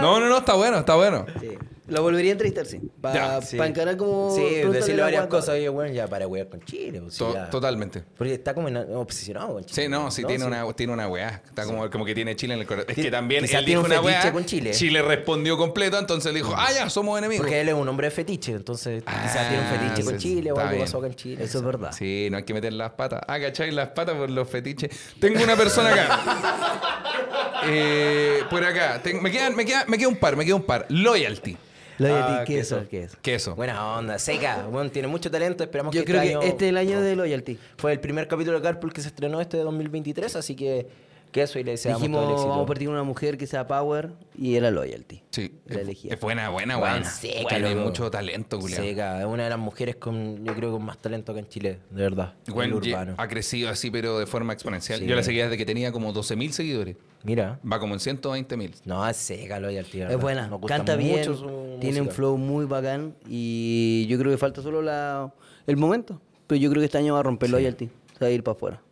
Speaker 1: no, no, no, está bueno, está bueno.
Speaker 3: Sí. Lo volvería a entrevistar, sí. Para
Speaker 1: Ya,
Speaker 3: encarar como...
Speaker 2: Sí,
Speaker 3: preguntarle
Speaker 2: decirle
Speaker 3: la
Speaker 2: varias
Speaker 3: guata.
Speaker 2: cosas. Oye, bueno, ya para wear con Chile. o sea,
Speaker 1: To-
Speaker 2: ya.
Speaker 1: Totalmente.
Speaker 2: Porque está como en- obsesionado con Chile.
Speaker 1: Sí, no, sí, tiene, Una, tiene una weá. Está como, como que tiene Chile en el corazón. Es que también
Speaker 2: quizás
Speaker 1: él
Speaker 2: tiene
Speaker 1: dijo
Speaker 2: un
Speaker 1: una
Speaker 2: fetiche
Speaker 1: weá.
Speaker 2: con Chile. Mm.
Speaker 1: Chile respondió completo, entonces le dijo, ah, ya, somos enemigos.
Speaker 2: Porque él es un hombre de fetiche, entonces
Speaker 1: Ah,
Speaker 2: quizás tiene un fetiche con
Speaker 1: sí,
Speaker 2: Chile o
Speaker 1: está
Speaker 2: algo
Speaker 1: bien.
Speaker 2: pasó acá en Chile.
Speaker 3: Eso es verdad.
Speaker 1: Sí, no hay que meter las patas. Ah, ¿cachai? Las patas por los fetiches. Tengo una persona acá. Eh, por acá. Ten- me, quedan, me, queda, me queda un par, me queda un par. Loyalty.
Speaker 3: Lo de
Speaker 2: Ah,
Speaker 3: ti, ¿qué es
Speaker 2: queso.
Speaker 3: eso? ¿Qué es?
Speaker 1: Queso.
Speaker 2: Buena onda, seca. Bueno, tiene mucho talento. Esperamos
Speaker 3: Yo
Speaker 2: que
Speaker 3: creo
Speaker 2: este
Speaker 3: que
Speaker 2: año-
Speaker 3: este es el año de Loyalty.
Speaker 2: Fue el primer capítulo de Carpool que se estrenó este de 2023, así que que eso y le deseamos
Speaker 3: Dijimos,
Speaker 2: todo el éxito.
Speaker 3: vamos a partir con una mujer que sea Power y era Loyalty.
Speaker 1: Sí.
Speaker 3: La
Speaker 1: es-
Speaker 3: elegí.
Speaker 1: Es buena, buena,
Speaker 2: Weón,
Speaker 1: weón.
Speaker 2: seca,
Speaker 1: Tiene
Speaker 2: loco.
Speaker 1: mucho talento, Julián.
Speaker 2: Seca, es una de las mujeres con, yo creo, con más talento acá en Chile, de verdad.
Speaker 1: Gwen
Speaker 2: el
Speaker 1: Ye-
Speaker 2: urbano.
Speaker 1: ha crecido así, pero de forma exponencial.
Speaker 2: Sí.
Speaker 1: Yo la seguía desde que tenía como 12.000 seguidores.
Speaker 2: Mira.
Speaker 1: Va como en 120.000.
Speaker 2: No, es seca Loyalty. la
Speaker 3: Es
Speaker 2: verdad.
Speaker 3: buena,
Speaker 2: Nos gusta
Speaker 3: canta bien,
Speaker 2: mucho su
Speaker 3: tiene un
Speaker 2: música.
Speaker 3: flow muy bacán y yo creo que falta solo la, el momento. Pero yo creo que este año va a romper Loyalty, se va a ir para afuera.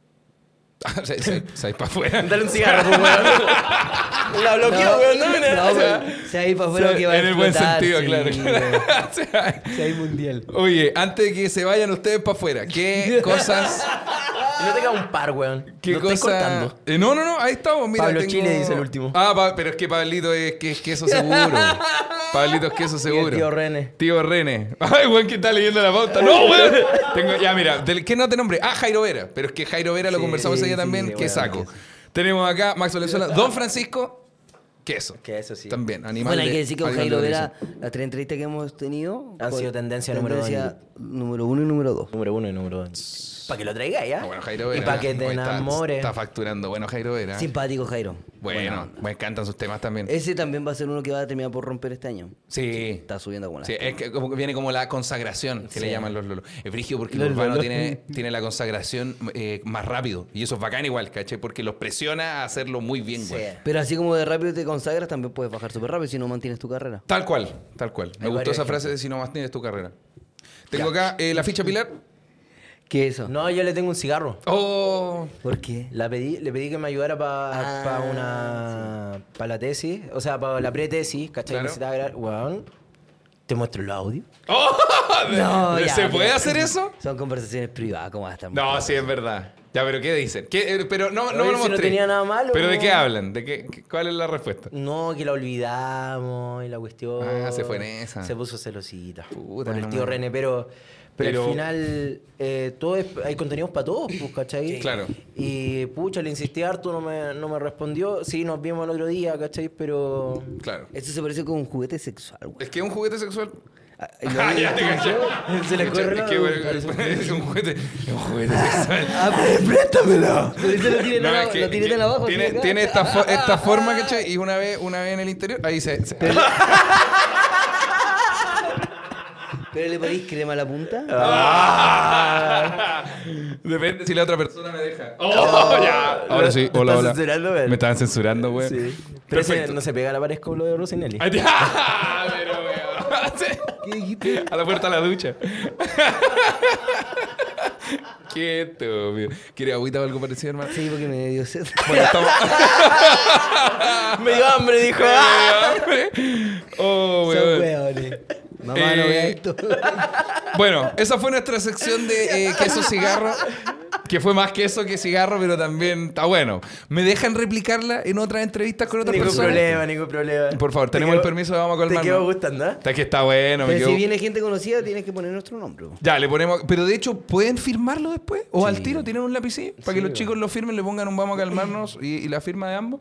Speaker 1: Sabes para afuera.
Speaker 2: Dale un cigarro, pues, weón. La bloqueó, weón. No, mira.
Speaker 3: no, pero se va a ir para afuera que va a
Speaker 1: en el buen
Speaker 3: explotar,
Speaker 1: sentido,
Speaker 3: sí,
Speaker 1: claro.
Speaker 3: weón.
Speaker 1: O sea,
Speaker 3: Se va a ir mundial.
Speaker 1: Oye, antes de que se vayan ustedes para afuera, ¿qué cosas?
Speaker 3: Ah.
Speaker 2: No te cago un par, weón.
Speaker 1: ¿Qué
Speaker 2: no estoy
Speaker 1: cosas?
Speaker 2: cortando.
Speaker 1: Eh, no, no, no, ahí estamos. Mira,
Speaker 2: Pablo
Speaker 1: tengo-
Speaker 2: Chile dice el último.
Speaker 1: Ah, pa- pero es que Pablito es, que es queso seguro. Pablito es queso
Speaker 2: Y el
Speaker 1: seguro.
Speaker 2: tío René.
Speaker 1: Tío René. Ay, weón, que está leyendo la pauta. ¡No, weón! Tengo- ya, mira, del que no te nombre. Ah, Jairo Vera. Pero es que Jairo Vera lo
Speaker 2: Sí,
Speaker 1: conversamos ese día
Speaker 2: sí,
Speaker 1: también.
Speaker 2: sí,
Speaker 1: qué
Speaker 2: weón,
Speaker 1: saco.
Speaker 2: queso.
Speaker 1: Tenemos acá Max Valenzuela. Don Francisco, queso.
Speaker 2: Queso, sí.
Speaker 1: También, animal.
Speaker 3: Bueno, hay
Speaker 1: de-
Speaker 3: que decir que con
Speaker 1: animal de
Speaker 3: Jairo Vera,
Speaker 1: organización.
Speaker 3: las tres entrevistas que hemos tenido
Speaker 2: Han
Speaker 3: con-
Speaker 2: sido tendencia número dos en
Speaker 3: tendencia número uno y número dos.
Speaker 2: Número uno y número dos. Para que lo traiga ya.
Speaker 1: Ah, Bueno, Jairo
Speaker 2: y
Speaker 1: Vera.
Speaker 2: para que te
Speaker 1: Oye, está-
Speaker 2: enamores.
Speaker 1: Está, facturando. Bueno, Jairo
Speaker 2: Ah,
Speaker 1: Vera.
Speaker 3: Simpático Jairo.
Speaker 1: Bueno, me encantan sus temas también.
Speaker 3: Ese también va a ser uno que va a terminar por romper este año.
Speaker 1: Sí.
Speaker 3: Está subiendo alguna.
Speaker 1: Sí, es que como que viene como la consagración, que le llaman los lolos. Es brígido porque
Speaker 3: Los
Speaker 1: el urbano
Speaker 3: lolos.
Speaker 1: tiene, tiene la consagración eh, más rápido. Y eso es bacán igual, ¿cachai? Porque los presiona a hacerlo muy bien, güey.
Speaker 2: Sí.
Speaker 3: Pero así como de rápido te consagras, también puedes bajar súper rápido si no mantienes tu carrera.
Speaker 1: Tal cual, tal cual. Me
Speaker 2: Hay
Speaker 1: gustó
Speaker 2: varios
Speaker 1: esa
Speaker 2: ejemplos.
Speaker 1: frase de si no más tienes tu carrera. Tengo acá eh, la ficha Pilar.
Speaker 3: ¿Qué es eso?
Speaker 2: No, yo le tengo un cigarro.
Speaker 1: Oh,
Speaker 3: ¿Por qué?
Speaker 2: La pedí, le pedí que me ayudara para
Speaker 3: Ah,
Speaker 2: una. para la tesis, o sea, para la pretesis, ¿cachai?
Speaker 1: Claro.
Speaker 2: Necesitaba grabar. Weón, te muestro el audio.
Speaker 3: No, ya,
Speaker 1: ¿se
Speaker 3: mira.
Speaker 1: puede hacer eso?
Speaker 3: Son conversaciones privadas, ¿cómo vas a estar?
Speaker 1: No, sí, es verdad. Ya, pero ¿qué dicen? ¿Qué, eh, pero no, no
Speaker 2: Oye,
Speaker 1: me lo
Speaker 2: si no
Speaker 1: mostré.
Speaker 2: tenía nada malo,
Speaker 1: ¿Pero de
Speaker 2: no.
Speaker 1: qué hablan? ¿De qué, qué- ¿Cuál es la respuesta?
Speaker 2: No, que la olvidamos y la cuestión.
Speaker 1: Ah, se fue en esa.
Speaker 2: Se puso celosita.
Speaker 1: Puta,
Speaker 2: por el
Speaker 1: no
Speaker 2: tío
Speaker 1: me-
Speaker 2: René, pero. Pero,
Speaker 1: Pero-
Speaker 2: al final eh, todo es- hay contenidos para todos, pues, ¿cachai?
Speaker 1: Sí. Claro.
Speaker 2: Y pucha, le insistí harto, no me, no me respondió. Sí, nos vimos el otro día, ¿cachai? Pero.
Speaker 1: Claro.
Speaker 3: Eso se parece con un juguete sexual, güey.
Speaker 1: Es que es un juguete sexual.
Speaker 3: Ah, y lo-
Speaker 1: Ah, ya te caché.
Speaker 2: Se le corre la-
Speaker 1: Es que, bueno, es un juguete. Es un juguete sexual.
Speaker 3: Ah, pero-
Speaker 1: Ah.
Speaker 3: préstamelo. Por eso lo tiene
Speaker 1: No,
Speaker 3: tan,
Speaker 1: es
Speaker 3: abajo-
Speaker 1: que
Speaker 3: lo tiene tan abajo.
Speaker 1: Tiene,
Speaker 3: así acá.
Speaker 1: tiene esta, fo- esta forma, ¿cachai? Y una vez, una vez en el interior, ahí se. se-
Speaker 3: Pero le ponéis crema a la punta.
Speaker 1: Depende si la otra persona me deja. ¡Oh, ya! Ahora sí,
Speaker 2: ¿Te
Speaker 1: hola,
Speaker 2: estás
Speaker 1: hola.
Speaker 2: censurando, güey?
Speaker 1: me estaban censurando, güey.
Speaker 2: Sí. Pero ese
Speaker 1: Perfecto.
Speaker 2: no se pega a la pared con lo de Rosinelli.
Speaker 1: Ay, ¡Ah! Pero, weón.
Speaker 3: ¿Qué dijiste?
Speaker 1: A la puerta de la ducha. Quieto, mío. ¿Quiere agüita o algo parecido, hermano?
Speaker 3: Sí, porque me dio sed.
Speaker 1: Bueno, estamos.
Speaker 2: Me dio hambre, dijo.
Speaker 1: Oh,
Speaker 3: Son
Speaker 1: weón.
Speaker 3: weones. Mamá, no
Speaker 1: Eh,
Speaker 3: vea esto.
Speaker 1: Bueno, esa fue nuestra sección de eh, queso cigarro. Que fue más queso que cigarro, pero también está bueno. ¿Me dejan replicarla en otras entrevistas con otras
Speaker 2: Ningún
Speaker 1: personas?
Speaker 2: problema, ningún problema.
Speaker 1: Por favor, tenemos el permiso, vamos a
Speaker 2: colmar.
Speaker 1: colmarnos.
Speaker 2: Te quedó gustando, ¿eh?
Speaker 1: Está que está bueno, me
Speaker 3: Pero
Speaker 1: quedo-
Speaker 3: si viene gente conocida, tienes que poner nuestro nombre. güey.
Speaker 1: Ya, le ponemos. Pero de hecho, ¿pueden firmarlo después? ¿O al
Speaker 3: Sí.
Speaker 1: tiro? ¿Tienen un lapicillo? Para que los chicos lo firmen, le pongan un vamos a calmarnos y, y la firma de ambos.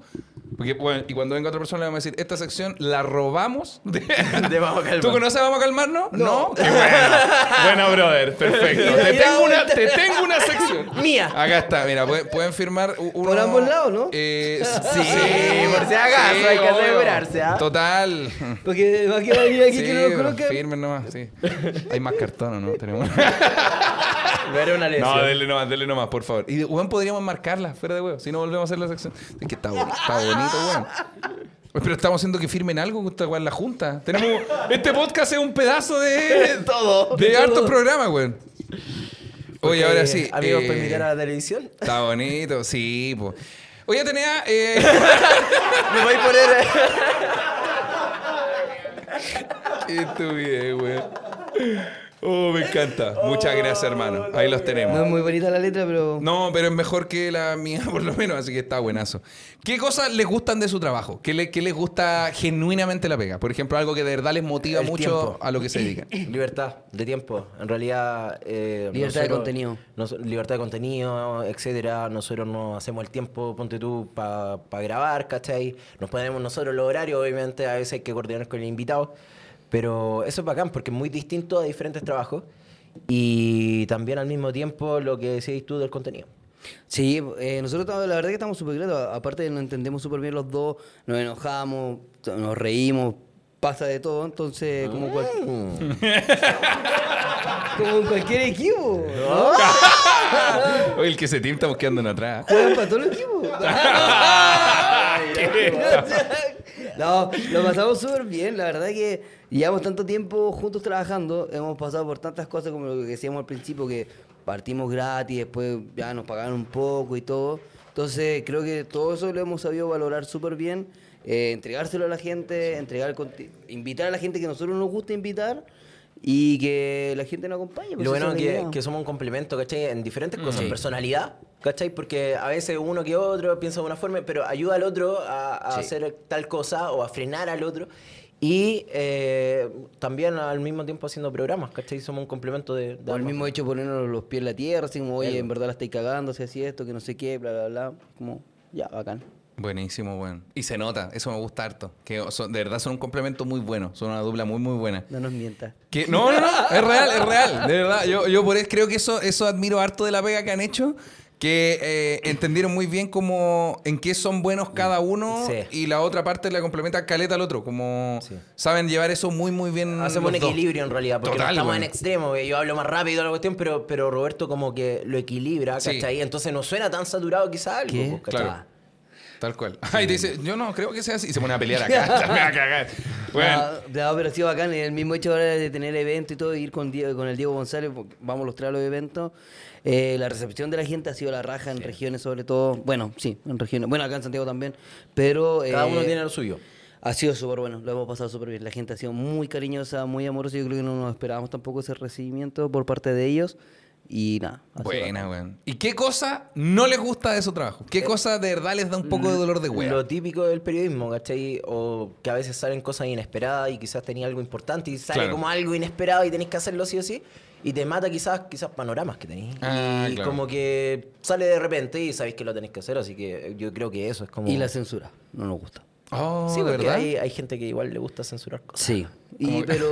Speaker 1: Porque, bueno, y cuando venga otra persona, le vamos a decir: Esta sección la robamos de.
Speaker 2: Te vamos a calmar.
Speaker 1: ¿Tú conoces Vamos a Calmarnos? No. Qué bueno. bueno, brother. Perfecto. Te
Speaker 2: Mira,
Speaker 1: tengo, una,
Speaker 2: mira.
Speaker 1: te tengo una sección.
Speaker 2: Mía.
Speaker 1: Acá está. Mira, pu- pueden, firmar u- uno...
Speaker 3: Por ambos lados, ¿no?
Speaker 1: Eh, sí.
Speaker 2: por si acaso, hay que
Speaker 1: obvio.
Speaker 2: asegurarse, ¿ah?
Speaker 1: Total.
Speaker 3: Porque va a quedar alguien aquí
Speaker 1: Sí,
Speaker 3: que no lo
Speaker 1: bro,
Speaker 3: conozca.
Speaker 1: firmen nomás, sí. Hay más cartón, ¿o ¿no? Tenemos...
Speaker 2: No era una lesión.
Speaker 1: No, denle nomás, denle nomás, por favor. Y, weón, podríamos marcarla, fuera de huevo, si no volvemos a hacer la sección. Es que está, bon- está bonito, weón. Oye, Pero estamos haciendo que firmen algo con esta weá en la junta. Tenemos. Este podcast es un pedazo de.
Speaker 2: todo.
Speaker 1: De
Speaker 2: Todo.
Speaker 1: hartos programas, weón. Oye,
Speaker 2: Porque,
Speaker 1: ahora sí.
Speaker 2: Amigos, pues,
Speaker 1: eh,
Speaker 2: para invitar a la televisión.
Speaker 1: Está bonito, sí, po. Oye, tenía. eh,
Speaker 2: Me voy a poner. eh.
Speaker 1: Qué estupidez, weón. Oh, me encanta. Muchas
Speaker 2: Oh,
Speaker 1: gracias, hermano. Ahí los tenemos.
Speaker 3: No es muy bonita la letra, pero.
Speaker 1: No, pero es mejor que la mía, por lo menos, así que está buenazo. ¿Qué cosas les gustan de su trabajo? ¿Qué, le- qué les gusta genuinamente la pega? Por ejemplo, algo que de verdad les motiva
Speaker 2: El
Speaker 1: mucho
Speaker 2: tiempo.
Speaker 1: a lo que se dedican.
Speaker 2: Libertad de tiempo. En realidad. eh,
Speaker 3: Libertad de contenido.
Speaker 2: nos- libertad de contenido, etcétera. Nosotros no hacemos el tiempo, ponte tú, para grabar, ¿cachai? Nos ponemos nosotros los horarios, obviamente. A veces hay que coordinar con el invitado. Pero eso es bacán porque es muy distinto a diferentes trabajos. Y también al mismo tiempo lo que decís tú del contenido.
Speaker 3: Sí, eh, nosotros estamos- la verdad que estamos súper gratos. Aparte nos entendemos súper bien los dos, nos enojamos, nos reímos, pasa de todo. Entonces, como, cual- como en cualquier equipo. ¿no?
Speaker 1: Oye, el que se tinta buscando en atrás.
Speaker 3: Juegan para todo el equipo. no, lo pasamos súper bien. La verdad que llevamos tanto tiempo juntos trabajando. Hemos pasado por tantas cosas como lo que decíamos al principio, que partimos gratis, después ya nos pagaron un poco y todo. Entonces creo que todo eso lo hemos sabido valorar súper bien. eh, entregárselo a la gente, entregar el conti- invitar a la gente que nosotros nos gusta invitar y que la gente nos acompañe. pues
Speaker 2: Lo bueno
Speaker 3: esa
Speaker 2: es
Speaker 3: es la
Speaker 2: que,
Speaker 3: idea.
Speaker 2: que somos un complemento, ¿cachai? En diferentes cosas.
Speaker 1: Sí.
Speaker 2: Personalidad, ¿cachai? Porque a veces uno que otro piensa de una forma, pero ayuda al otro a, a
Speaker 3: Sí.
Speaker 2: hacer tal cosa o a frenar al otro. Y eh, también al mismo tiempo haciendo programas, ¿cachai? Somos un complemento de... de
Speaker 3: O el
Speaker 2: ambas.
Speaker 3: mismo hecho de ponernos los pies en la tierra, así como, oye, en verdad la estáis cagando, si así esto, que no sé qué, bla, bla, bla. Como, ya, bacán.
Speaker 1: Buenísimo, bueno. Y se nota, eso me gusta harto. Que son- de verdad son un complemento muy bueno, son una dupla muy, muy buena.
Speaker 3: No nos mientas.
Speaker 1: Que- No, no, no, es real, es real, de verdad. Yo, yo por eso creo que eso, eso admiro harto de la pega que han hecho, que eh, entendieron muy bien como en qué son buenos cada uno
Speaker 2: Mm, Sí.
Speaker 1: y la otra parte la complementa caleta al otro, como
Speaker 2: Sí.
Speaker 1: saben llevar eso muy, muy bien.
Speaker 2: Hacemos un
Speaker 1: los dos.
Speaker 2: equilibrio en realidad, porque no
Speaker 1: Total,
Speaker 2: estamos
Speaker 1: weón.
Speaker 2: en extremo, que yo hablo más rápido la cuestión, pero, pero Roberto como que lo equilibra,
Speaker 1: Sí.
Speaker 2: ¿cachai? Entonces no suena tan saturado quizá algo,
Speaker 3: ¿Qué?
Speaker 2: pues, ¿cachai?
Speaker 1: Claro. Tal cual. Ay, te dice, yo no creo que sea así. Y se pone a pelear acá. me va a cagar.
Speaker 2: Ah,
Speaker 1: Bueno,
Speaker 3: No, no, pero ha sido bacán. El mismo hecho ahora de tener evento y todo, de ir con, Diego- con el Diego González, porque vamos los tres a los eventos. Eh, la recepción de la gente ha sido la raja en regiones, sobre todo. Bueno, sí, en regiones. Bueno, acá en Santiago también. Pero.
Speaker 2: Cada
Speaker 3: eh,
Speaker 2: uno tiene lo suyo.
Speaker 3: Ha sido súper bueno, lo hemos pasado súper bien. La gente ha sido muy cariñosa, muy amorosa. Yo creo que no nos esperábamos tampoco ese recibimiento por parte de ellos. Y nada. ha sido bacán.
Speaker 1: buena, weón. ¿Y qué cosa no les gusta de su trabajo?
Speaker 3: Eh,
Speaker 1: ¿Qué cosa de verdad les da un poco de dolor de huevo?
Speaker 2: Lo típico del periodismo, ¿cachai? O que a veces salen cosas inesperadas y quizás tenía algo importante y sale
Speaker 1: Claro.
Speaker 2: como algo inesperado y tenés que hacerlo sí o sí. Y te mata quizás, quizás panoramas que tenés.
Speaker 1: Ah,
Speaker 2: y
Speaker 1: claro.
Speaker 2: como que sale de repente y sabéis que lo tenés que hacer, así que yo creo que eso es como...
Speaker 3: Y la censura, no nos gusta.
Speaker 1: Oh,
Speaker 2: Sí,
Speaker 1: ¿de
Speaker 2: porque
Speaker 1: verdad.
Speaker 2: hay, hay gente que igual le gusta censurar cosas.
Speaker 3: Sí. Y pero...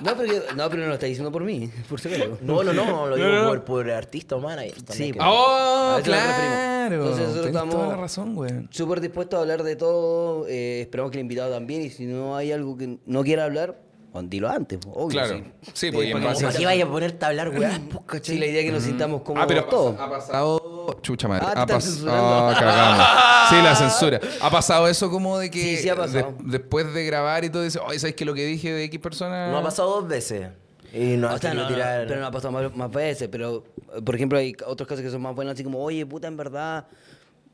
Speaker 3: No, pero yo- no, pero no lo está diciendo por mí, por si acaso.
Speaker 2: No, no, no, lo digo por, por artista o manager.
Speaker 3: Sí,
Speaker 2: también, que-
Speaker 3: po.
Speaker 1: Oh,
Speaker 3: A eso nos referimos.
Speaker 1: claro.
Speaker 3: Entonces nosotros
Speaker 1: Tenés
Speaker 3: estamos-
Speaker 1: toda la razón, weón.
Speaker 3: Súper dispuesto a hablar de todo. eh, esperamos que el invitado también. Y si no hay algo que no quiera hablar, bueno, dilo antes. po, obvio,
Speaker 1: Claro.
Speaker 3: sí.
Speaker 1: Sí, pues y en
Speaker 2: Como
Speaker 1: base
Speaker 2: para qué
Speaker 1: a...
Speaker 2: vaya a ponerte a hablar, pues, weón.
Speaker 3: Sí, la idea es que nos sintamos cómodos
Speaker 1: Ah, pero
Speaker 3: todos.
Speaker 1: ha pasado... Chucha madre.
Speaker 3: Ah, te
Speaker 1: ha
Speaker 3: están
Speaker 1: pasado...
Speaker 3: censurando.
Speaker 1: Sí, la censura. Ha pasado eso como de que...
Speaker 3: Sí, sí ha pasado.
Speaker 1: de- después de grabar y todo, dice... Oye, ¿sabes que lo que dije de X persona...?
Speaker 2: No ha pasado dos veces. Y no
Speaker 3: Ah. O
Speaker 2: ha
Speaker 3: sea,
Speaker 2: tenido
Speaker 3: no,
Speaker 2: que
Speaker 3: no,
Speaker 2: tirar.
Speaker 3: pero no ha pasado más, más veces. Pero, eh, por ejemplo, hay otros casos que son más buenos, así como, oye, puta, en verdad,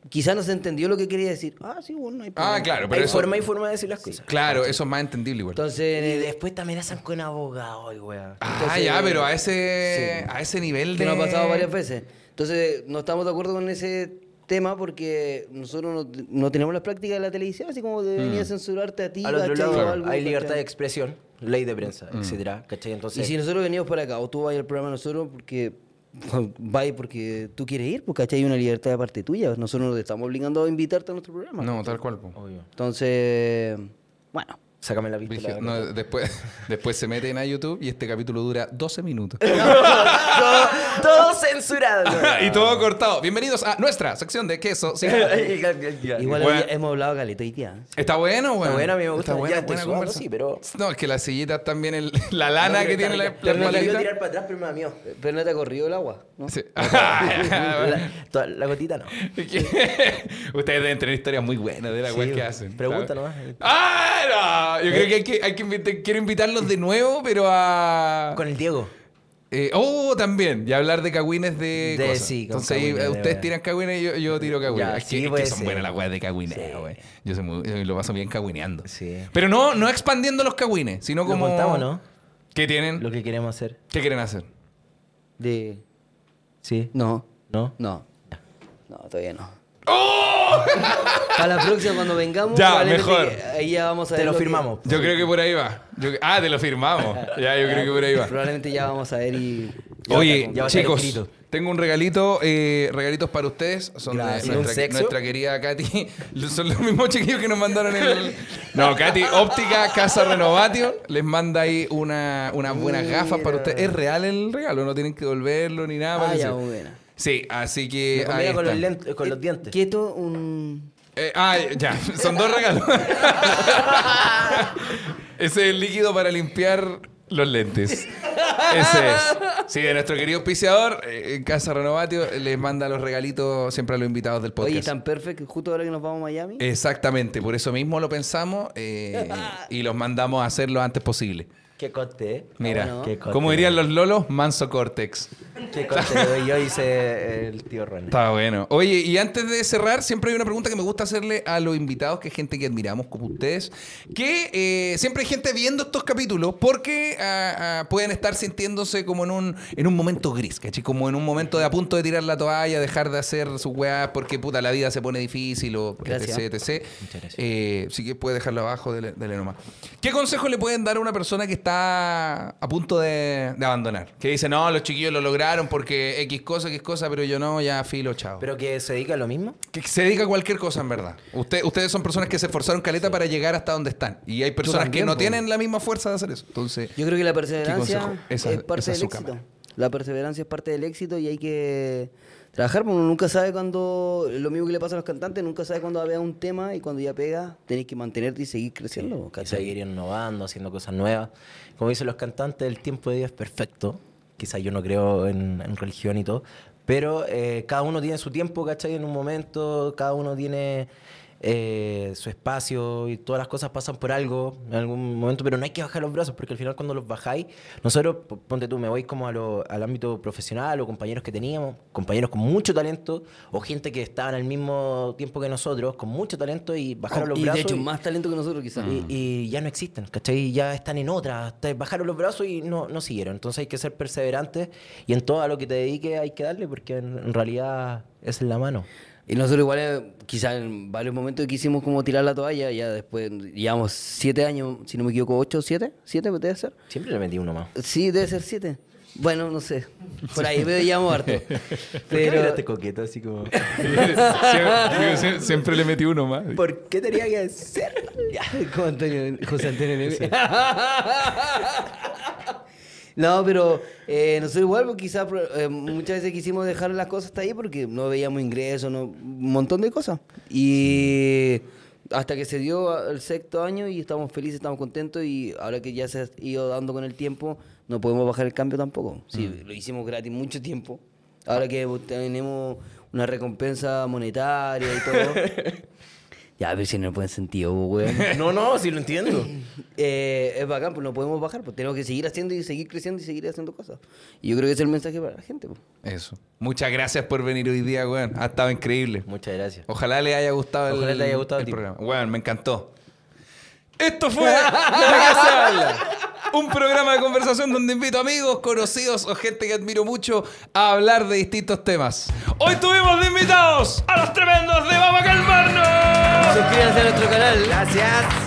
Speaker 3: quizás no se entendió lo que quería decir. Ah, sí, bueno, no hay problema.
Speaker 1: Ah, claro, pero
Speaker 2: Hay
Speaker 1: eso...
Speaker 2: forma y forma de decir las cosas.
Speaker 1: Claro, eso es más entendible igual.
Speaker 3: Entonces,
Speaker 2: Y después te amenazan con abogado, ay, weón.
Speaker 1: ah,
Speaker 3: entonces-
Speaker 1: ya, pero a ese...
Speaker 3: Sí.
Speaker 1: A ese nivel
Speaker 3: que
Speaker 1: de...
Speaker 3: nos ha pasado varias veces. Entonces, no estamos de acuerdo con ese tema porque nosotros no, no tenemos las prácticas de la televisión, así como de venir a censurarte a ti,
Speaker 2: Mm. Al otro
Speaker 3: ¿cachai?
Speaker 2: lado,
Speaker 3: o
Speaker 2: claro,
Speaker 3: algo,
Speaker 2: hay
Speaker 3: ¿cachai?
Speaker 2: libertad de expresión, ley de prensa,
Speaker 1: Mm.
Speaker 2: etcétera, ¿cachai?
Speaker 3: Y
Speaker 2: Entonces,
Speaker 3: si nosotros venimos para acá, o tú vas al programa de nosotros porque vais porque tú quieres ir, porque hay una libertad de parte tuya. Nosotros no te estamos obligando a invitarte a nuestro programa.
Speaker 1: No, tal cual, po.
Speaker 2: obvio.
Speaker 3: Entonces, bueno.
Speaker 2: Sácame la pistola.
Speaker 1: Brígido.
Speaker 2: la
Speaker 1: No,
Speaker 2: verdad.
Speaker 1: después, después se meten a YouTube y este capítulo dura 12 minutos.
Speaker 2: todo, todo censurado.
Speaker 1: y todo cortado. Bienvenidos a nuestra sección de queso. sin-
Speaker 3: Igual
Speaker 1: Bueno.
Speaker 3: hoy hemos hablado caleta hoy día.
Speaker 1: Está bueno, bueno.
Speaker 2: Está bueno, a mí me gusta.
Speaker 1: Está buena,
Speaker 2: Ya estoy
Speaker 1: buena
Speaker 2: sudando,
Speaker 1: conversa.
Speaker 2: sí, pero-
Speaker 1: No, es que la sillita también, el- la lana Ah, que tiene la, la
Speaker 2: Pero me quiero
Speaker 1: paleta.
Speaker 2: tirar para atrás, pero me da miedo.
Speaker 3: Pero no te ha corrido el agua, ¿no?
Speaker 1: Sí. Ah,
Speaker 2: La, toda- la gotita no.
Speaker 1: Es que- Ustedes deben tener historias muy buenas de la
Speaker 2: Sí,
Speaker 1: web que
Speaker 2: bueno.
Speaker 1: hacen.
Speaker 2: Pregunta
Speaker 1: ¿sabes?
Speaker 2: nomás. eh.
Speaker 1: ¡Ah, no! Yo creo que hay que, hay que invitar- quiero invitarlos de nuevo, pero a...
Speaker 2: Con el Diego.
Speaker 1: Eh, oh, también. Y hablar de cagüines de.
Speaker 2: De-
Speaker 1: cosas.
Speaker 2: sí, con
Speaker 1: Entonces ahí,
Speaker 2: cagüines,
Speaker 1: eh,
Speaker 2: de
Speaker 1: ustedes
Speaker 2: verdad.
Speaker 1: tiran cagüines y yo, yo tiro cagüines.
Speaker 2: Ya,
Speaker 1: es que,
Speaker 2: sí,
Speaker 1: es que
Speaker 2: puede
Speaker 1: son
Speaker 2: ser.
Speaker 1: buenas las weas de cagüineo, güey. Yo, soy muy- yo lo paso bien cagüineando.
Speaker 2: Sí.
Speaker 1: Pero no, no expandiendo los cagüines, sino
Speaker 2: Lo
Speaker 1: como.
Speaker 2: contamos, ¿no?
Speaker 1: ¿Qué tienen?
Speaker 2: Lo que queremos hacer.
Speaker 1: ¿Qué quieren hacer?
Speaker 3: De...
Speaker 2: Sí.
Speaker 3: No.
Speaker 2: ¿No?
Speaker 3: No. No, todavía no. Para la próxima, cuando vengamos,
Speaker 1: ¡Oh! Ya,
Speaker 3: probablemente
Speaker 1: mejor.
Speaker 3: que ahí ya vamos a
Speaker 2: Te
Speaker 3: ver
Speaker 2: lo
Speaker 3: que-
Speaker 2: firmamos.
Speaker 1: Yo creo que por ahí va. Yo- ah, te lo firmamos. ya, yo creo que por ahí va.
Speaker 3: Probablemente ya vamos a ver y.
Speaker 1: Oye,
Speaker 2: ya va a estar
Speaker 1: chicos,
Speaker 2: escrito.
Speaker 1: Tengo un regalito, eh, regalitos para ustedes. Son de
Speaker 3: Gracias.
Speaker 2: ¿Un
Speaker 1: nuestra,
Speaker 2: sexo?
Speaker 1: nuestra querida Katy. Son los mismos chiquillos que nos mandaron el. No, Katy, óptica, casa renovatio. Les manda ahí una, unas buenas gafas para ustedes. Es real el regalo, no tienen que devolverlo ni nada.
Speaker 3: Ah,
Speaker 1: parece.
Speaker 3: ya, buena.
Speaker 1: Sí, así
Speaker 2: Me
Speaker 1: que.
Speaker 2: combina
Speaker 1: Ahí
Speaker 2: con los,
Speaker 1: está.
Speaker 2: lentes- con los dientes.
Speaker 3: Quieto, un.
Speaker 1: Eh, ah, ya, son dos regalos. Ese es el líquido para limpiar los lentes. Ese es. Sí, de nuestro querido auspiciador, eh, en Casa Renovatio, les manda los regalitos siempre a los invitados del podcast. Eh,
Speaker 3: Oye, tan perfecto, justo ahora que nos vamos a Miami.
Speaker 1: Exactamente, por eso mismo lo pensamos eh, y los mandamos a hacer lo antes posible.
Speaker 2: Qué corte, eh.
Speaker 1: Mira,
Speaker 3: bueno.
Speaker 2: Qué corte,
Speaker 1: como dirían los lolos, manso córtex.
Speaker 2: Qué corte. Yo hice el tío Ron.
Speaker 1: Está bueno. Oye, y antes de cerrar, siempre hay una pregunta que me gusta hacerle a los invitados, que es gente que admiramos como ustedes, que eh, siempre hay gente viendo estos capítulos porque ah, ah, pueden estar sintiéndose como en un, en un momento gris, ¿cachai? Como en un momento de a punto de tirar la toalla, dejar de hacer sus weas porque puta la vida se pone difícil o
Speaker 3: Gracias.
Speaker 1: etc, etc. Eh, sí que puede dejarlo abajo, dele, dele nomás. ¿Qué consejo le pueden dar a una persona que está a punto de, de abandonar? Que dice, no, los chiquillos lo lograron porque X cosa, X cosa, pero yo no, ya filo, chao.
Speaker 2: ¿Pero que se dedica a lo mismo?
Speaker 1: que se dedica a cualquier cosa, en verdad. Usted- ustedes son personas que se esforzaron caleta para llegar hasta donde están. Y hay personas
Speaker 3: también,
Speaker 1: que no
Speaker 3: po.
Speaker 1: tienen la misma fuerza de hacer eso. Entonces,
Speaker 3: Yo creo que la
Speaker 1: consejo?
Speaker 3: perseverancia
Speaker 1: Esa-
Speaker 3: es parte
Speaker 1: esa es
Speaker 3: del
Speaker 1: su
Speaker 3: éxito.
Speaker 1: cámara.
Speaker 3: La perseverancia es parte del éxito y hay que trabajar. porque Uno nunca sabe cuando. Lo mismo que le pasa a los cantantes, nunca sabe cuando va a pegar un tema y cuando ya pega, tenés que mantenerte y seguir creciendo.
Speaker 2: Que
Speaker 3: ¿cachai?
Speaker 2: seguir innovando, haciendo cosas nuevas. Como dicen los cantantes, el tiempo de Dios es perfecto. Quizás yo no creo en, en religión y todo. Pero eh, cada uno tiene su tiempo, ¿cachai? En un momento, cada uno tiene eh, su espacio y todas las cosas pasan por algo en algún momento. Pero no hay que bajar los brazos porque al final cuando los bajáis, nosotros, p- ponte tú, me voy como a lo- al ámbito profesional o compañeros que teníamos, compañeros con mucho talento o gente que estaban al mismo tiempo que nosotros, con mucho talento y bajaron los
Speaker 3: y
Speaker 2: brazos.
Speaker 3: de hecho,
Speaker 2: y-
Speaker 3: más talento que nosotros quizás.
Speaker 2: y, y ya no existen, ¿cachai? Ya están en otras, te bajaron los brazos y no, no siguieron. Entonces hay que ser perseverantes y en todo a lo que te dediques hay que darle porque en, en realidad esa es la mano.
Speaker 3: Y nosotros igual, eh, quizás en varios momentos quisimos como tirar la toalla, ya después llevamos siete años, si no me equivoco, ocho, siete, siete debe ser.
Speaker 2: Siempre le metí uno más.
Speaker 3: Sí, debe ser siete. Bueno, no sé. Por ahí, pero llevamos harto. Pero
Speaker 2: coqueto así como?
Speaker 1: siempre, siempre- siempre le metí uno más.
Speaker 2: ¿Por qué tenía que ser? Ya,
Speaker 3: Como Antonio- José Antonio Neme. No, pero eh, nosotros igual pues, quizás pro- eh, muchas veces quisimos dejar las cosas hasta ahí porque no veíamos ingresos, no, un montón de cosas. Y hasta que se dio el sexto año y estamos felices, estamos contentos y ahora que ya se ha ido dando con el tiempo, no podemos bajar el cambio tampoco. Sí, lo hicimos gratis mucho tiempo. Ahora que tenemos una recompensa monetaria y todo. ya, pero si no pueden sentido, weón.
Speaker 2: No, no, sí lo entiendo.
Speaker 3: Eh, es bacán, pues no podemos bajar, pues tenemos que seguir haciendo y seguir creciendo y seguir haciendo cosas. Y yo creo que ese es el mensaje para la gente. pues.
Speaker 1: Eso. Muchas gracias por venir hoy día, weón. Ha estado increíble.
Speaker 2: Muchas gracias.
Speaker 1: Ojalá le haya gustado el,
Speaker 2: Ojalá le haya gustado
Speaker 1: el
Speaker 2: a ti.
Speaker 1: programa. Weón, me encantó. Esto fue La Casa Habla. Un programa de conversación donde invito amigos, conocidos o gente que admiro mucho a hablar de distintos temas. Hoy tuvimos de invitados a los tremendos de Vamos a Calmarnos.
Speaker 3: Suscríbanse a nuestro canal. Gracias.